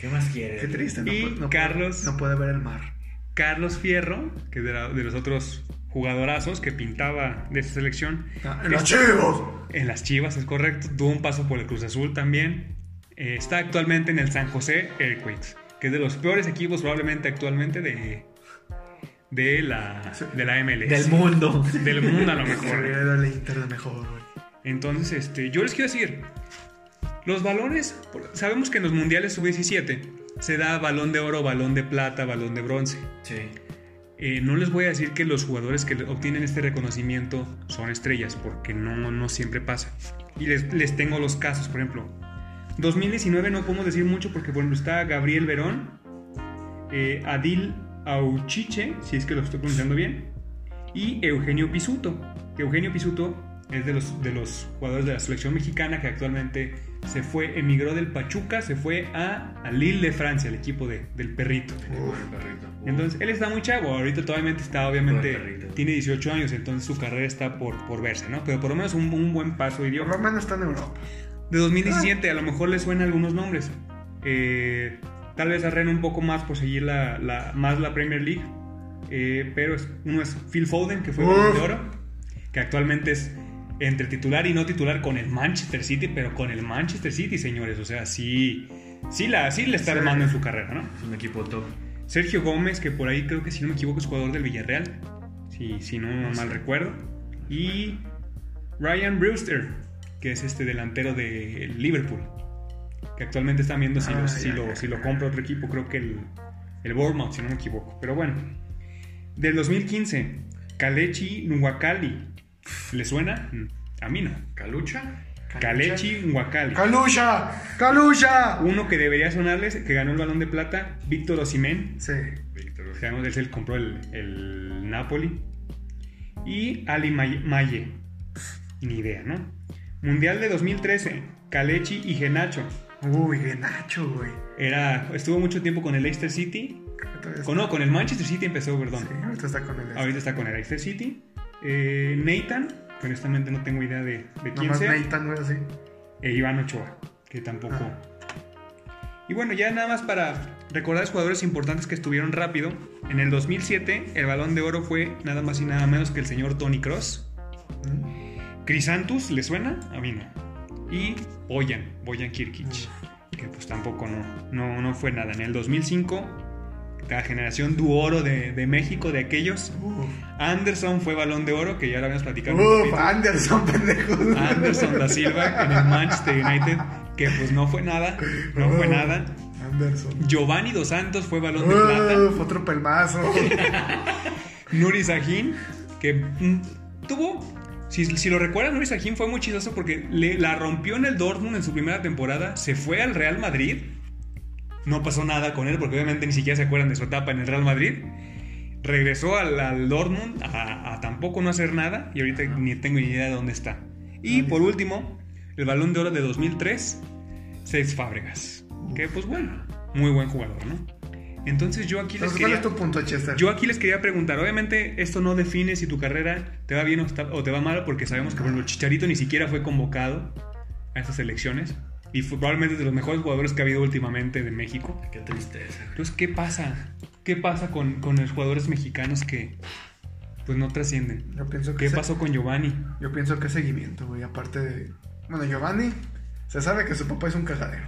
[SPEAKER 3] ¿Qué más quieres?
[SPEAKER 1] Qué triste. No,
[SPEAKER 2] Y
[SPEAKER 1] pu- no
[SPEAKER 2] Carlos.
[SPEAKER 1] Puede, no puede ver el mar.
[SPEAKER 2] Carlos Fierro, que de, la- de los otros jugadorazos que pintaba de esa selección,
[SPEAKER 1] Ah,
[SPEAKER 2] Está-
[SPEAKER 1] los chivos!
[SPEAKER 2] En las Chivas, es correcto. Tuvo un paso por el Cruz Azul también. Eh, está actualmente en el San José Earthquakes, que es de los peores equipos probablemente actualmente de, de, la, de la MLS.
[SPEAKER 3] Del mundo.
[SPEAKER 2] Del mundo a lo
[SPEAKER 1] Se hubiera
[SPEAKER 2] mejor.
[SPEAKER 1] ido al Inter de mejor, güey.
[SPEAKER 2] Entonces, este, yo les quiero decir, los balones, por- sabemos que en los mundiales sub-17 se da balón de oro, balón de plata, balón de bronce.
[SPEAKER 3] Sí.
[SPEAKER 2] Eh, no les voy a decir que los jugadores que obtienen este reconocimiento son estrellas, porque no, no siempre pasa. Y les, les tengo los casos, por ejemplo. 2019 no podemos decir mucho porque, por ejemplo, está Gabriel Verón, eh, Adil Auchiche, si es que lo estoy pronunciando bien, y Eugenio Pisuto. que Eugenio Pisuto es de los, de los jugadores de la selección mexicana que actualmente se fue, emigró del Pachuca, se fue a, a Lille de Francia, el equipo de- del perrito.
[SPEAKER 1] Uf.
[SPEAKER 3] El perrito. Uf.
[SPEAKER 2] Entonces, él está muy chavo, ahorita todavía está,
[SPEAKER 3] Buen
[SPEAKER 2] obviamente,
[SPEAKER 3] perrito.
[SPEAKER 2] tiene 18 años, entonces su carrera está por, por verse, ¿no? Pero por lo menos un, un buen paso y dio.
[SPEAKER 1] Por lo menos está en Europa.
[SPEAKER 2] De 2017, a lo mejor le suenan algunos nombres. Eh, tal vez arren un poco más por seguir la, la- más la Premier League, Eh, pero es- uno es Phil Foden, que fue
[SPEAKER 1] Uf.
[SPEAKER 2] Balón de oro, que actualmente es entre titular y no titular con el Manchester City, pero con el Manchester City, señores, o sea, sí, sí, la, sí le está
[SPEAKER 1] Sí.
[SPEAKER 2] armando en su carrera, ¿no?
[SPEAKER 3] Es un equipo top.
[SPEAKER 2] Sergio Gómez, que por ahí creo que si no me equivoco es jugador del Villarreal, si, si no
[SPEAKER 1] Ah,
[SPEAKER 2] mal recuerdo. Y Ryan Brewster, que es este delantero de Liverpool, que actualmente están viendo si,
[SPEAKER 1] Ah,
[SPEAKER 2] lo,
[SPEAKER 1] ya,
[SPEAKER 2] si, lo,
[SPEAKER 1] ya,
[SPEAKER 2] si
[SPEAKER 1] ya.
[SPEAKER 2] lo compra otro equipo, creo que el, el Bournemouth, si no me equivoco. Pero bueno, del 2015, Kalechi Nwakali, ¿le suena? A mí no.
[SPEAKER 3] ¿Calucha?
[SPEAKER 2] Kalechi Nguacali.
[SPEAKER 1] ¡Calucha! ¡Calucha!
[SPEAKER 2] Uno que debería sonarles, que ganó el balón de plata, Víctor Osimén.
[SPEAKER 1] Sí.
[SPEAKER 2] Víctor Sabemos él compró el, el Napoli. Y Ali May- Maye. Ni idea, ¿no? Mundial de 2013, Kalechi y Genacho.
[SPEAKER 1] Uy, bien Nacho, güey.
[SPEAKER 2] Era, estuvo mucho tiempo con el Leicester City.
[SPEAKER 1] Ahorita está-
[SPEAKER 2] Con, no, con el Manchester City empezó, perdón.
[SPEAKER 1] Sí, ahorita está con el.
[SPEAKER 2] Ahorita está con el Leicester City. Eh, Nathan, que honestamente no tengo idea de, de quién
[SPEAKER 1] este. Nomás
[SPEAKER 2] sea.
[SPEAKER 1] Nathan, güey, así.
[SPEAKER 2] e Iván Ochoa, que tampoco.
[SPEAKER 1] Ah.
[SPEAKER 2] Y bueno, ya nada más para recordar los jugadores importantes que estuvieron rápido. En el 2007, el balón de oro fue nada más y nada menos que el señor Tony Cross.
[SPEAKER 1] Mm.
[SPEAKER 2] Crisantus, ¿le suena? A mí no. Y Boyan, Boyan Kirkic, que pues tampoco no, no, no fue nada. En el 2005, la generación duoro de, de México, de aquellos.
[SPEAKER 1] Mm. Uf.
[SPEAKER 2] Anderson fue balón de oro, que ya lo habíamos platicado. un
[SPEAKER 1] Uf,
[SPEAKER 2] poquito.
[SPEAKER 1] Anderson, pendejo.
[SPEAKER 2] Anderson da Silva en el Manchester United, que pues no fue nada, no fue nada.
[SPEAKER 1] Anderson.
[SPEAKER 2] Giovanni Dos Santos fue balón
[SPEAKER 1] Ah.
[SPEAKER 2] de plata.
[SPEAKER 1] Uf, otro pelmazo.
[SPEAKER 2] Nuri Sahin, que mm, tuvo, si, si lo recuerdan, Nuri Sahin fue muy chistoso porque le- la rompió en el Dortmund en su primera temporada, se fue al Real Madrid, no pasó nada con él porque obviamente ni siquiera se acuerdan de su etapa en el Real Madrid. Regresó al, al Dortmund a, a tampoco no hacer nada y ahorita ni tengo ni idea de dónde está. Y por último, el balón de oro de 2003, Seis Fábregas. Que pues bueno, muy buen jugador, ¿no? Entonces yo aquí les
[SPEAKER 1] Entonces, ¿cuál
[SPEAKER 2] quería...
[SPEAKER 1] es tu punto, Chester?
[SPEAKER 2] Yo aquí les quería preguntar, obviamente esto no define si tu carrera te va bien o, está- o te va mal, porque sabemos que por ejemplo, Chicharito ni siquiera fue convocado a estas elecciones y fue probablemente de los mejores jugadores que ha habido últimamente de México.
[SPEAKER 3] Qué tristeza.
[SPEAKER 2] Entonces, ¿qué pasa? ¿Qué pasa con, con los jugadores mexicanos que pues no trascienden?
[SPEAKER 1] Yo pienso que
[SPEAKER 2] ¿Qué
[SPEAKER 1] se-
[SPEAKER 2] pasó con Giovanni?
[SPEAKER 1] Yo pienso que es seguimiento, güey. Aparte de. Bueno, Giovanni, se sabe que su papá es un cagadero.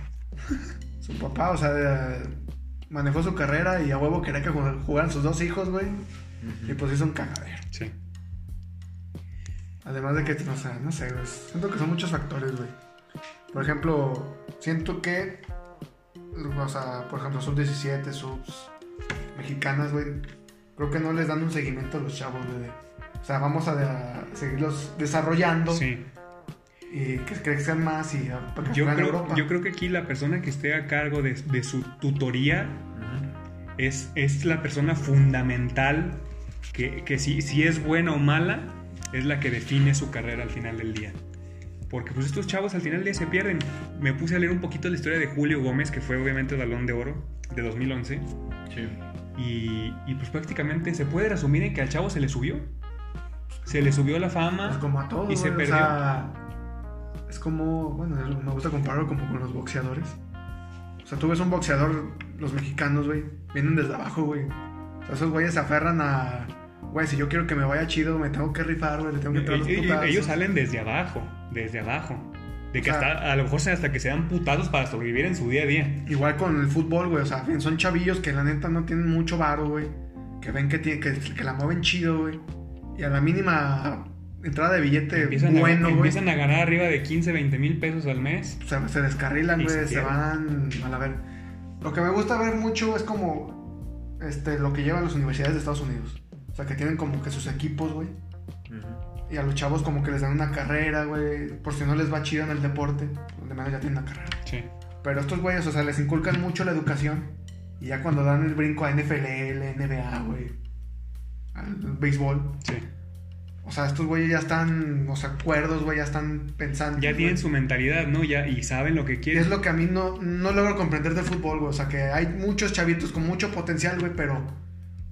[SPEAKER 1] su papá, o sea, de- manejó su carrera y a huevo quería que jug- jugaran sus dos hijos, güey. Y pues hizo un cagadero.
[SPEAKER 2] Sí.
[SPEAKER 1] Además de que, o sea, no sé, güey. Siento que son muchos factores, güey. Por ejemplo, siento que. O sea, por ejemplo, sub 17, subs mexicanas, güey. Creo que no les dan un seguimiento a los chavos, güey. de- O sea, vamos a, de- a seguirlos desarrollando.
[SPEAKER 2] Sí.
[SPEAKER 1] y que crezcan más y ah, para que
[SPEAKER 2] Yo
[SPEAKER 1] jueguen en
[SPEAKER 2] creo,
[SPEAKER 1] Europa.
[SPEAKER 2] yo creo que aquí la persona que esté a cargo de, de su tutoría es, es la persona fundamental que, que si, si es buena o mala, es la que define su carrera al final del día. Porque pues estos chavos al final del día se pierden. Me puse a leer un poquito la historia de Julio Gómez, que fue obviamente el balón de oro de 2011.
[SPEAKER 3] Sí.
[SPEAKER 2] Y, y, pues prácticamente se puede resumir en que al chavo se le subió. Se le subió la
[SPEAKER 1] Pues
[SPEAKER 2] fama.
[SPEAKER 1] como a todos,
[SPEAKER 2] Y se
[SPEAKER 1] güey, o sea, es como, bueno, es- me gusta compararlo como con los boxeadores. O sea, tú ves un boxeador, los mexicanos, güey, vienen desde abajo, güey. O sea, esos güeyes se aferran a, güey, si yo quiero que me vaya chido, me tengo que rifar, güey, le tengo que entrar los
[SPEAKER 2] Eh, Ellos-
[SPEAKER 1] putazos.
[SPEAKER 2] ellos salen desde abajo, desde abajo. De que
[SPEAKER 1] O sea-
[SPEAKER 2] hasta, a lo mejor se- hasta que sean putados para sobrevivir en su día a día.
[SPEAKER 1] Igual con el fútbol, güey, o sea, son chavillos que la neta no tienen mucho varo, güey. Que ven que, tiene, que, que la mueven chido, güey. Y a la mínima entrada de billete
[SPEAKER 2] Empiezan,
[SPEAKER 1] bueno,
[SPEAKER 2] a,
[SPEAKER 1] güey.
[SPEAKER 2] empiezan a ganar arriba de 15, 20 mil pesos al mes.
[SPEAKER 1] se, se descarrilan,
[SPEAKER 2] Y
[SPEAKER 1] güey,
[SPEAKER 2] se
[SPEAKER 1] se,
[SPEAKER 2] pierden.
[SPEAKER 1] van a la ver. Lo que me gusta ver mucho es como este, lo que llevan las universidades de Estados Unidos. O sea, que tienen como que sus equipos, güey. Y a los chavos como que les dan una carrera, güey. Por si no les va chido en el deporte, donde menos ya tienen una carrera.
[SPEAKER 2] Sí.
[SPEAKER 1] Pero estos güeyes, o sea, les inculcan mucho la educación. Y ya cuando dan el brinco a NFL, NBA, güey, al béisbol.
[SPEAKER 2] Sí.
[SPEAKER 1] O sea, estos güeyes ya están, o sea, cuerdos, güey, ya están pensando.
[SPEAKER 2] Ya tienen su mentalidad, ¿no? Ya, y saben lo que
[SPEAKER 1] Y
[SPEAKER 2] quieren.
[SPEAKER 1] es lo que a mí no, no logro comprender del fútbol, güey. O sea, que hay muchos chavitos con mucho potencial, güey, pero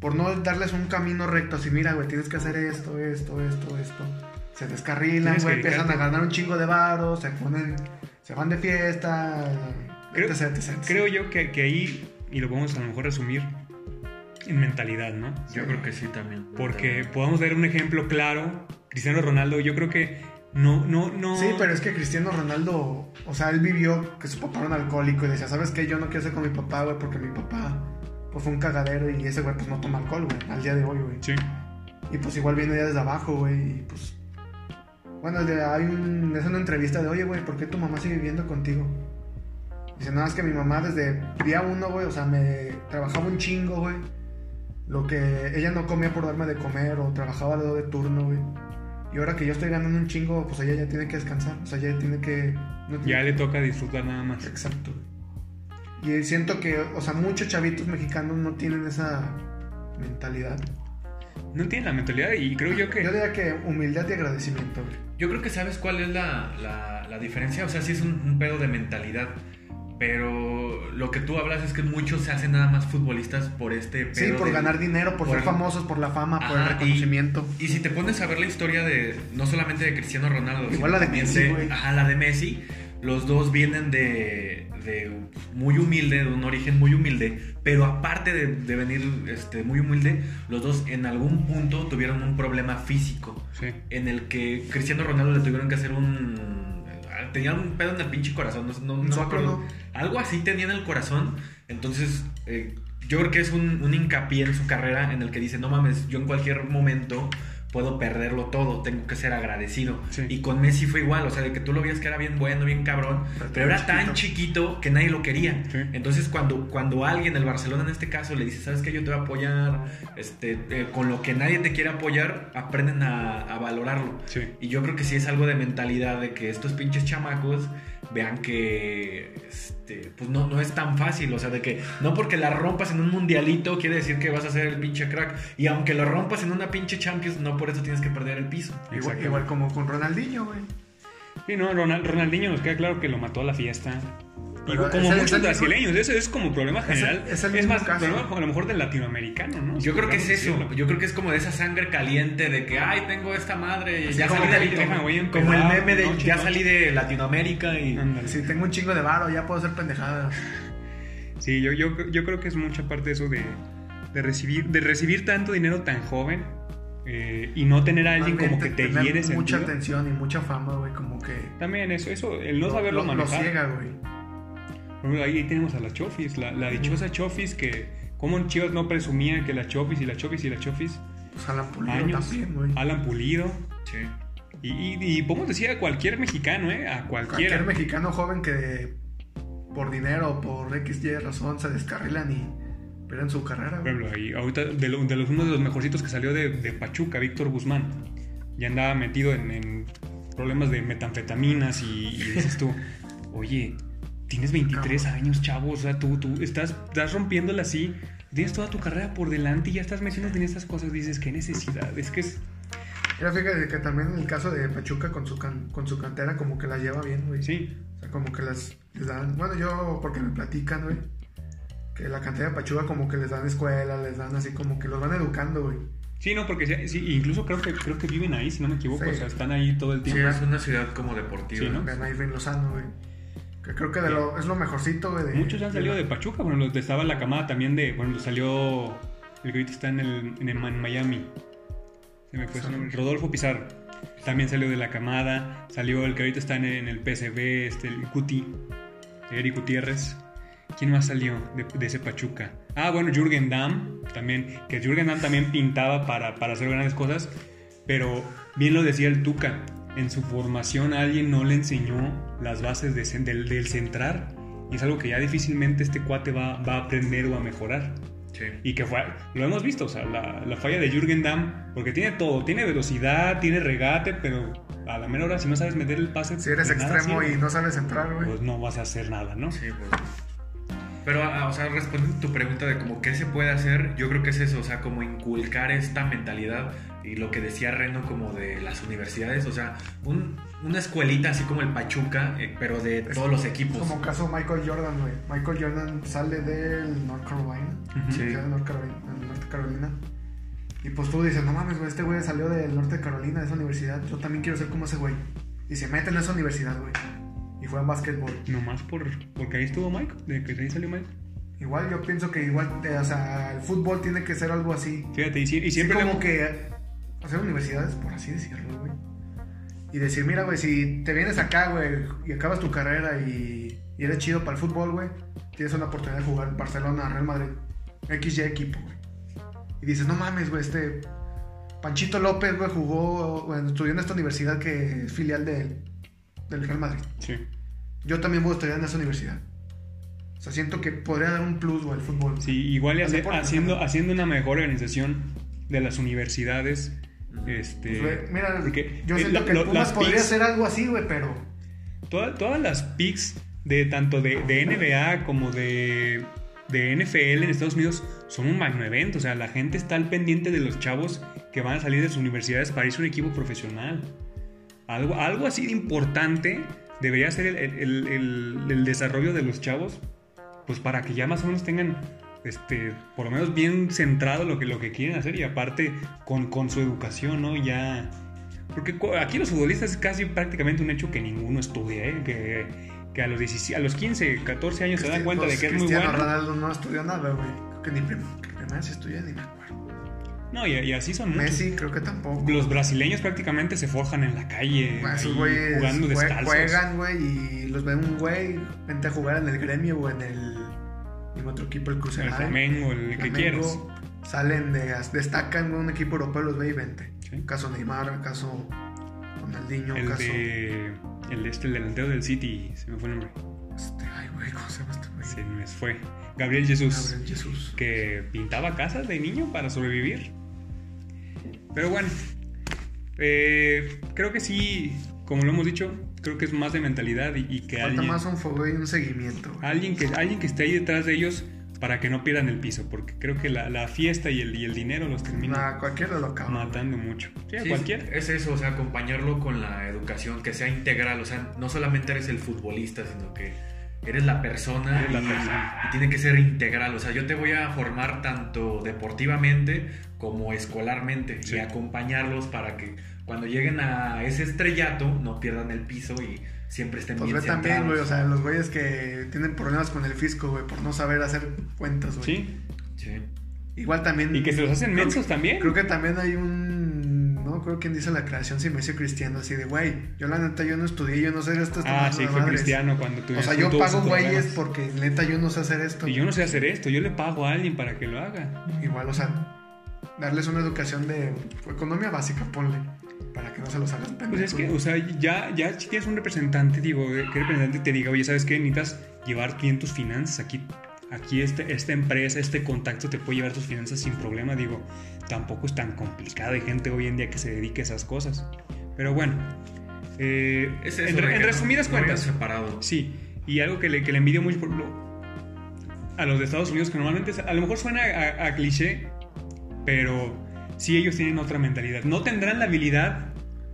[SPEAKER 1] por no darles un camino recto, así, mira, güey, tienes que hacer esto, esto, esto, esto. Se descarrilan,
[SPEAKER 2] Tienes
[SPEAKER 1] güey,
[SPEAKER 2] que
[SPEAKER 1] empiezan a
[SPEAKER 2] dedicarte.
[SPEAKER 1] ganar un chingo de varos, se ponen, se van de fiesta,
[SPEAKER 2] Creo-
[SPEAKER 1] etc, etc.
[SPEAKER 2] Creo yo que, que ahí, y lo podemos a lo mejor resumir, en mentalidad, ¿no?
[SPEAKER 3] Yo creo que sí también.
[SPEAKER 2] Porque podemos ver un ejemplo claro. Cristiano Ronaldo, yo creo que no, no, no.
[SPEAKER 1] Sí, pero es que Cristiano Ronaldo, o sea, él vivió que su papá era un alcohólico y decía, ¿sabes qué? Yo no quiero ser con mi papá, güey, porque mi papá pues, fue un cagadero y ese güey pues no toma alcohol, güey, al día de hoy, güey.
[SPEAKER 2] Sí.
[SPEAKER 1] Y pues igual viene ya desde abajo, güey. Y pues. Bueno, de- hay un, es una entrevista de, oye, güey, ¿por qué tu mamá sigue viviendo contigo? Dice, nada, es que mi mamá desde día uno, güey, o sea, me trabajaba un chingo, güey. Lo que ella no comía por darme de comer o trabajaba al lado de turno, güey. Y ahora que yo estoy ganando un chingo, pues ella ya tiene que descansar. O sea, ella tiene que. no tiene-
[SPEAKER 2] Ya le toca disfrutar nada más.
[SPEAKER 1] Exacto. Y siento que, o sea, muchos chavitos mexicanos no tienen esa mentalidad.
[SPEAKER 2] No tiene la mentalidad y creo yo que...
[SPEAKER 1] Yo diría que humildad y agradecimiento. güey.
[SPEAKER 3] Yo creo que sabes cuál es la, la- la diferencia. O sea, sí es un, un pedo de mentalidad. Pero lo que tú hablas es que muchos se hacen nada más futbolistas por este pedo.
[SPEAKER 1] Sí, por
[SPEAKER 3] del-
[SPEAKER 1] ganar dinero, por,
[SPEAKER 3] por-
[SPEAKER 1] ser famosos, por la fama, por el
[SPEAKER 3] Ajá, y-
[SPEAKER 1] reconocimiento.
[SPEAKER 3] Y si te pones a ver la historia de no solamente de Cristiano Ronaldo,
[SPEAKER 1] Igual
[SPEAKER 3] sino
[SPEAKER 1] la de
[SPEAKER 3] también
[SPEAKER 1] Messi, güey.
[SPEAKER 3] ajá, la de Messi, los dos vienen de, de muy humilde, de un origen muy humilde, pero aparte de, de venir este, muy humilde, los dos en algún punto tuvieron un problema físico
[SPEAKER 2] Sí.
[SPEAKER 3] en el que Cristiano Ronaldo le tuvieron que hacer un... ah, Tenía un pedo en el pinche corazón, no, no- no
[SPEAKER 1] Un
[SPEAKER 3] me
[SPEAKER 1] soplo,
[SPEAKER 3] acuerdo. Algo así tenía en el corazón, entonces eh, yo creo que es un, un hincapié en su carrera en el que dice, no mames, yo en cualquier momento puedo perderlo todo, tengo que ser agradecido.
[SPEAKER 2] Sí.
[SPEAKER 3] Y con Messi fue igual, o sea, de que tú lo veías que era bien bueno, bien cabrón,
[SPEAKER 1] Pero
[SPEAKER 3] pero,
[SPEAKER 1] tan
[SPEAKER 3] era tan chiquito que nadie lo quería.
[SPEAKER 2] Sí.
[SPEAKER 3] Entonces cuando, cuando alguien, el Barcelona en este caso, le dice, sabes que yo te voy a apoyar, este, eh, con lo que nadie te quiere apoyar, aprenden a, a valorarlo.
[SPEAKER 2] Sí.
[SPEAKER 3] Y yo creo que sí es algo de mentalidad de que estos pinches chamacos vean que este, pues no, no es tan fácil. O sea, de que no porque la rompas en un mundialito quiere decir que vas a ser el pinche crack. Y aunque lo rompas en una pinche Champions, no por eso tienes que perder el piso.
[SPEAKER 1] Igual,
[SPEAKER 2] Exacto.
[SPEAKER 1] igual como con Ronaldinho, güey.
[SPEAKER 2] Sí, no, Ronald- Ronaldinho nos queda claro que lo mató a la fiesta. Y
[SPEAKER 1] Pero es
[SPEAKER 2] como
[SPEAKER 1] el- es el
[SPEAKER 2] muchos
[SPEAKER 1] mismo-
[SPEAKER 2] brasileños, eso es como problema
[SPEAKER 1] Es el-
[SPEAKER 2] general.
[SPEAKER 1] es el mismo
[SPEAKER 2] más,
[SPEAKER 1] caso.
[SPEAKER 2] problema a lo mejor del latinoamericano, ¿no?
[SPEAKER 3] Yo creo que es
[SPEAKER 2] Podríamos
[SPEAKER 3] eso.
[SPEAKER 2] decirlo.
[SPEAKER 3] Yo creo que es como de esa sangre caliente de que, ay, tengo esta madre.
[SPEAKER 2] Así
[SPEAKER 3] ya
[SPEAKER 2] como
[SPEAKER 3] salí
[SPEAKER 2] que,
[SPEAKER 3] de Latino-
[SPEAKER 2] "Déjame, voy a
[SPEAKER 3] Como el
[SPEAKER 2] empezar,
[SPEAKER 3] meme de
[SPEAKER 2] noche,
[SPEAKER 3] ya
[SPEAKER 2] noche".
[SPEAKER 3] salí de Latinoamérica y.
[SPEAKER 2] Ándale.
[SPEAKER 1] Si tengo un chingo de varo, ya puedo hacer pendejadas.
[SPEAKER 2] Sí, yo, yo, yo creo que es mucha parte de eso de, de recibir, de recibir tanto dinero tan joven eh, y no tener a alguien
[SPEAKER 1] Más bien
[SPEAKER 2] como que
[SPEAKER 1] te-
[SPEAKER 2] te
[SPEAKER 1] tener
[SPEAKER 2] hiere
[SPEAKER 1] Mucha
[SPEAKER 2] sentido.
[SPEAKER 1] atención y mucha fama, güey, como que.
[SPEAKER 2] También eso, eso, el no
[SPEAKER 1] lo-
[SPEAKER 2] saberlo
[SPEAKER 1] lo, lo
[SPEAKER 2] manejar.
[SPEAKER 1] ciega, güey.
[SPEAKER 2] Por ejemplo, Ahí tenemos a la Chofis, la, la dichosa Chofis que como en Chivas no presumía que la Chofis y la Chofis y la Chofis
[SPEAKER 1] Pues Alan Pulido
[SPEAKER 2] años,
[SPEAKER 1] también, güey.
[SPEAKER 2] Alan Pulido
[SPEAKER 3] Sí.
[SPEAKER 2] y, y, y podemos decir a cualquier mexicano, ¿eh? A cualquiera.
[SPEAKER 1] Cualquier mexicano joven que por dinero o por X, Y razón se descarrilan y pierden su carrera,
[SPEAKER 2] Por
[SPEAKER 1] güey.
[SPEAKER 2] ejemplo, ahí, ahorita de, lo- de los, uno de los mejorcitos que salió de, de Pachuca, Víctor Guzmán, ya andaba metido en, en problemas de metanfetaminas y, y dices tú, oye, tienes 23 años, chavo, o sea, tú, tú estás, estás rompiéndola así, tienes toda tu carrera por delante y ya estás metiéndote en estas cosas, dices, qué necesidad, es que es...
[SPEAKER 1] Pero fíjate que también en el caso de Pachuca con su, can- con su cantera como que la lleva bien, güey.
[SPEAKER 2] Sí,
[SPEAKER 1] O sea, como que las, les dan... Bueno, yo porque me platican, güey. Que la cantera de Pachuca como que les dan escuela, les dan así como que los van educando, güey.
[SPEAKER 2] sí, no, porque sí- sí, incluso creo que, creo que viven ahí, si no me equivoco,
[SPEAKER 1] Sí.
[SPEAKER 2] o sea, están ahí todo el
[SPEAKER 1] Sí,
[SPEAKER 2] tiempo.
[SPEAKER 3] Es una ciudad como deportiva.
[SPEAKER 2] Sí, ¿no?
[SPEAKER 1] Vean a Irving Lozano, güey. Que creo que de lo- es lo mejorcito, güey. de-
[SPEAKER 2] Muchos han
[SPEAKER 1] de
[SPEAKER 2] salido
[SPEAKER 1] la-
[SPEAKER 2] de Pachuca, bueno, los- estaba la camada también de, bueno, salió, el grito está en, el, en, el- en Miami, se me fue su nombre, Rodolfo Pizarro, también salió de la camada, salió el que ahorita está en, en el PSV, este, el Cuti, Eric Gutiérrez, ¿quién más salió de, de ese Pachuca? Ah, bueno, Jürgen Damm, también, que Jürgen Damm también pintaba para, para hacer grandes cosas, pero bien lo decía el Tuca, en su formación alguien no le enseñó las bases de cen- del, del centrar y es algo que ya difícilmente este cuate va, va a aprender o a mejorar.
[SPEAKER 3] Sí.
[SPEAKER 2] Y que fue, lo hemos visto, o sea, la, la falla de Jürgen Damm, porque tiene todo, tiene velocidad, tiene regate, pero a la menor hora si no sabes meter el pase...
[SPEAKER 1] Si eres
[SPEAKER 2] de nada
[SPEAKER 1] extremo
[SPEAKER 2] sirve.
[SPEAKER 1] y no sabes entrar, güey.
[SPEAKER 2] Pues no vas a hacer nada, ¿no?
[SPEAKER 3] Sí, pues. Pero, ah, o sea, respondiendo a tu pregunta de como qué se puede hacer, yo creo que es eso, o sea, como inculcar esta mentalidad y lo que decía Reno como de las universidades, o sea, un- una escuelita así como el Pachuca, eh, pero de
[SPEAKER 1] Es-
[SPEAKER 3] todos los equipos.
[SPEAKER 1] Como caso Michael Jordan, güey. Michael Jordan sale del North Carolina.
[SPEAKER 2] Ujú.
[SPEAKER 1] Sí. de North Carolina, de Norte Carolina. Y pues tú dices, no mames, güey, este güey salió del Norte de Carolina, de esa universidad. Yo también quiero ser como ese güey. Y se mete en esa universidad, güey. Y juega básquetbol.
[SPEAKER 2] Nomás por, porque ahí estuvo Mike, de que ahí salió Mike.
[SPEAKER 1] Igual yo pienso que igual, eh, o sea, el fútbol tiene que ser algo así.
[SPEAKER 2] Fíjate, y, si- y
[SPEAKER 1] Y
[SPEAKER 2] siempre...
[SPEAKER 1] siempre como
[SPEAKER 2] le-
[SPEAKER 1] que hacer universidades, por así decirlo, güey. Y decir, mira, güey, si te vienes acá, güey, y acabas tu carrera y, y eres chido para el fútbol, güey, tienes una oportunidad de jugar en Barcelona, Real Madrid, XY equipo, güey. Y dices, no mames, güey, este Panchito López, güey, jugó, bueno, estudió en esta universidad que es filial del- del Real Madrid.
[SPEAKER 2] Sí.
[SPEAKER 1] Yo también voy a estudiar en esa universidad. O sea, siento que podría dar un plus, güey, al fútbol.
[SPEAKER 2] Sí, igual y
[SPEAKER 1] Al
[SPEAKER 2] hace-
[SPEAKER 1] deporte,
[SPEAKER 2] haciendo,
[SPEAKER 1] ajá.
[SPEAKER 2] haciendo una mejor organización de las universidades, Este,
[SPEAKER 1] Pues, güey, mira,
[SPEAKER 2] porque
[SPEAKER 1] yo
[SPEAKER 2] eh,
[SPEAKER 1] siento
[SPEAKER 2] la-
[SPEAKER 1] que el
[SPEAKER 2] lo-
[SPEAKER 1] Pumas
[SPEAKER 2] las
[SPEAKER 1] podría
[SPEAKER 2] picks-
[SPEAKER 1] hacer algo así, güey, pero
[SPEAKER 2] Toda- todas las picks de tanto de, de NBA como de, de NFL en Estados Unidos son un magno evento. O sea, la gente está al pendiente de los chavos que van a salir de sus universidades para irse a un equipo profesional. Algo, algo así de importante debería ser el, el- el- el desarrollo de los chavos, pues para que ya más o menos tengan. Este, por lo menos bien centrado lo que, lo que quieren hacer y aparte con, con su educación, ¿no? Ya, porque cu- aquí los futbolistas es casi prácticamente un hecho que ninguno estudia, ¿eh? que, que a los, 17 a los 15, 14 años se dan
[SPEAKER 1] Cristi-
[SPEAKER 2] cuenta de
[SPEAKER 1] pues,
[SPEAKER 2] que es muy
[SPEAKER 1] Cristiano
[SPEAKER 2] bueno.
[SPEAKER 1] Ronaldo no estudió nada, güey. Creo que ni prim- que primaria se estudia ni me acuerdo.
[SPEAKER 2] No, y, y así son muchos.
[SPEAKER 1] Messi creo que tampoco.
[SPEAKER 2] Los brasileños prácticamente se forjan en la calle,
[SPEAKER 1] Bueno,
[SPEAKER 2] ahí
[SPEAKER 1] Pues, Esos güeyes
[SPEAKER 2] jugando
[SPEAKER 1] jue-
[SPEAKER 2] descalzos.
[SPEAKER 1] juegan, güey, y los ven un güey, vente a jugar en el gremio o en el en otro equipo, el
[SPEAKER 2] el
[SPEAKER 1] Cruzeiro.
[SPEAKER 2] Flamengo, el que
[SPEAKER 1] Flamengo,
[SPEAKER 2] quieras.
[SPEAKER 1] Salen de destacan güey, un equipo europeo, los ve y vente.
[SPEAKER 2] Sí.
[SPEAKER 1] Caso Neymar, caso Ronaldinho,
[SPEAKER 2] El
[SPEAKER 1] caso
[SPEAKER 2] de. El, de este, el delantero del City, se me fue el nombre.
[SPEAKER 1] este, ay güey, ¿cómo se llama este güey?
[SPEAKER 2] Se me fue. Gabriel Jesús.
[SPEAKER 1] Gabriel Jesús.
[SPEAKER 2] que pintaba casas de niño para sobrevivir. Pero bueno, eh, creo que sí, como lo hemos dicho, creo que es más de mentalidad y, y que
[SPEAKER 1] Falta
[SPEAKER 2] alguien, Ah,
[SPEAKER 1] más un fogueo y un seguimiento. güey.
[SPEAKER 2] alguien que alguien que esté ahí detrás de ellos para que no pierdan el piso, porque creo que la, la fiesta y el, y el dinero los termina
[SPEAKER 1] Nah, cualquiera lo acaba.
[SPEAKER 2] matando mucho. Sí, a
[SPEAKER 3] Sí,
[SPEAKER 2] cualquiera.
[SPEAKER 3] Es eso, o sea, acompañarlo con la educación, que sea integral, o sea, no solamente eres el futbolista, sino que eres la persona,
[SPEAKER 2] Eres la
[SPEAKER 3] y,
[SPEAKER 2] persona.
[SPEAKER 3] y tiene que ser integral, o sea, yo te voy a formar tanto deportivamente como escolarmente
[SPEAKER 2] Sí.
[SPEAKER 3] y acompañarlos para que cuando lleguen a ese estrellato no pierdan el piso y siempre estén
[SPEAKER 1] Pues
[SPEAKER 3] bien
[SPEAKER 1] ve también, güey, o
[SPEAKER 3] sentados.
[SPEAKER 1] sea, los güeyes que tienen problemas con el fisco, güey, por no saber hacer cuentas, güey.
[SPEAKER 2] Sí,
[SPEAKER 3] Sí.
[SPEAKER 1] Igual también.
[SPEAKER 2] y que se los hacen
[SPEAKER 1] creo
[SPEAKER 2] mensos también.
[SPEAKER 1] Creo que también hay un. No creo quién dice la creación, si me hizo cristiano, así de, güey, yo la neta, yo no estudié, yo no sé esto. esto
[SPEAKER 2] ah,
[SPEAKER 1] no,
[SPEAKER 2] sí,
[SPEAKER 1] no,
[SPEAKER 2] fue
[SPEAKER 1] madres".
[SPEAKER 2] cristiano cuando
[SPEAKER 1] O
[SPEAKER 2] tuvimos
[SPEAKER 1] sea, yo
[SPEAKER 2] tuvo sus
[SPEAKER 1] pago güeyes
[SPEAKER 2] problemas.
[SPEAKER 1] porque neta yo no sé hacer esto.
[SPEAKER 2] Y yo no sé hacer esto, yo le pago a alguien para que lo haga.
[SPEAKER 1] Igual, o sea, darles una educación de economía básica, ponle, para que no se los hagas
[SPEAKER 2] Pues es que, o
[SPEAKER 1] pendejos.
[SPEAKER 2] sea, ya, ya si tienes un representante, digo, eh, que el representante te diga, oye, ¿sabes qué? Necesitas llevar bien tus finanzas aquí. Aquí este, esta empresa, este contacto te puede llevar tus finanzas sin problema. Digo, tampoco es tan complicado. Hay gente hoy en día que se dedique a esas cosas. Pero bueno, eh,
[SPEAKER 3] Es
[SPEAKER 2] en,
[SPEAKER 3] eso,
[SPEAKER 2] re-
[SPEAKER 3] de
[SPEAKER 2] en
[SPEAKER 3] que
[SPEAKER 2] resumidas
[SPEAKER 3] no- no vayan
[SPEAKER 2] cuentas,
[SPEAKER 3] separado.
[SPEAKER 2] Sí, y algo que le, que le envidio mucho por ejemplo, a los de Estados Unidos, que normalmente es- a lo mejor suena a, a cliché, pero sí ellos tienen otra mentalidad. No tendrán la habilidad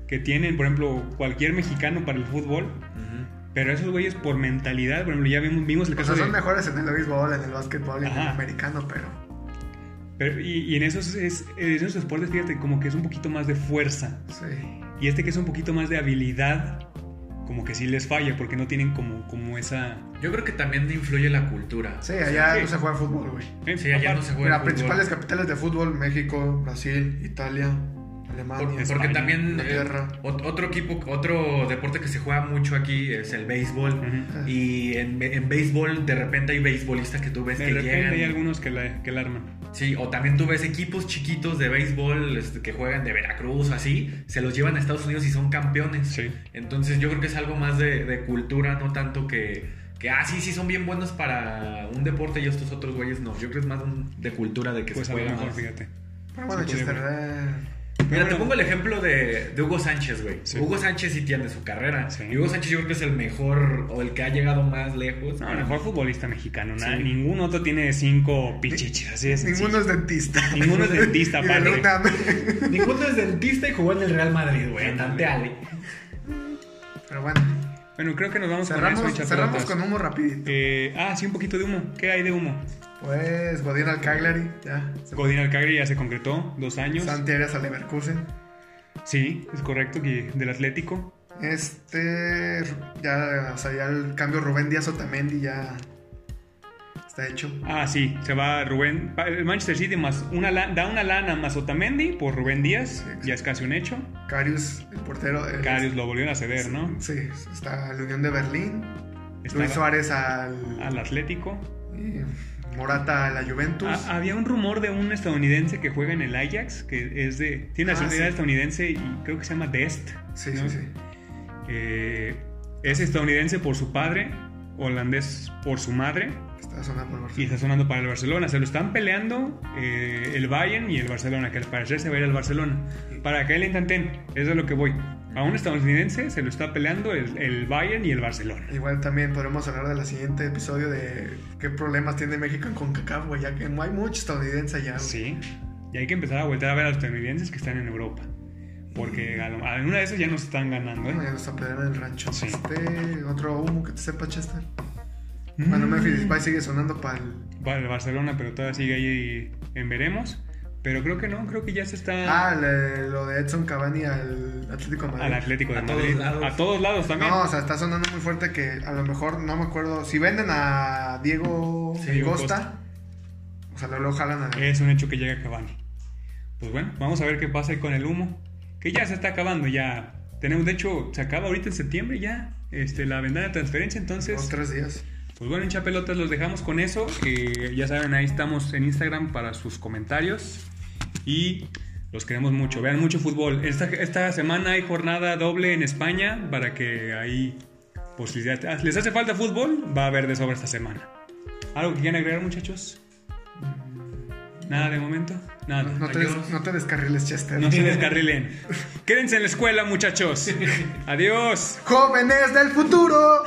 [SPEAKER 2] que tienen, por ejemplo, cualquier mexicano para el fútbol,
[SPEAKER 3] Ujú.
[SPEAKER 2] pero esos güeyes por mentalidad, por ejemplo, ya vimos, vimos el
[SPEAKER 1] O sea,
[SPEAKER 2] caso
[SPEAKER 1] Pues son
[SPEAKER 2] de...
[SPEAKER 1] mejores en el béisbol, en el básquetbol y en el
[SPEAKER 2] Ajá.
[SPEAKER 1] americano, pero.
[SPEAKER 2] pero- y, y en, esos, es, en esos deportes, fíjate, como que es un poquito más de fuerza.
[SPEAKER 1] Sí.
[SPEAKER 2] Y este que es un poquito más de habilidad, como que sí les falla, porque no tienen como, como esa...
[SPEAKER 3] Yo creo que también influye la cultura.
[SPEAKER 1] Sí, allá
[SPEAKER 2] sí.
[SPEAKER 1] no se juega fútbol, güey.
[SPEAKER 2] Eh,
[SPEAKER 3] Sí, allá
[SPEAKER 2] aparte-
[SPEAKER 3] no se juega.
[SPEAKER 1] Las
[SPEAKER 3] el fútbol.
[SPEAKER 1] principales capitales de fútbol: México, Brasil, Italia,
[SPEAKER 3] Por-
[SPEAKER 1] Alemania.
[SPEAKER 3] porque
[SPEAKER 2] Ah, España,
[SPEAKER 3] también eh,
[SPEAKER 1] Inglaterra.
[SPEAKER 3] ot- otro equipo, otro deporte que se juega mucho aquí es el béisbol.
[SPEAKER 2] Ujú.
[SPEAKER 1] Eh,
[SPEAKER 3] Y en, en béisbol de repente hay beisbolistas que tú ves
[SPEAKER 2] De
[SPEAKER 3] que
[SPEAKER 2] repente
[SPEAKER 3] llegan.
[SPEAKER 2] hay algunos que la, que la arman.
[SPEAKER 3] Sí, o también tú ves equipos chiquitos de béisbol este, que juegan de Veracruz o así, se los llevan a Estados Unidos y son campeones.
[SPEAKER 2] Sí.
[SPEAKER 3] Entonces yo creo que es algo más de, de cultura, no tanto que, que, ah, sí, sí, son bien buenos para un deporte y estos otros güeyes no. Yo creo que es más un- de cultura de que
[SPEAKER 2] Pues
[SPEAKER 3] se
[SPEAKER 2] a lo
[SPEAKER 3] juega
[SPEAKER 2] mejor,
[SPEAKER 3] más.
[SPEAKER 2] fíjate.
[SPEAKER 1] Pero bueno,
[SPEAKER 2] Sí,
[SPEAKER 1] Chester,
[SPEAKER 2] podemos.
[SPEAKER 1] eh,
[SPEAKER 2] Pero
[SPEAKER 3] Mira, te
[SPEAKER 2] bueno,
[SPEAKER 3] pongo el ejemplo de, de Hugo Sánchez, güey.
[SPEAKER 2] Sí.
[SPEAKER 3] Hugo Sánchez sí tiene su carrera.
[SPEAKER 2] Sí.
[SPEAKER 3] Y Hugo Sánchez yo creo que es el mejor o el que ha llegado más lejos.
[SPEAKER 2] No, el mejor futbolista mexicano. nada-
[SPEAKER 3] Sí.
[SPEAKER 2] Ningún otro tiene cinco pichichis. Así de sencillo.
[SPEAKER 1] Ninguno es dentista.
[SPEAKER 2] Ninguno es dentista,
[SPEAKER 1] Y de
[SPEAKER 2] padre.
[SPEAKER 1] UNAM.
[SPEAKER 3] Ninguno es dentista y jugó en el Real Madrid, güey. Tanteale.
[SPEAKER 1] Pero bueno,
[SPEAKER 2] Bueno, creo que nos vamos con
[SPEAKER 1] cerramos,
[SPEAKER 2] eso,
[SPEAKER 1] cerramos
[SPEAKER 2] chapelotas.
[SPEAKER 1] con humo rapidito.
[SPEAKER 2] Eh, ah, sí, un poquito de humo. ¿Qué hay de humo?
[SPEAKER 1] Pues Godín al Cagliari, ya. se
[SPEAKER 2] Godín Alcagre ya se concretó, dos años.
[SPEAKER 1] Santi Arias al Leverkusen.
[SPEAKER 2] Sí, es correcto, que del Atlético.
[SPEAKER 1] Este, ya, o sea, ya el cambio Rubén Díaz Otamendi ya está hecho.
[SPEAKER 2] Ah, sí, se va Rubén. va El Manchester City más una la- da una lana más Otamendi por Rubén Díaz.
[SPEAKER 1] Sí,
[SPEAKER 2] ya es casi un hecho.
[SPEAKER 1] Carius, el portero. el-
[SPEAKER 2] Carius lo volvieron a ceder, ¿no?
[SPEAKER 1] Sí, está la Unión de Berlín.
[SPEAKER 2] Estaba
[SPEAKER 1] Luis Suárez al,
[SPEAKER 2] Al Atlético.
[SPEAKER 1] y Morata a la Juventus.
[SPEAKER 2] Ha- Ah, había un rumor de un estadounidense que juega en el Ajax, que es de. Tiene
[SPEAKER 1] Ah,
[SPEAKER 2] nacionalidad
[SPEAKER 1] sí.
[SPEAKER 2] estadounidense y creo que se llama Dest.
[SPEAKER 1] sí,
[SPEAKER 2] ah, ¿no?
[SPEAKER 1] sí, sí.
[SPEAKER 2] Eh, es estadounidense por su padre, holandés por su madre.
[SPEAKER 1] Está sonando el
[SPEAKER 2] y
[SPEAKER 1] Barcelona.
[SPEAKER 2] está sonando para el Barcelona. Se lo están peleando eh, el Bayern y el Barcelona, que al parecer se va a ir al Barcelona. Para que le intenten, eso es lo que voy. A un estadounidense se lo está peleando el, el Bayern y el Barcelona.
[SPEAKER 1] Igual también podremos hablar del siguiente episodio de qué problemas tiene México en CONCACAF, güey, ya que no hay mucho estadounidense allá. güey.
[SPEAKER 2] Sí. Y hay que empezar a volver a ver a los estadounidenses que están en Europa. Porque a lo- a una de esas ya nos están ganando. ¿eh?
[SPEAKER 1] Bueno, ya nos apedrean en el rancho.
[SPEAKER 2] Sí.
[SPEAKER 1] Este, otro humo que te sepa, Chester.
[SPEAKER 2] Mm.
[SPEAKER 1] Bueno, Memphis Depay sigue sonando para el...
[SPEAKER 2] Para el Mm. Barcelona, pero todavía sigue ahí en veremos. Pero creo que no, creo que ya se está
[SPEAKER 1] Ah, le- lo de Edson Cavani al Atlético de Madrid.
[SPEAKER 2] al Atlético de
[SPEAKER 3] A todos
[SPEAKER 2] Madrid.
[SPEAKER 3] lados.
[SPEAKER 2] A todos lados también.
[SPEAKER 1] No, o sea, está sonando muy fuerte que a lo mejor no me acuerdo. Si venden a Diego
[SPEAKER 3] Sí, Diego
[SPEAKER 1] Costa, o sea, luego jalan a.
[SPEAKER 2] Es un hecho que llega Cavani. Pues bueno, vamos a ver qué pasa ahí con el humo, que ya se está acabando, ya tenemos, de hecho, se acaba ahorita en septiembre ya este, la ventana de transferencia,
[SPEAKER 1] dos,
[SPEAKER 2] entonces,
[SPEAKER 1] tres días.
[SPEAKER 2] pues bueno, hincha pelotas, los dejamos con eso, eh, ya saben, ahí estamos en Instagram para sus comentarios y los queremos mucho, vean mucho fútbol, esta, esta semana hay jornada doble en España para que ahí, pues si ya- les hace falta fútbol, va a haber de sobra esta semana. ¿Algo que quieran agregar muchachos? Nada de momento, nada.
[SPEAKER 1] No te,
[SPEAKER 3] adiós.
[SPEAKER 1] des- no te descarriles, Chester.
[SPEAKER 2] No se descarrilen. Quédense en la escuela, muchachos. Adiós.
[SPEAKER 1] ¡Jóvenes del futuro!